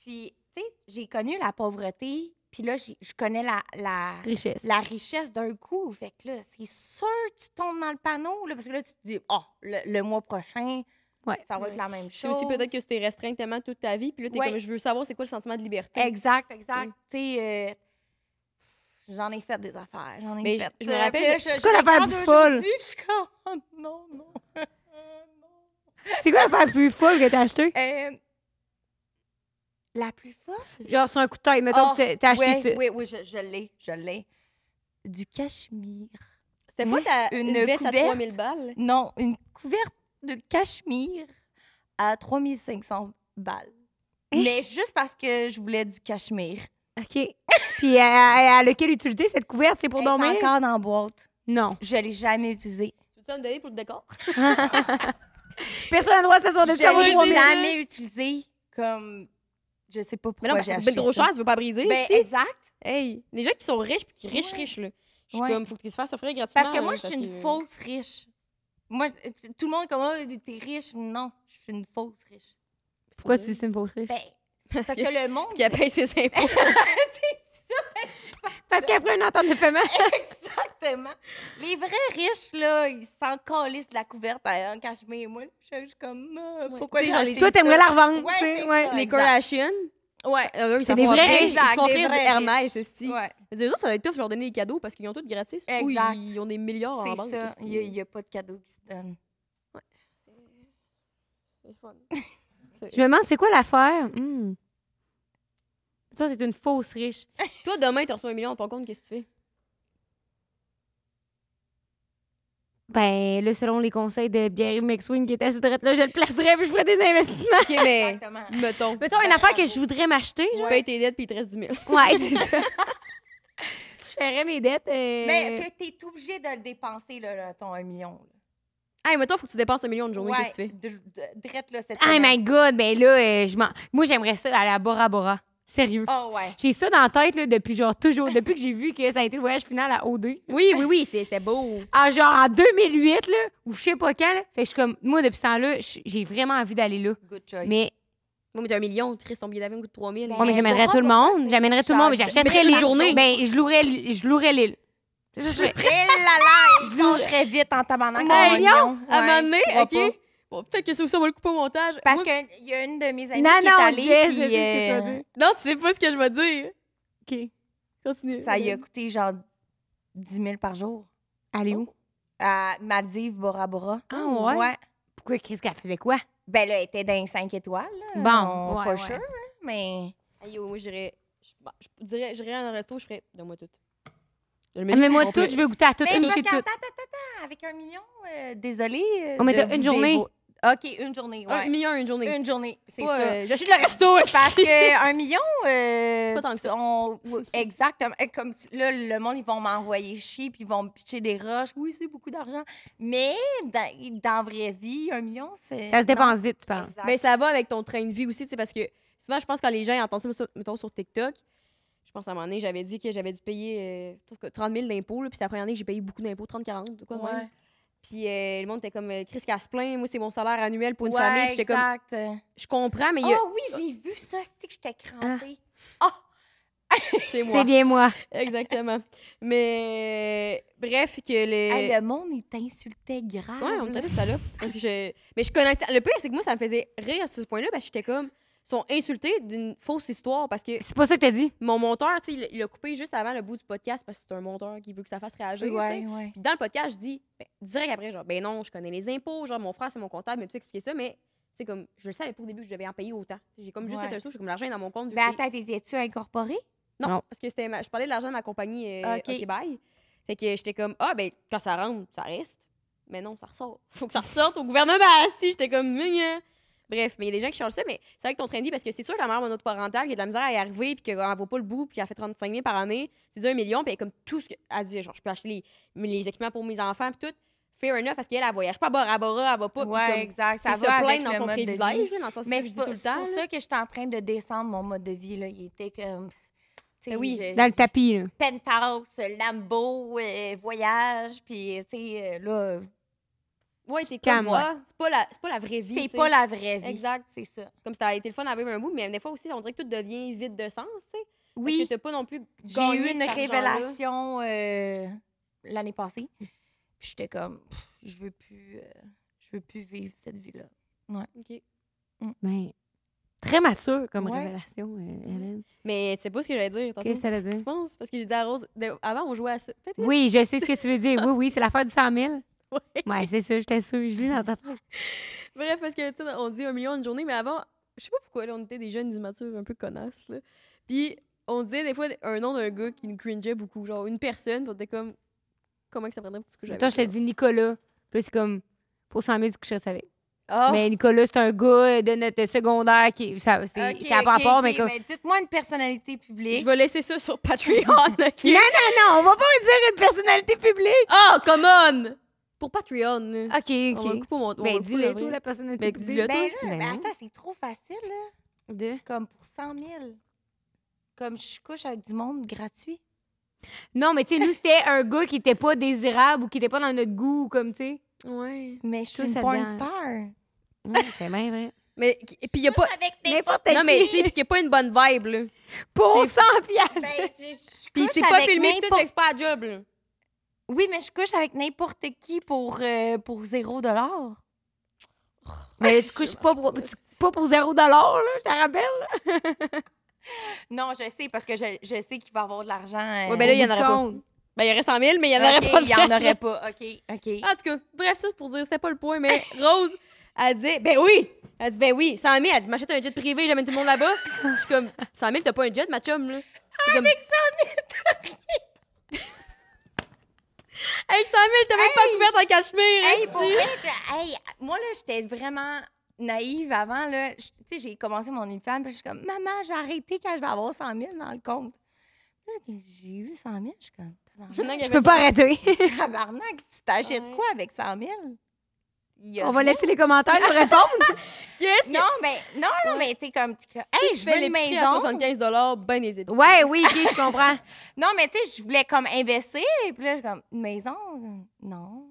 Puis, tu sais, j'ai connu la pauvreté, puis là, j'ai- je connais la, la, Richesse. la richesse d'un coup. Fait que là, c'est sûr que tu tombes dans le panneau, là, parce que là, tu te dis, oh, le, le mois prochain, Ouais. ça va Ouais. être la même C'est chose. aussi peut-être que tu t'es restreint tellement toute ta vie, puis là, t'es Ouais. comme, je veux savoir c'est quoi le sentiment de liberté. Exact, exact. Tu sais, euh, j'en ai fait des affaires, j'en ai Mais fait. je- je me Euh, rappelle, puis là, je- c'est quoi l'affaire regarde plus folle? aujourd'hui, puis Je suis comme, (laughs) oh, non, (laughs) non. C'est quoi l'affaire la plus folle que t'as achetée? Euh, la plus folle? Genre, sur un coup de tête, mettons Oh, que t'as- t'as acheté Ouais, ça. Oui, oui, je, je l'ai, je l'ai. Du cachemire. C'était pas ta, Une une, veste à couverte. 3000 balles? Non, une couverte de cachemire à 3500 balles. (laughs) Mais juste parce que je voulais du cachemire. OK. Puis à, à- à laquelle utilité cette couverte, c'est pour Elle est dormir? encore dans la boîte. Non. Je l'ai jamais utilisée. Tu veux ça me donner pour le décor? Personne n'a le droit de s'asseoir Je dessus avant trois l'ai minutes. jamais utilisée comme... Je sais pas Mais non, pourquoi parce j'ai que acheté c'est trop ça. cher, tu veux pas briser. Ben, tu sais. exact. hey, les gens qui sont riches, puis qui riches, riches, là. Je suis Ouais. comme, faut que tu te fasses offrir gratuitement. Parce que moi, là, je suis parce une que- fausse riche. Moi, tu- tout le monde est comme, oh, t'es riche. Non, je suis une fausse riche. Pourquoi tu dis que c'est une fausse riche? Ben, (laughs) Parce parce que- que le monde qui a payé ses impôts. Parce qu'après une entente de paiement, Exactement. Les vrais riches, là, ils s'en calissent de la couverte à- en cachemire. Moi, je je suis comme, euh, pourquoi Tu sais, j'ai genre, acheté toi, ça? t'aimerais la revendre. Ouais, tu sais, c'est ouais. ça. Les Exact. Kardashian. Ouais. euh, eux, C'est ils s'en des font vrais offrir- riches. Ils se font Exact, des offrir du vrais Hermès, c'est Ouais, Les autres, ça doit être tough de leur donner des cadeaux parce qu'ils ont tous gratis. Ou Exact. ils ont des milliards Oh, en banque. c'est ça. esti. Il n'y a, pas de cadeau qui se donne. Je me demande, c'est quoi l'affaire? Hmm. Toi, c'est une fausse riche. Toi, demain, tu reçois un million dans ton compte, qu'est-ce que tu fais? Ben, là, selon les conseils de Gary McSwing qui était assis droite, là, je le placerais puis je ferais des investissements. (laughs) Ok, Eh, mais. Exactement. (laughs) Mettons. Mettons, une affaire que je voudrais m'acheter. Tu payes tes dettes puis il te reste 10 (laughs) 000. Ouais, c'est (laughs) ça. je ferais mes dettes. euh, Mais tu es obligé de le dépenser, là, là, ton 1 million. là. Hey, mettons, faut que tu dépenses un million de journée, qu'est-ce que tu fais? Ah, de- de- drette, là, cette Oh semaine. my God, ben là, euh, je m'en... moi, j'aimerais ça aller à Bora Bora. Sérieux. Oh, ouais. J'ai ça dans la tête là, depuis genre toujours, depuis que j'ai vu que ça a été le voyage final à O2. Oui, oui, oui, c'était c'était beau. Ah, genre en 2008, là, ou je sais pas quand. Là. Fait que je suis comme, moi, depuis ce temps-là, je- j'ai vraiment envie d'aller là. Good choice. Mais, Moi, mais t'as un million, Chris, ton billet d'avion coûte 3 000. ouais, mais j'amènerais tout le monde. J'amènerais tout le monde, mais j'achèterais Mais l'île. une journée. Ben, je louerais, l- je louerais l'île. C'est ça que je ferais. (laughs) Eh là là, je passerais vite en tabarnak. Un ton million, oignon. À Ouais, un moment tu pourras donné, pas. OK? Bon, peut-être que ça aussi, on va le couper au montage. Parce Moi- qu'il y a une de mes amies Non, qui est non, allée. Jess, je puis, sais ce que tu vas euh, dire. Non, tu sais pas ce que je vais dire. OK. Continue. Ça y a coûté genre 10 000 par jour Allez où? à Maldives, Bora Bora. Ah ouais? ouais. Pourquoi Chris qu'elle faisait quoi? Ben là, elle était dans 5 étoiles. Là. Bon, On- ouais, for ouais. sure, là, mais Aïe, yo, moi, j'irais. Je, bah, je dirais, j'irais à un resto, je ferais. Donne-moi tout. Je le Ah, mets mais moi, complet. tout, je veux goûter à tout. Mais tout, c'est parce tout, qu'attends, tout. attends, attends, attends, avec un million, euh, désolé. euh, Oh, mais de t'as une vous journée. dévo- OK, une journée, Un ouais. million, une journée. Une journée, c'est Pas, ça. euh, J'achète le resto. (laughs) Parce que un million, euh, C'est pas tant que ça. on- oui, exactement. Eh, Comme si- là, le monde, ils vont m'envoyer chier, puis ils vont me pitcher des roches. Oui, c'est beaucoup d'argent. Mais dans, dans vraie vie, un million, c'est. Ça se non. dépense vite, tu parles. Exact. Mais Ben, ça va avec ton train de vie aussi, c'est parce que souvent, je pense que quand les gens ils entendent ça, sur- mettons, sur TikTok, je pense à un moment donné, j'avais dit que j'avais dû payer euh, en tout cas, 30 000 d'impôts, là, puis c'est la première année que j'ai payé beaucoup d'impôts, 30, 40, de quoi de Ouais. même. Puis euh, le monde était comme, euh, Chris qui se plaint, moi, c'est mon salaire annuel pour une Ouais, famille. Puis j'étais comme, exact. je comprends, mais il y a- Oh oui, j'ai vu ça, c'est que j'étais crampée. Ah, c'est moi. C'est bien moi. (laughs) Exactement. Mais euh, bref, que le. Hey, le monde, il t'insultait grave. Ouais, on me traite ça là. Parce que je... Mais je connaissais. Le pire, c'est que moi, ça me faisait rire à ce point-là parce que j'étais comme. Ils sont insultés d'une fausse histoire parce que C'est pas ça que t'as dit. mon monteur, tu sais, il- il l'a coupé juste avant le bout du podcast parce que c'est un monteur qui veut que ça fasse réagir. tu sais. ouais, ouais. Puis dans le podcast, je dis, ben, direct après, genre, ben non, je connais les impôts, genre, mon frère, c'est mon comptable, mais tu expliquer ça, mais tu sais, comme, je le savais pas au début que je devais en payer autant. J'ai comme juste Ouais. fait un saut, j'ai comme l'argent est dans mon compte. vu Mais que c'est- Ben, attends, t'étais-tu incorporée? non, Non. parce que c'était ma- je parlais de l'argent de ma compagnie euh, Ok. OK Bye. Fait que j'étais comme ah ben quand ça rentre, ça reste. Mais non, ça ressort. (laughs) Faut que ça ressorte au gouvernement. Si j'étais comme Gna. Bref, mais il y a des gens qui changent ça, mais c'est vrai que ton train de vie, parce que c'est sûr que la mère monoparentale qui a de la misère à y arriver, puis qu'elle ne vaut pas le bout, puis qu'elle fait 35 000 par année, c'est un million, puis elle est comme tout ce que. Elle dit, genre, je peux acheter les, les équipements pour mes enfants, puis tout. Fair enough, parce qu'elle, elle voyage pas à Bora Bora, elle va pas. puis Ouais, comme, exact. c'est Ça se va avec plaindre le dans son mode de vie. privilège, là, dans le sens Mais que je c'est dis pas- tout le c'est temps. pour là. ça que j'étais en train de descendre mon mode de vie. Là. Il était comme. tu sais, Ben oui, je- Dans le tapis, là. Penthouse, Lambo, euh, voyage, puis tu sais, euh, là, Ouais, c'est Calme, comme ah, c'est pas la c'est pas la vraie vie. c'est tu sais. pas la vraie vie. Exact. c'est ça. comme ça a été le fun à vivre un bout, mais des fois aussi, on dirait que tout devient vide de sens, tu sais. Parce Oui, que t'as pas non plus j'ai gagné eu une cet argent-là. révélation euh, l'année passée. Puis j'étais comme, Pff, je veux plus, euh, je veux plus vivre cette vie-là. Ok. Ben, très mature comme Ouais. révélation, euh, Hélène. Mais tu sais pas ce que j'allais dire. tantôt. Qu'est-ce que t'allais Tu (laughs) dire? penses? Parce que j'ai dit à Rose, de- avant, on jouait à ça. Peut-être Oui, je sais ce que tu veux dire. Oui, oui, c'est l'affaire du 100 000. Ouais. Ouais, c'est ça, j'étais sûre. Je lis dans ta tête. Bref, parce que, tu sais, on dit un million une journée, mais avant, je sais pas pourquoi, là, on était des jeunes immatures un peu connasses, là. Puis, on disait des fois un nom d'un gars qui nous cringeait beaucoup, genre une personne, puis on était comme, comment que ça prendrait pour que j'avais? Toi, je te dis Nicolas. Puis c'est comme, pour 100 000, tu coucherais avec. Ah, Mais Nicolas, c'est un gars de notre secondaire qui. Ça, c'est, ok, ça a pas ok, rapport, ok, mais comme. dites-moi une personnalité publique. Je vais laisser ça sur (laughs) Patreon, ok? Non, Ah non, non, on va pas dire une personnalité publique. Oh, come on! Pour Patreon, là. Ah, OK, On va le OK. couper, on- on va le Ben, couper, dis-le, le toi, vrai. la personnalité Ben, publique. dis-le, toi. Ben là, Ben ben non. attends, c'est trop facile, là. De- Comme pour 100 000. Comme je couche avec du monde gratuit. Non, mais tu sais, nous, c'était un gars qui était pas désirable ou qui était pas dans notre goût, comme, tu sais. Ouais. Mais je suis Tout une ça porn dedans. star. Ouais, c'est bien vrai. Mais qui- et puis il y a pas Avec N'importe Non mais tu qui. sais puis qu'il y a pas une bonne vibe là. Pour 100 piastres. Ben, je- je Puis couche c'est pas avec filmé tout n'importe- fait que c'est pas à job là. Oui, mais je couche avec n'importe qui pour, euh, pour 0 dollar. Mais tu couches pas pour, tu- pas pour 0 là, je te rappelle. Non, je sais, parce que je, je sais qu'il va avoir de l'argent. euh, Ouais ben là il y en Au aurait pas. bitcoin. Ben il y aurait 100 000 mais il y en ok, aurait pas. il y en de- Ah, aurait pas. OK, OK. En tout cas, bref ça c'est pour dire c'était pas le point mais Rose elle dit ben oui. Elle dit ben oui, 100 000, elle dit m'achète un jet privé, j'amène tout le monde là-bas. Je suis comme 100 000 t'as pas un jet ma chum là. T'es comme, Avec 100 000 (laughs) Avec 100 000 t'as même pas couverte en cachemire. Hey, hein, pour tu sais. vrai, je- hey, moi, là, j'étais vraiment naïve avant. là. Je- Tu sais, j'ai commencé mon UFAM, puis je suis comme, maman, j'ai arrêté quand je vais avoir 100 000 dans le compte. Là, j'ai eu 100 000, je suis comme, tabarnak, Maintenant qu'il Je y avait peux pas arrêter. tabarnak, tu t'achètes Ouais. quoi avec 100 000? Il y a On va laisser les commentaires nous (laughs) répondre. Qu'est-ce que Non, mais non, non, mais t'es comme, t'es comme, hey, je fais veux une l'épicerie à maison. 75 ben les épices. Ouais, oui, OK, je comprends. Non, mais tu sais, je voulais comme investir. Puis là, je suis comme, une maison? Non.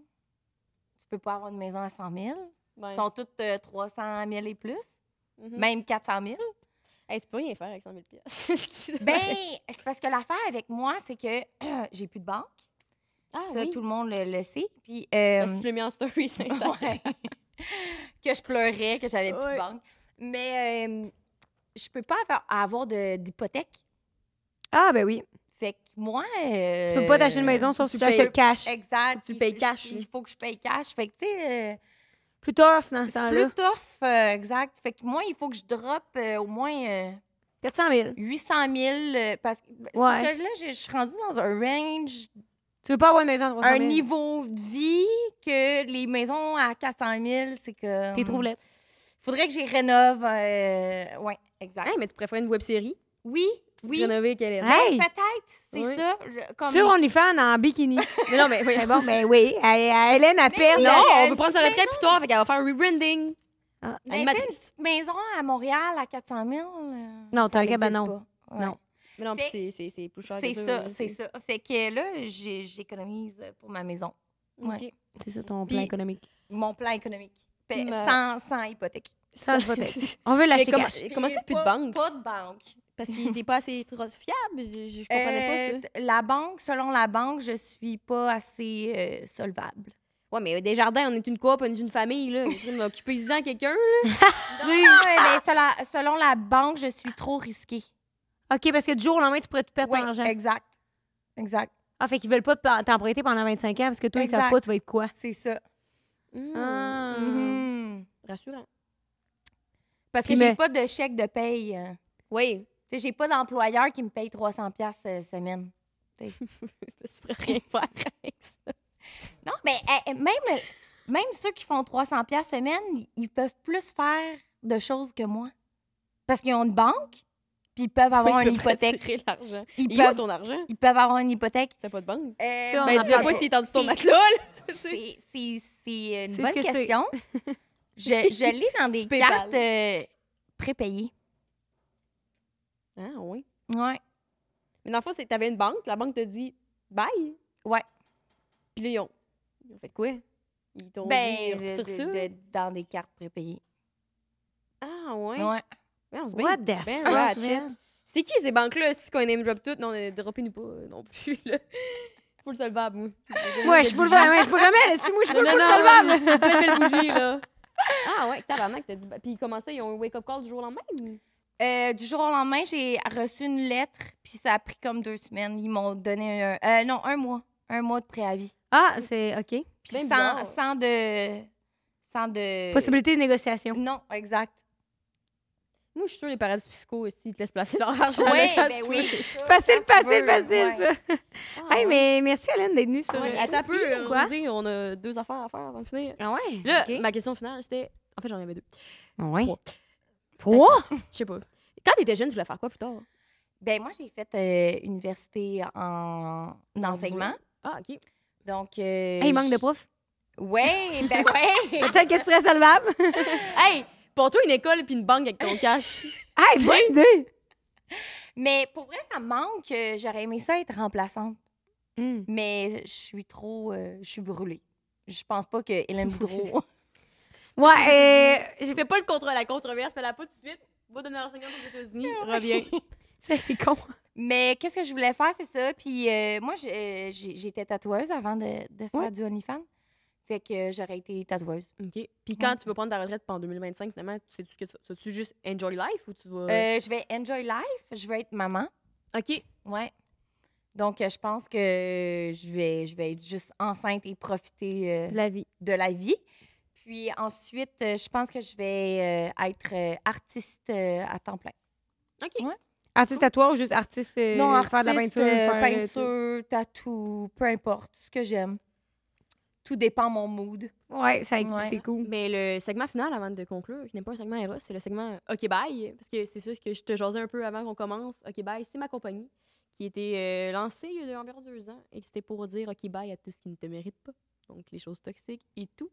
Tu peux pas avoir une maison à 100 000. Ils sont toutes euh, 300 000 et plus, Mm. Mhm. même 400 (laughs) 000. Hey, tu peux rien faire avec 100 000 piastres. Ben, c'est parce que l'affaire avec moi, c'est que (clears throat) j'ai plus de banque. (laughs) ah, ça, oui. tout le monde le, le sait. Puis, euh, (laughs) Parce que tu l'as mis en story sur Instagram. ouais. que je pleurais, que j'avais plus Ouais. de banque. Mais euh, je peux pas avoir, avoir de- d'hypothèque. Ah, ben oui. Fait que moi. euh, Tu peux pas t'acheter une maison sauf si tu payes- l'achètes cash. Exact. tu il- payes je- cash, Il faut que je paye cash. Fait que, tu sais, euh, Plus tard, dans ce c'est temps-là. plus tough. euh, exact. Fait que moi, il faut que je drop euh, au moins euh, 400 000. 800 000. euh, parce, que- c'est parce Ouais. que là, je je suis rendue dans un range, Tu veux pas avoir une maison à 300 un 000. niveau de vie que les maisons à 400 000, c'est que. T'es trop laide. Faudrait que j'y rénove. euh, ouais, exact. Hein? Hey, mais tu préfères une web série? Oui, oui. Ben, Rénover qu'elle est. Hey! Peut-être, c'est Oui. ça. je- comme... Sur OnlyFans en bikini. Mais non, mais. mais bon, ben oui. À, à Hélène, à perdre. Non, elle a on une veut prendre sa retraite plus tard, fait qu'elle va faire un rebranding. Ah. Ben, tu sais, une Animatrice. petite maison à Montréal à 400 000. Non, t'as un cabanon. Non. Non. Mais non, puis Fait- c'est- c'est c'est plus cher. C'est que ça, là, c'est ça. Fait que là, j'ai- j'économise pour ma maison. Ouais. Ok. C'est ça ton Puis- plan économique. (laughs) Mon plan économique. Fait Mais- Sans, sans hypothèque. Ça, c'est pas tête. On veut l'acheter Mais comment- Ah, cash. Et comment Puis ça, plus de pas- banque? Pas de banque. Parce qu'il n'était pas assez trop fiable. Je, je comprenais Euh, pas ça. t- La banque, selon la banque, je suis pas assez euh, solvable. Ouais, mais Desjardins, on est une coop, on est une famille, (laughs) là. Occupez-en quelqu'un, là. Ah, Non, ouais, ben, sela- selon la banque, je suis trop risquée. OK, parce que du jour au lendemain, tu pourrais tout perdre Ouais, ton argent. exact. Exact. Ah, fait qu'ils veulent pas t'en- t'emprunter pendant 25 ans parce que toi, ils Exact. savent pas tu vas être quoi. C'est ça. Ah. Mhm. Hmm. Rassurant. Parce que Puis j'ai mais- pas de chèque de paye. euh. (laughs) Oui. Tu sais, j'ai pas d'employeur qui me paye 300 pièces euh, semaine. Tu pourrais rien faire avec ça. Non, mais eh, eh, même même ceux qui font 300 pièces semaine, ils peuvent plus faire de choses que moi. Parce qu'ils ont une banque, puis ils peuvent (laughs) avoir Ils une peuvent hypothèque. retirer l'argent. Ils Il a peuvent, ton argent. ils peuvent avoir une hypothèque. T'as pas de banque. Euh, Ça, on Ben, en dis-le parle pas s'il est en dessous de ton C'est- matelas, là. C'est c'est- c'est une C'est bonne ce que c'est. (laughs) question. Je, je l'ai dans des Tu payes cartes euh, prépayées. Ah, oui. Ouais. Mais dans le fond, c'est- t'avais une banque, la banque t'a dit bye. Ouais. Puis là, ils ont, ils ont fait quoi? Ils t'ont dit Ben, de- retire de- ça. de- dans des cartes prépayées. Ah, ouais. Ouais. Ben, on se What bat. the ben fuck, ratchet. man? C'est qui ces banques-là? C'est qu'on aime drop toutes? Non, on droppé nous pas euh, non plus, (laughs) là. Faut le solvable, moi. Ouais, je vous le ouais, je vous remets. Si moi, je Ah, vous (laughs) non, le solvable. non, ouais, (laughs) ouais, fais le bouger, là. Ah ouais, tabarnak, t'as dit... Puis comment ça, ils ont un wake-up call du jour au lendemain? ou- Euh, du jour au lendemain, j'ai reçu une lettre, puis ça a pris comme deux semaines. Ils m'ont donné un, euh, non, un mois. Un mois de préavis. Ah, c'est OK. Puis Bien sans, bizarre. sans de. Sans de. Possibilité de négociation. Non, exact. Moi, je suis sûre les paradis fiscaux, aussi, ils te laissent placer leur argent. Ouais, là, ben tu oui. veux. ça, Facile, quand tu facile, veux, facile, ouais. ça. Ah, Hey, ouais. mais merci, Hélène, d'être venue sur. Ah ouais, euh, attends un peu, ici, euh, quoi. Rosée, on a deux affaires à faire avant de finir. Ah ouais? Là, OK. ma question finale, c'était... En fait, j'en avais deux. Ah Ouais. Trois. Trois? Je sais pas. Quand t'étais jeune, tu voulais faire quoi plus tard? Ben, moi, j'ai fait euh, université en, en enseignement. Ah, OK. Donc. euh, Hey, Ah, il manque de profs. (laughs) Ouais, ben ouais. Peut-être que tu serais solvable. Hey, pour toi, une école puis une banque avec (laughs) ton cash. Hey, bonne idée. Mais pour vrai, ça me manque. Euh, J'aurais aimé ça être remplaçante. Hmm. Mais je suis trop. euh, je suis brûlée. Je pense pas que (laughs) Hélène Boudreau. Ouais, euh, J'ai fait pas le contre la controverse, mais la pas tout de suite. Va donner 50 aux États-Unis, reviens. c'est c'est con. Mais qu'est-ce que je voulais faire, c'est ça. Puis euh, moi, je- euh, j'ai- j'étais tatoueuse avant de, de faire Ouais. du OnlyFans. Fait que j'aurais été tatoueuse. (laughs) OK. Puis quand Ouais. tu vas prendre ta retraite en 2025, finalement, sais tu sais-tu ce que tu tu juste enjoy life ou tu vas. Euh, je vais enjoy life. Je vais être maman. OK. Ouais. Donc, euh, je pense que je vais, je vais être juste enceinte et profiter euh, La vie. de la vie. Puis ensuite, euh, je pense que je vais euh, être euh, artiste euh, à temps plein. OK. Ouais. Artiste à toi ou juste artiste euh, non, artiste, faire de la peinture, faire, euh, peinture, tatou, peu importe, ce que j'aime. Tout dépend mon mood. tout. Ouais, ça- Ouais. c'est cool. Mais le segment final, avant de conclure, qui n'est pas un segment Eros, c'est le segment euh, OK Bye. Parce que c'est ça que je te jasais un peu avant qu'on commence. OK Bye, c'est ma compagnie qui a été euh, lancée il y a environ deux ans et que c'était pour dire OK Bye à tout ce qui ne te mérite pas. Donc les choses toxiques et tout.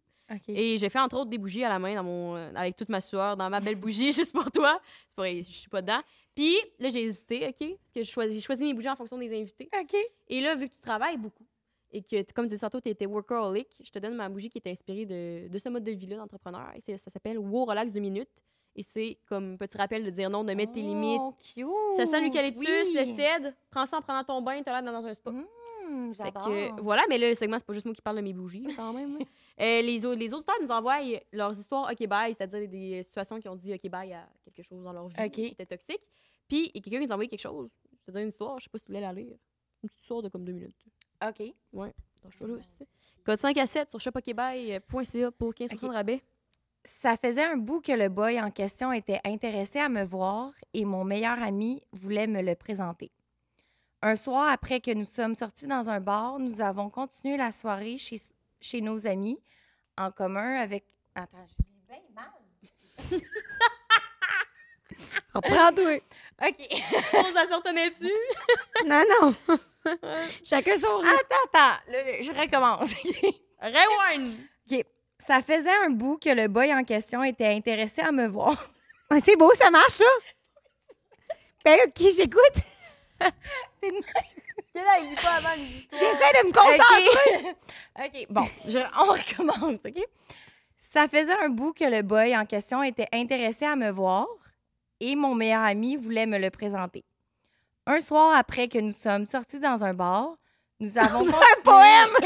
Et j'ai fait entre autres des bougies à la main dans mon, euh, avec toute ma sueur, dans ma belle bougie (laughs) juste pour toi. C'est pour, je suis pas dedans. Puis là, j'ai hésité, OK? Parce que je choisis- j'ai choisi mes bougies en fonction des invités. OK. Et là, vu que tu travailles beaucoup et que, t- comme tu dis tantôt, tu étais workaholic, je te donne ma bougie qui est inspirée de, de ce mode de vie-là d'entrepreneur. Et c'est- ça s'appelle Wow Relax 2 minutes. Et c'est comme petit rappel de dire non, de mettre tes limites. Ça sent l'eucalyptus, le cèdre. Prends ça en prenant ton bain, t'as l'air dans un spa. Fait que, euh, voilà, mais là, le segment, c'est pas juste moi qui parle de mes bougies, quand même. là. (laughs) Euh, les, au- les auteurs nous envoient leurs histoires OK bye, c'est-à-dire des situations qui ont dit OK bye à quelque chose dans leur vie Ok. qui était toxique. Puis, il y a quelqu'un qui nous a envoyé quelque chose, c'est-à-dire une histoire, je sais pas si tu voulais la lire. une petite histoire de comme deux minutes. OK. Donc, je suis là aussi. Code 5 à 7 sur shopokebay.ca pour 15 de rabais. Ça faisait un bout que le boy en question était intéressé à me voir et mon meilleur ami voulait me le présenter. Un soir, après que nous sommes sortis dans un bar, nous avons continué la soirée chez, chez nos amis en commun avec. Attends, je lis bien mal. Reprends-toi. OK. On s'en sortenait-tu? (laughs) non, non. (laughs) Chacun son rythme. Attends, (laughs) attends. Là, là, je recommence. (laughs) Rewind! Ça faisait un bout que le boy en question était intéressé à me voir. Ah, c'est beau, ça marche, ça. Ben, OK, j'écoute. Mais là, il dit pas avant les histoires. J'essaie de me concentrer. OK, bon, je- (laughs) on recommence, OK? Ça faisait un bout que le boy en question était intéressé à me voir et mon meilleur ami voulait me le présenter. Un soir après que nous sommes sortis dans un bar, nous avons un poème!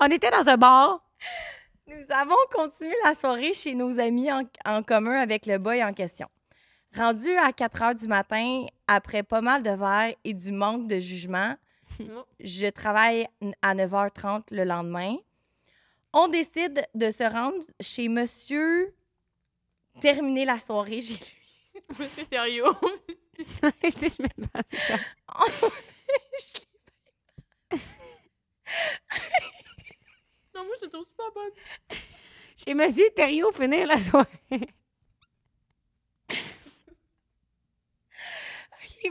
On était dans un bar. (laughs) Nous avons continué la soirée chez nos amis en, en commun avec le boy en question. Rendu à 4 heures du matin, après pas mal de verres et du manque de jugement, je travaille n- à 9h30 le lendemain. On décide de se rendre chez monsieur, terminer la soirée chez lui. (laughs) Monsieur Thériault. Si je me demande, c'est ça. (laughs) Non, moi, je te trouve super bonne. Chez Monsieur Thériault, finir la soirée.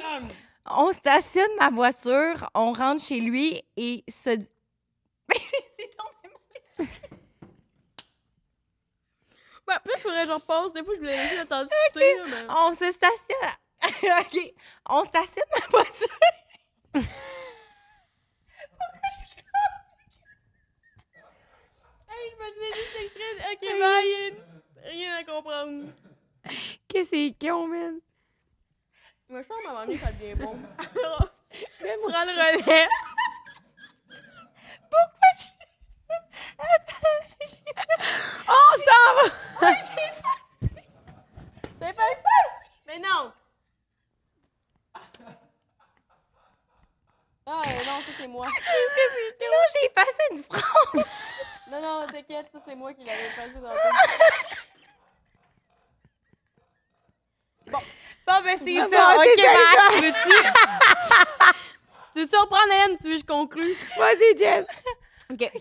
Ah, On stationne ma voiture, on rentre chez lui et se... dit- Ouais, après, il faudrait que j'en passe. Des fois, je voulais laisser la tentativité, là, mais... On se stationne... (laughs) OK. On stationne ma voiture. Hey, je m'imaginais juste l'extrait. OK, bye! Rien à comprendre. Qu'est-ce que c'est con, man? Moi, je pense que ma mamie, ça devient bon. (laughs) Alors, on prend le relais. On s'en va! T'as fait ça? Mais non! Ah, euh, non, ça, c'est moi. Non, j'ai effacé une phrase. Non, non, t'inquiète, ça, c'est moi qui l'avais passé dans le Bon, ben, c'est ça. Bon, c'est OK, ça, bye. l'histoire. Veux-tu... Tu veux-tu reprendre Hélène? Tu veux que je conclue? Vas-y, (laughs) Jess. OK.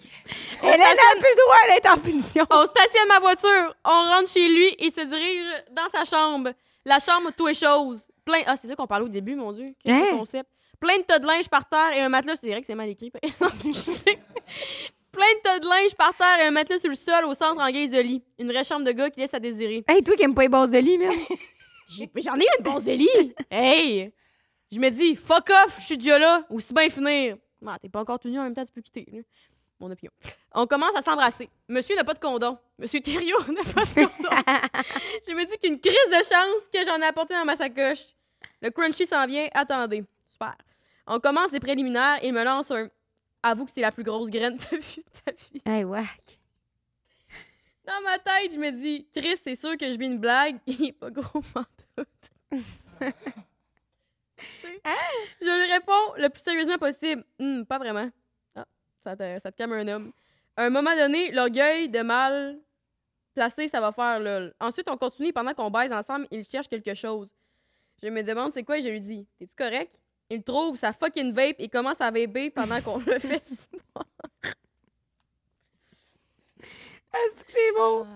Elle n'a plus le droit d'être en punition. On stationne ma voiture, on rentre chez lui et se dirige dans sa chambre. La chambre, tout est chose. Plein... Ah, c'est ça qu'on parlait au début, mon Dieu. Quel Hein? concept. Plein de tas de linge par terre et un matelas. C'est vrai que c'est mal écrit, par exemple. je sais. Plein de tas de linge par terre et un matelas sur le sol au centre en guise de lit. Une vraie chambre de gars qui laisse à désirer. Hey, toi qui aimes pas les bosses de lit, man. J'ai- mais J'en ai une bonne délit! Hey! Je me dis, fuck off, je suis déjà là, ou si bien finir. Ah, t'es pas encore tout nu en même temps, tu peux quitter. là. Mon opinion. On commence à s'embrasser. Monsieur n'a pas de condom. Monsieur Thériault (laughs) n'a pas de condom. je me dis qu'une crise de chance que j'en ai apporté dans ma sacoche. Le crunchy s'en vient, attendez. Super. On commence les préliminaires, il me lance un. Avoue que c'est la plus grosse graine de (laughs) vue de ta vie. Hey, whack. Dans ma tête, je me dis, Chris, c'est sûr que je vis une blague. (laughs) Il est pas gros, m'en doute. je lui réponds le plus sérieusement possible. Hmm, pas vraiment. Ah, ça te, ça te calme un homme. À un moment donné, l'orgueil de mal placé, ça va faire lol. Ensuite, on continue pendant qu'on baise ensemble. Il cherche quelque chose. Je me demande c'est quoi et je lui dis T'es-tu correct Il trouve sa fucking vape et commence à vaper pendant qu'on le (laughs) fait. Est-ce que Ah, c'est beau?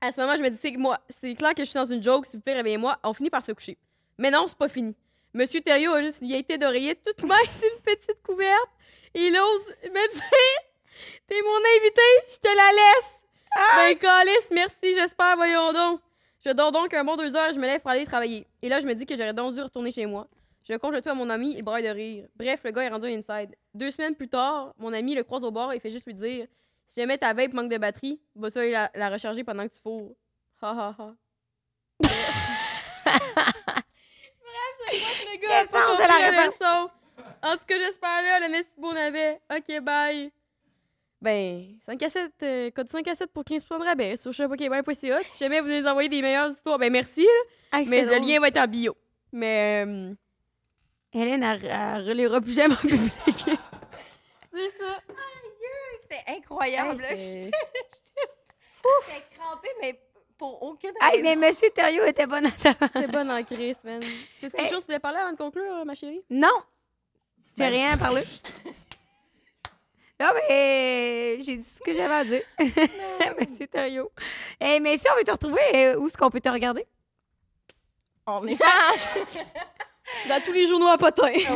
À ce moment, je me dis, c'est que moi, c'est clair que je suis dans une joke, s'il vous plaît, réveillez-moi. On finit par se coucher. Mais non, c'est pas fini. Monsieur Thériault a juste une vieille tête d'oreiller toute (laughs) mince et une petite couverte. Il ose me dire T'es mon invité, je te la laisse. Ben, calice, merci, j'espère, voyons donc. Je dors donc un bon deux heures, je me lève pour aller travailler. Et là, je me dis que j'aurais donc dû retourner chez moi. Je conjure tout à mon ami, il braille de rire. Bref, le gars est rendu à Inside. Deux semaines plus tard, mon ami le croise au bord et fait juste lui dire si jamais ta vape manque de batterie, va ça aller la, la recharger pendant que tu fourres. Ha ha ha. Bref, je crois que le gars a Quel pas sens de la compris la réponse? leçon. En tout cas, j'espère là, le Messi beau navet. OK, bye. Ben, 5 à 7, euh, code 5 à 7 pour 15 de rabais sur shopokbye.ca. Si jamais vous voulez nous envoyer des meilleures histoires, ben merci. là. Hey, c'est Mais le drôle. lien va être en bio. Mais euh, Hélène, elle, elle relira plus jamais en public. C'est ça. C'était incroyable. là. (laughs) Hey, J'étais crampée, mais pour aucune hey, raison. mais Monsieur Thériault était bon à ta- T'es bonne en crise, man. T'as quelque Hey. chose que tu voulais parler avant de conclure, hein, ma chérie? Non! J'ai Ben. rien à (laughs) parler. Non, mais euh, j'ai dit ce que j'avais à dire. (laughs) Monsieur Thériault. Eh, mais si on veut te retrouver, euh, où est-ce qu'on peut te regarder? On est Dans tous les journaux à potin. ouais,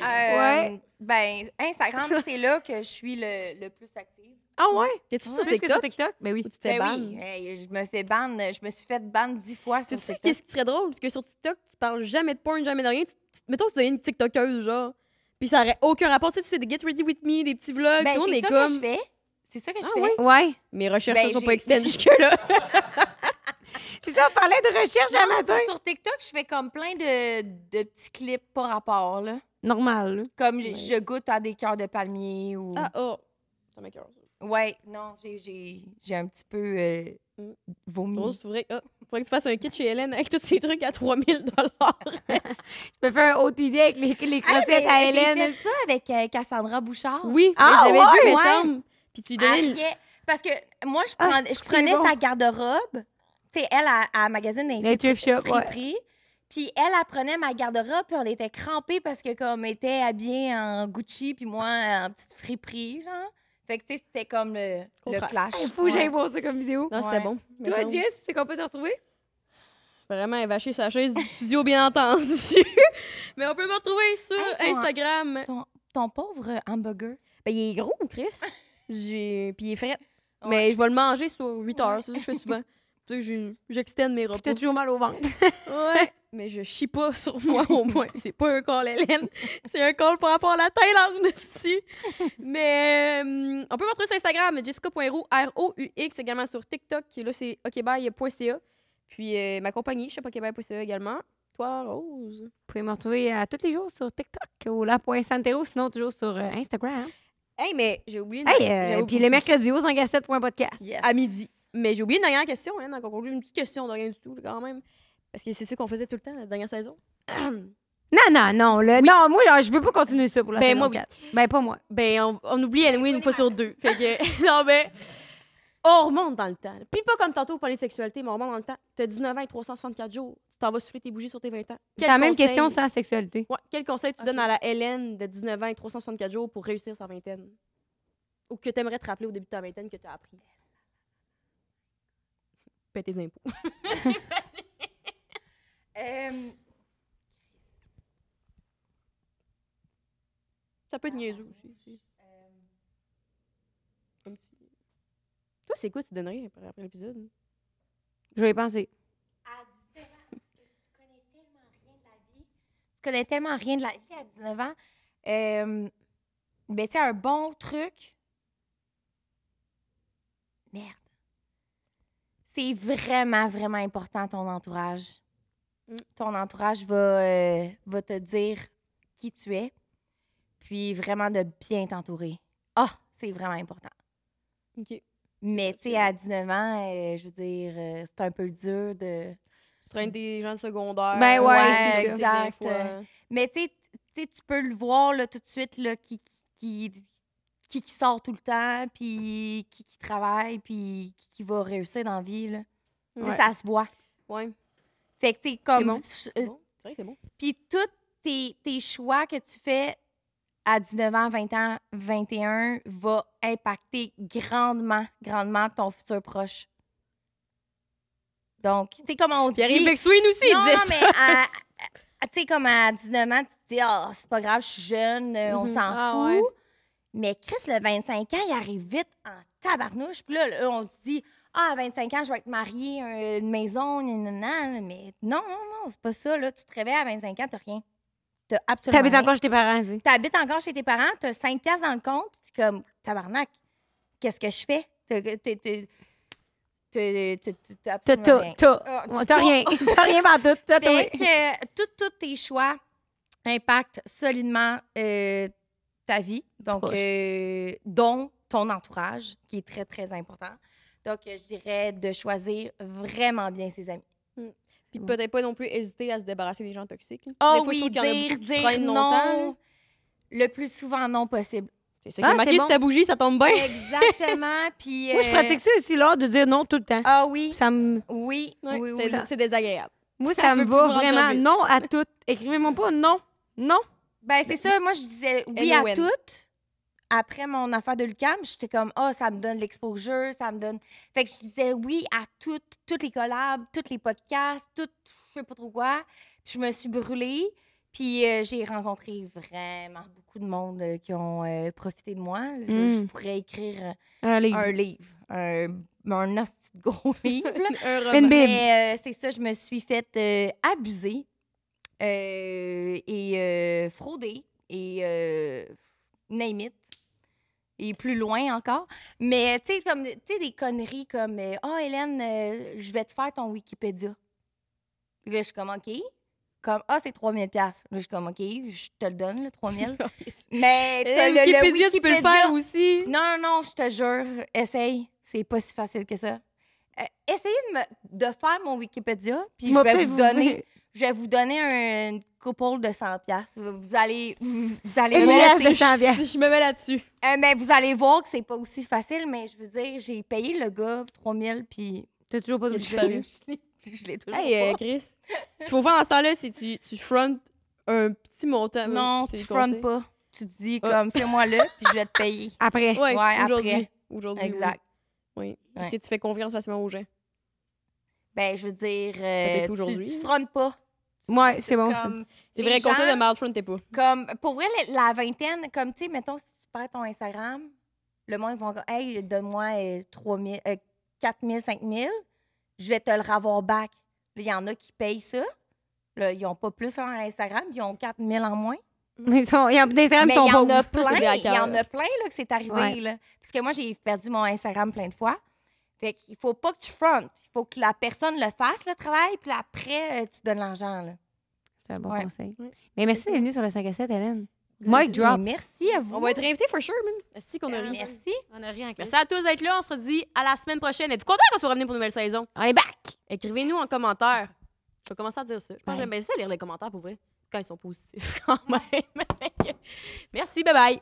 Ouais. euh, Ben, Instagram, c'est là que je suis le, le plus active. Ah ouais? T'es-tu Plus sur que sur TikTok? TikTok? Ben oui. Ou tu t'es Ben ban? oui, hey, je me fais ban, je me suis fait ban dix fois sur Sais-tu TikTok. qu'est-ce qui serait drôle? C'est que sur TikTok, tu parles jamais de porn, jamais de rien. Tu- tu- mettons que tu deviens une TikTokeuse, genre. Puis ça aurait aucun rapport. Tu sais, tu fais des Get Ready With Me, des petits vlogs. Ben, tout, on c'est est ça que je comme. fais. C'est ça que je Ah fais. ouais? Ouais. Mes recherches Ben, ne sont j'ai- pas extendues jusque-là. C'est ça, on parlait de recherche à matin. Sur TikTok, je fais comme plein de, de petits clips par rapport, là. Normal. là. Comme je, Nice. je goûte à des cœurs de palmier ou... Ah, oh. Ça m'écoeure, ça. Ouais, non, j'ai- j'ai j'ai un petit peu euh, Mm. vomi. Grosse, faudrait, ah, faudrait que tu fasses un kit chez Hélène avec tous ces trucs à 3000 Tu peux faire un OTD avec les, les Ah, crossettes mais à j'ai Hélène. fait ça avec euh, Cassandra Bouchard. (laughs) Oui, Ah, mais je l'avais ouais, vu, il me ouais. semble. Puis tu lui Elle donnais une- riait. Parce que moi, je, Ah, prends- c'est je que c'est prenais bon. sa garde-robe. Tu sais, elle, à, à magazine des Les thrift shop, ouais. Puis elle, elle prenait ma garde-robe, puis on était crampés parce que comme elle était habillée en Gucci, puis moi en petite friperie, genre. Fait que tu sais, c'était comme le, le Contraste. clash. Il faut que j'aille Ouais. voir ça comme vidéo. Non, c'était Ouais. bon. me Toi, semble. Jess, c'est qu'on peut te retrouver? Vraiment, elle va chez sa chaise du studio, bien entendu. (laughs) mais on peut me retrouver sur Hey, ton- Instagram. Ton pauvre hamburger. Ben, il est gros, Chris. J'ai... Puis il est frais. Mais je vais le manger sur 8 heures. C'est ça que je (laughs) fais souvent. Tu sais, j'ai- j'extende mes T'as repas. toujours mal au ventre. Ouais. (laughs) Mais je chie pas sur moi, au moins. C'est pas un col, Hélène. C'est un col par rapport à la Thaïlande, (laughs) ici. Mais euh, on peut me retrouver sur Instagram, jessica.roux, R-O-U-X, également sur TikTok. qui, Là, c'est okbye.ca. Puis euh, ma compagnie, shopokbye.ca également. Toi, Rose. Vous pouvez me retrouver euh, tous les jours sur TikTok ou la.santero, sinon toujours sur euh, Instagram. Hey, mais j'ai oublié... (laughs) une- Hey, j'ai euh, oublié- puis les mercredis aux engacettes.podcast. Yes. à midi. Mais j'ai oublié une dernière question, hein, dans le conclusion, une petite question de rien du tout, là, quand même. Parce que c'est ça qu'on faisait tout le temps la dernière saison. Non, non, non. Là, Non, moi, là, je veux pas continuer ça pour la Ben, saison moi, oui. quatre. Ben, pas moi. Ben, on, on oublie Halloween une fois sur deux. Fait que, (laughs) non, mais. On remonte dans le temps. là. Puis pas comme tantôt pour les sexualités, mais on remonte dans le temps. T'as 19 ans et 364 jours. Tu t'en vas souffler tes bougies sur tes 20 ans. C'est Quel la même conseil- question sans sexualité. Ouais, quel conseil tu donnes à la Hélène de 19 ans et 364 jours pour réussir sa vingtaine? Ou que t'aimerais te rappeler au début de ta vingtaine que t'as appris? Paie tes impôts. Euh, Ça peut être niaiseux aussi. tu sais. Euh, Un petit- Toi, c'est quoi tu donnerais après, après l'épisode? Je vais y penser. tu connais tellement rien de la vie à 19 ans. Euh, ben, tu sais, un bon truc. Merde. C'est vraiment, vraiment important ton entourage. Mm. Ton entourage va, euh, va te dire qui tu es, puis vraiment de bien t'entourer. Ah, c'est vraiment important. OK. Tu Mais tu sais, à 19 ans, euh, je veux dire, euh, c'est un peu dur de. traînes des gens de secondaire. Ben ouais, Ouais, c'est ça. des exact. fois. Mais tu sais, tu sais, tu peux le voir là, tout de suite là, qui, qui, qui- qui, qui sort tout le temps, puis qui, qui travaille, puis qui, qui va réussir dans la vie. Là. Tu sais, Ouais. Ça se voit. Ouais. Fait que tu sais, comme. bon. s- C'est euh, bon. C'est vrai que c'est bon. Puis tous tes, tes choix que tu fais à 19 ans, 20 ans, 21 va impacter grandement, grandement ton futur proche. Donc, tu sais, comme on dit. Pierre-Yves Bexouine aussi, non, il disait non, ça. mais à- à- tu sais, comme à 19 ans, tu te dis, ah, c'est pas grave, je suis jeune, euh, on Mhm. s'en Ah, fout. ouais. Mais Chris, le 25 ans, il arrive vite en tabarnouche. Puis là, là, on se dit, ah, à 25 ans, je vais être mariée, euh, une maison, nanana. Mais non, non, non, c'est pas ça. Là, tu te réveilles à 25 ans, t'as rien. T'as absolument T'habites rien. encore chez tes parents, tu sais. T'habites encore chez tes parents, t'as 5 piastres dans le compte, puis c'est comme, tabarnak, qu'est-ce que je fais? T'as- t'as- t'as- t'as- t'as- t'as- T'as T'as absolument rien. t'as- t'as- Ah, tu T'as t'as- rien. (laughs) T'as rien par tout. T'as t'as rien. Fait que euh, tout- tous tes choix impactent solidement euh, ta vie, donc Proche. euh, dont ton entourage, qui est très, très important. Donc, euh, je dirais de choisir vraiment bien ses amis. Puis Puis peut-être pas non plus hésiter à se débarrasser des gens toxiques. là. Oh Des fois, je oui, trouve qu'il y en a dire, beaucoup qui dire traînent non. longtemps, là. Le plus souvent (laughs) non possible. C'est ça Ah, qui est c'est marqué bon. sur ta bougie, ça tombe (laughs) bien. Exactement. Puis. Moi, je euh, pratique ça aussi, l'art de dire non tout le temps. Ah oui. Ça me... Oui. Ouais, oui, c'est- oui. c'est désagréable. Moi, Ça ça peut me plus va me rendre vraiment. service. Non à tout. Écrivez-moi pas non. Non. Ben, c'est ça. Moi, je disais oui à Anywhen. toutes. Après mon affaire de Lucam, j'étais comme, ah, ça me donne l'exposure, ça me donne. Fait que je disais oui à toutes, toutes les collabs, tous les podcasts, tout, je sais pas trop quoi. Puis je me suis brûlée. Puis euh, j'ai rencontré vraiment beaucoup de monde euh, qui ont euh, profité de moi. Je, je Mm. pourrais écrire Allez. un livre, un, un hostie de (laughs) gros livre. là. Un roman. Ben, Une bible. Mais euh, c'est ça, je me suis faite euh, abuser euh, et euh, frauder et euh, name it. Et plus loin encore. Mais tu sais, comme tu sais, des conneries comme euh, Ah, Hélène, euh, je vais te faire ton Wikipédia. Là, je suis comme OK. Comme Ah, c'est 3000$. Là, je suis comme OK, je te le donne, (laughs) le 3000$. Mais t'as Eh, le, le Wikipédia, tu peux le faire Wikipédia. aussi. Non, non, non, je te jure, essaye. C'est pas si facile que ça. Euh, essayez de, me- de faire mon Wikipédia, puis je Moi, vais peut-être vous vous- donner, je vais vous donner un, une couple de 100 piastres. Vous vous allez, vous, vous allez Une voir, menace c'est- de 100 piastres. Je me mets là-dessus. Euh, mais vous allez voir que c'est pas aussi facile, mais je veux dire, j'ai payé le gars 3000, puis T'as toujours pas de je l'ai- (laughs) Wikipédia. je l'ai (laughs) toujours Hey, euh, pas. Chris, ce qu'il faut faire dans ce temps-là, c'est que tu, tu frontes un petit montant. euh, Non, C'est tu conseil. frontes pas. Tu te dis Ah. comme, fais-moi le, puis je vais te payer. Après. Ouais, Ouais, aujourd'hui. après. Aujourd'hui. oui. Exact. Oui. Parce Ouais. que tu fais confiance facilement aux gens. Ben, je veux dire, euh, Peut-être tu, aujourd'hui. tu frontes pas. Ouais, c'est bon ça. Comme, C'est Les vrai, gens- conseil de mal fronter pas. Comme, pour vrai, la- la vingtaine, comme, tu sais, mettons, si tu perds ton Instagram, le monde, ils vont dire, hey, donne-moi euh, 3000, 4000, 5000, je vais te le ravoir back. Là, Il y en a qui payent ça. Là, ils n'ont pas plus sur leur Instagram, ils ont 4000 en moins. (laughs) Ils sont, ils ont, des Instagram Mais il sont y en pauvres. a plein, C'est il y en backer. a plein là, que c'est arrivé. Ouais. Là. Parce que moi, j'ai perdu mon Instagram plein de fois. Fait qu'il faut pas que tu frontes. Il faut que la personne le fasse, le travail, puis après, euh, tu donnes l'argent. là. C'est un bon Ouais. conseil. Ouais. Mais merci d'être venue sur le 5 à 7, Hélène. Mike drop. Mais Merci à On vous. Euh, va être invités for sure, man. Si qu'on a ri. Merci. On a rien. Merci à tous d'être là. On se dit à la semaine prochaine. Êtes-vous content qu'on soit revenu pour une nouvelle saison? On est back! Écrivez-nous en commentaire. Je vais commencer à dire ça. Je Ouais. pense que (laughs) j'aime bien ça lire les commentaires pour vrai. Quand ils sont positifs, quand même. Merci, bye bye.